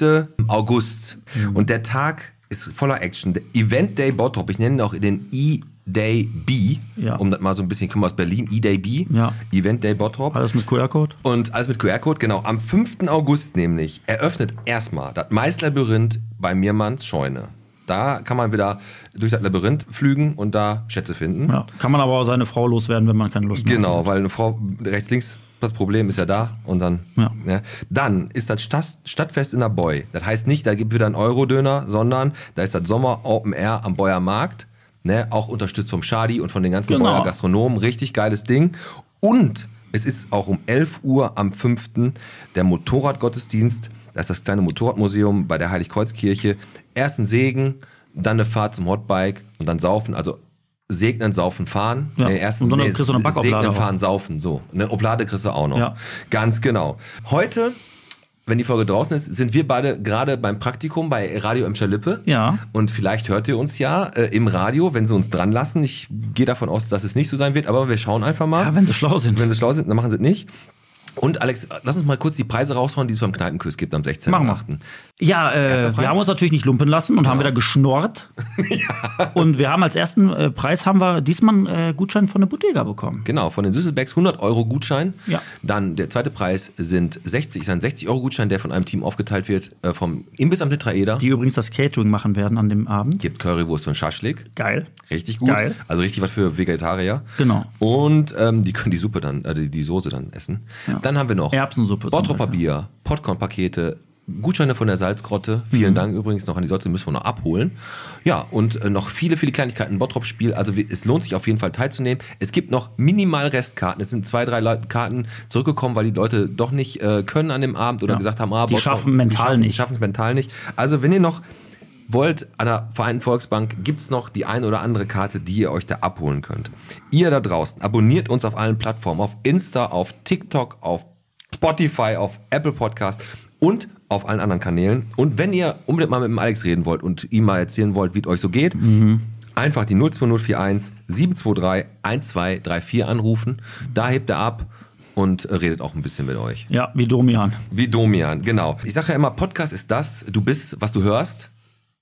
Speaker 2: August.
Speaker 3: Mhm.
Speaker 2: Und der Tag ist voller Action. Der Event Day Bottrop. Ich nenne ihn auch den E-Day B.
Speaker 3: Ja.
Speaker 2: Um das mal so ein bisschen, ich komme aus Berlin. E-Day B.
Speaker 3: Ja.
Speaker 2: Event Day Bottrop.
Speaker 3: Alles mit QR-Code?
Speaker 2: Und alles mit QR-Code, genau. Am 5. August nämlich eröffnet erstmal das Maislabyrinth bei Miermanns Scheune. Da kann man wieder durch das Labyrinth flügen und da Schätze finden.
Speaker 3: Ja, kann man aber auch seine Frau loswerden, wenn man keine Lust mehr hat.
Speaker 2: Genau, weil eine Frau rechts, links, das Problem ist ja da und dann.
Speaker 3: Ja.
Speaker 2: ne. Dann ist das Stadt, Stadtfest in der Boy. Das heißt nicht, da gibt wieder einen Euro-Döner, sondern da ist das Sommer Open Air am Beuer Markt. Ne, auch unterstützt vom Schadi und von den ganzen
Speaker 3: Genau.
Speaker 2: Beuer Gastronomen. Richtig geiles Ding. Und es ist auch um 11 Uhr am 5. der Motorradgottesdienst. Das ist das kleine Motorradmuseum bei der Heiligkreuzkirche. Erst ein Segen, dann eine Fahrt zum Hotbike und dann saufen. Also segnen, saufen, fahren.
Speaker 3: Ja.
Speaker 2: Nee, erst,
Speaker 3: Und dann
Speaker 2: nee,
Speaker 3: kriegst du noch eine Backoblade
Speaker 2: Segnen,
Speaker 3: auch.
Speaker 2: fahren, saufen, so. Eine Oblade kriegst du auch noch.
Speaker 3: Ja.
Speaker 2: Ganz genau. Heute, wenn die Folge draußen ist, sind wir beide gerade beim Praktikum bei Radio Emscher Lippe.
Speaker 3: Ja.
Speaker 2: Und vielleicht hört ihr uns ja äh, im Radio, wenn sie uns dran lassen. Ich gehe davon aus, dass es nicht so sein wird, aber wir schauen einfach mal.
Speaker 3: Ja, wenn sie schlau sind.
Speaker 2: Wenn sie schlau sind, dann machen sie es nicht. Und Alex, lass uns mal kurz die Preise raushauen, die es beim Kneipenquiz gibt am 16.8.
Speaker 3: Machen wir. Ja,
Speaker 2: Erster
Speaker 3: äh,
Speaker 2: Preis?
Speaker 3: wir haben uns natürlich nicht lumpen lassen und haben wieder geschnorrt. Und wir haben als ersten äh, Preis haben wir diesmal einen äh, Gutschein von der Bottega bekommen.
Speaker 2: Genau, von den Süsselbacks 100 Euro Gutschein.
Speaker 3: Ja.
Speaker 2: Dann der zweite Preis sind 60, ist ein 60 Euro Gutschein, der von einem Team aufgeteilt wird, äh, vom Imbiss am Tetraeder.
Speaker 3: Die übrigens das Catering machen werden an dem Abend.
Speaker 2: Gibt Currywurst und Schaschlik.
Speaker 3: Geil.
Speaker 2: Richtig gut.
Speaker 3: Geil.
Speaker 2: Also richtig was für Vegetarier.
Speaker 3: Genau.
Speaker 2: Und ähm, die können die Suppe dann, äh, die, die Soße dann essen. Dann haben wir noch
Speaker 3: Erbsensuppe zum
Speaker 2: Bottroper
Speaker 3: Beispiel.
Speaker 2: Bier, Popcorn-Pakete, Gutscheine von der Salzgrotte. Vielen
Speaker 3: Mhm.
Speaker 2: Dank übrigens noch an die Salzgrotte, müssen wir noch abholen. Ja, und äh, noch viele, viele Kleinigkeiten Bottrop-Spiel. Also wir- es lohnt sich auf jeden Fall teilzunehmen. Es gibt noch minimal Restkarten. Es sind zwei, drei Le Karten zurückgekommen, weil die Leute doch nicht äh, können an dem Abend oder
Speaker 3: Ja.
Speaker 2: gesagt haben, ah,
Speaker 3: Genau. Die schaffen mental
Speaker 2: die schaffen's-
Speaker 3: nicht.
Speaker 2: Die schaffen es mental nicht. Also wenn ihr noch wollt, an der Verein Volksbank gibt es noch die ein oder andere Karte, die ihr euch da abholen könnt. Ihr da draußen, abonniert uns auf allen Plattformen, auf Insta, auf TikTok, auf Spotify, auf Apple Podcast und auf allen anderen Kanälen. Und wenn ihr unbedingt mal mit dem Alex reden wollt und ihm mal erzählen wollt, wie es euch so geht,
Speaker 3: Mhm.
Speaker 2: einfach die 02041 723 1234 anrufen. Da hebt er ab und redet auch ein bisschen mit euch.
Speaker 3: Ja, wie Domian.
Speaker 2: Wie Domian, genau. Ich sage ja immer, Podcast ist das, du bist, was du hörst.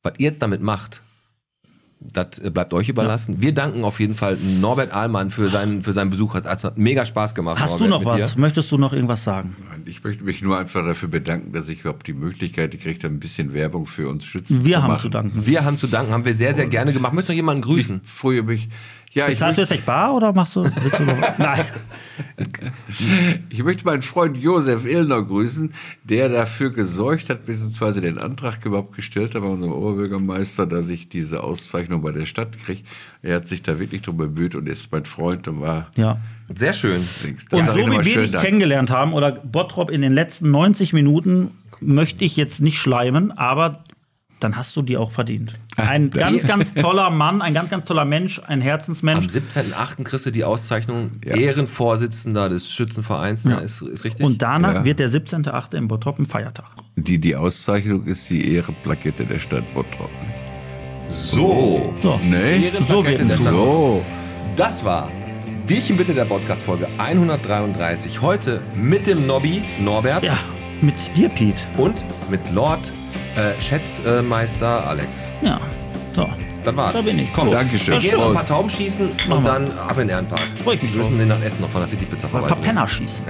Speaker 2: Was ihr jetzt damit macht, das äh, bleibt euch überlassen. Wir danken auf jeden Fall Norbert Ahlmann für seinen, für seinen Besuch. Hat, hat mega Spaß gemacht.
Speaker 3: Hast du
Speaker 2: Norbert,
Speaker 3: noch
Speaker 2: mit
Speaker 3: was? Möchtest du noch irgendwas sagen?
Speaker 7: Ich möchte mich nur einfach dafür bedanken, dass ich überhaupt die Möglichkeit gekriegt habe, ein bisschen Werbung für uns Schützen
Speaker 3: Wir
Speaker 7: zu
Speaker 3: haben
Speaker 7: machen.
Speaker 3: zu danken.
Speaker 2: Dir. Wir haben zu danken, haben wir sehr,
Speaker 3: Oh,
Speaker 2: sehr gerne gemacht. Möchtest du noch jemanden grüßen?
Speaker 7: Ich freue mich. Ja, ich
Speaker 3: Bezahlst du
Speaker 7: möchte,
Speaker 3: jetzt nicht bar oder machst du. willst du noch- Nein.
Speaker 7: ich möchte meinen Freund Josef Illner grüßen, der dafür gesorgt hat, beziehungsweise den Antrag überhaupt gestellt hat bei unserem Oberbürgermeister, dass ich diese Auszeichnung bei der Stadt kriege. Er hat sich da wirklich drum bemüht und ist mein Freund und war.
Speaker 3: Ja.
Speaker 2: Sehr schön.
Speaker 3: Und so wie wir dich kennengelernt haben oder Bottrop in den letzten 90 Minuten, möchte ich jetzt nicht schleimen, aber dann hast du die auch verdient.
Speaker 7: Ah,
Speaker 3: Ein ganz, ganz toller Mann, ein ganz, ganz toller Mensch, ein Herzensmensch.
Speaker 2: Am 17.8. kriegst du die Auszeichnung Ehrenvorsitzender des Schützenvereins. Ne? Ist, ist richtig?
Speaker 3: Und danach
Speaker 7: Ja.
Speaker 3: wird der 17.8. in Bottrop ein Feiertag.
Speaker 7: Die, die Auszeichnung ist die Ehrenplakette der Stadt Bottrop.
Speaker 2: So.
Speaker 3: So.
Speaker 7: Nee?
Speaker 2: So wird der Stand.
Speaker 7: So.
Speaker 2: Das war Bierchen bitte der Podcast-Folge 133. Heute mit dem Nobby Norbert.
Speaker 3: Ja, mit dir, Pete.
Speaker 2: Und mit Lord äh, Schätzmeister Alex.
Speaker 3: Ja, so.
Speaker 2: Dann war's.
Speaker 3: Da bin ich.
Speaker 2: Komm,
Speaker 3: So.
Speaker 2: Wir gehen noch ein paar
Speaker 3: Ein
Speaker 2: Tauben schießen
Speaker 3: Mach
Speaker 2: und
Speaker 3: mal.
Speaker 2: dann ab in den Ehrenpark.
Speaker 3: Freu ich mich
Speaker 2: Wir müssen
Speaker 3: drauf.
Speaker 7: <laughs>
Speaker 2: den dann essen noch von der City Pizza vorbei.
Speaker 3: paar Penner schießen.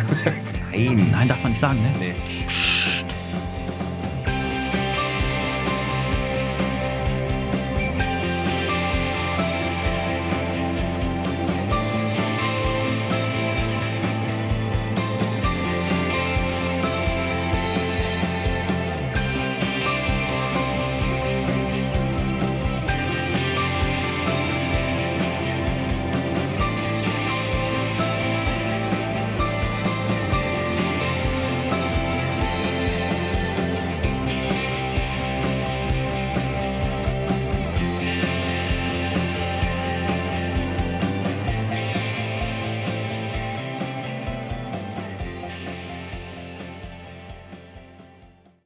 Speaker 2: Nein.
Speaker 3: Nein, darf man nicht sagen, ne?
Speaker 2: Nee.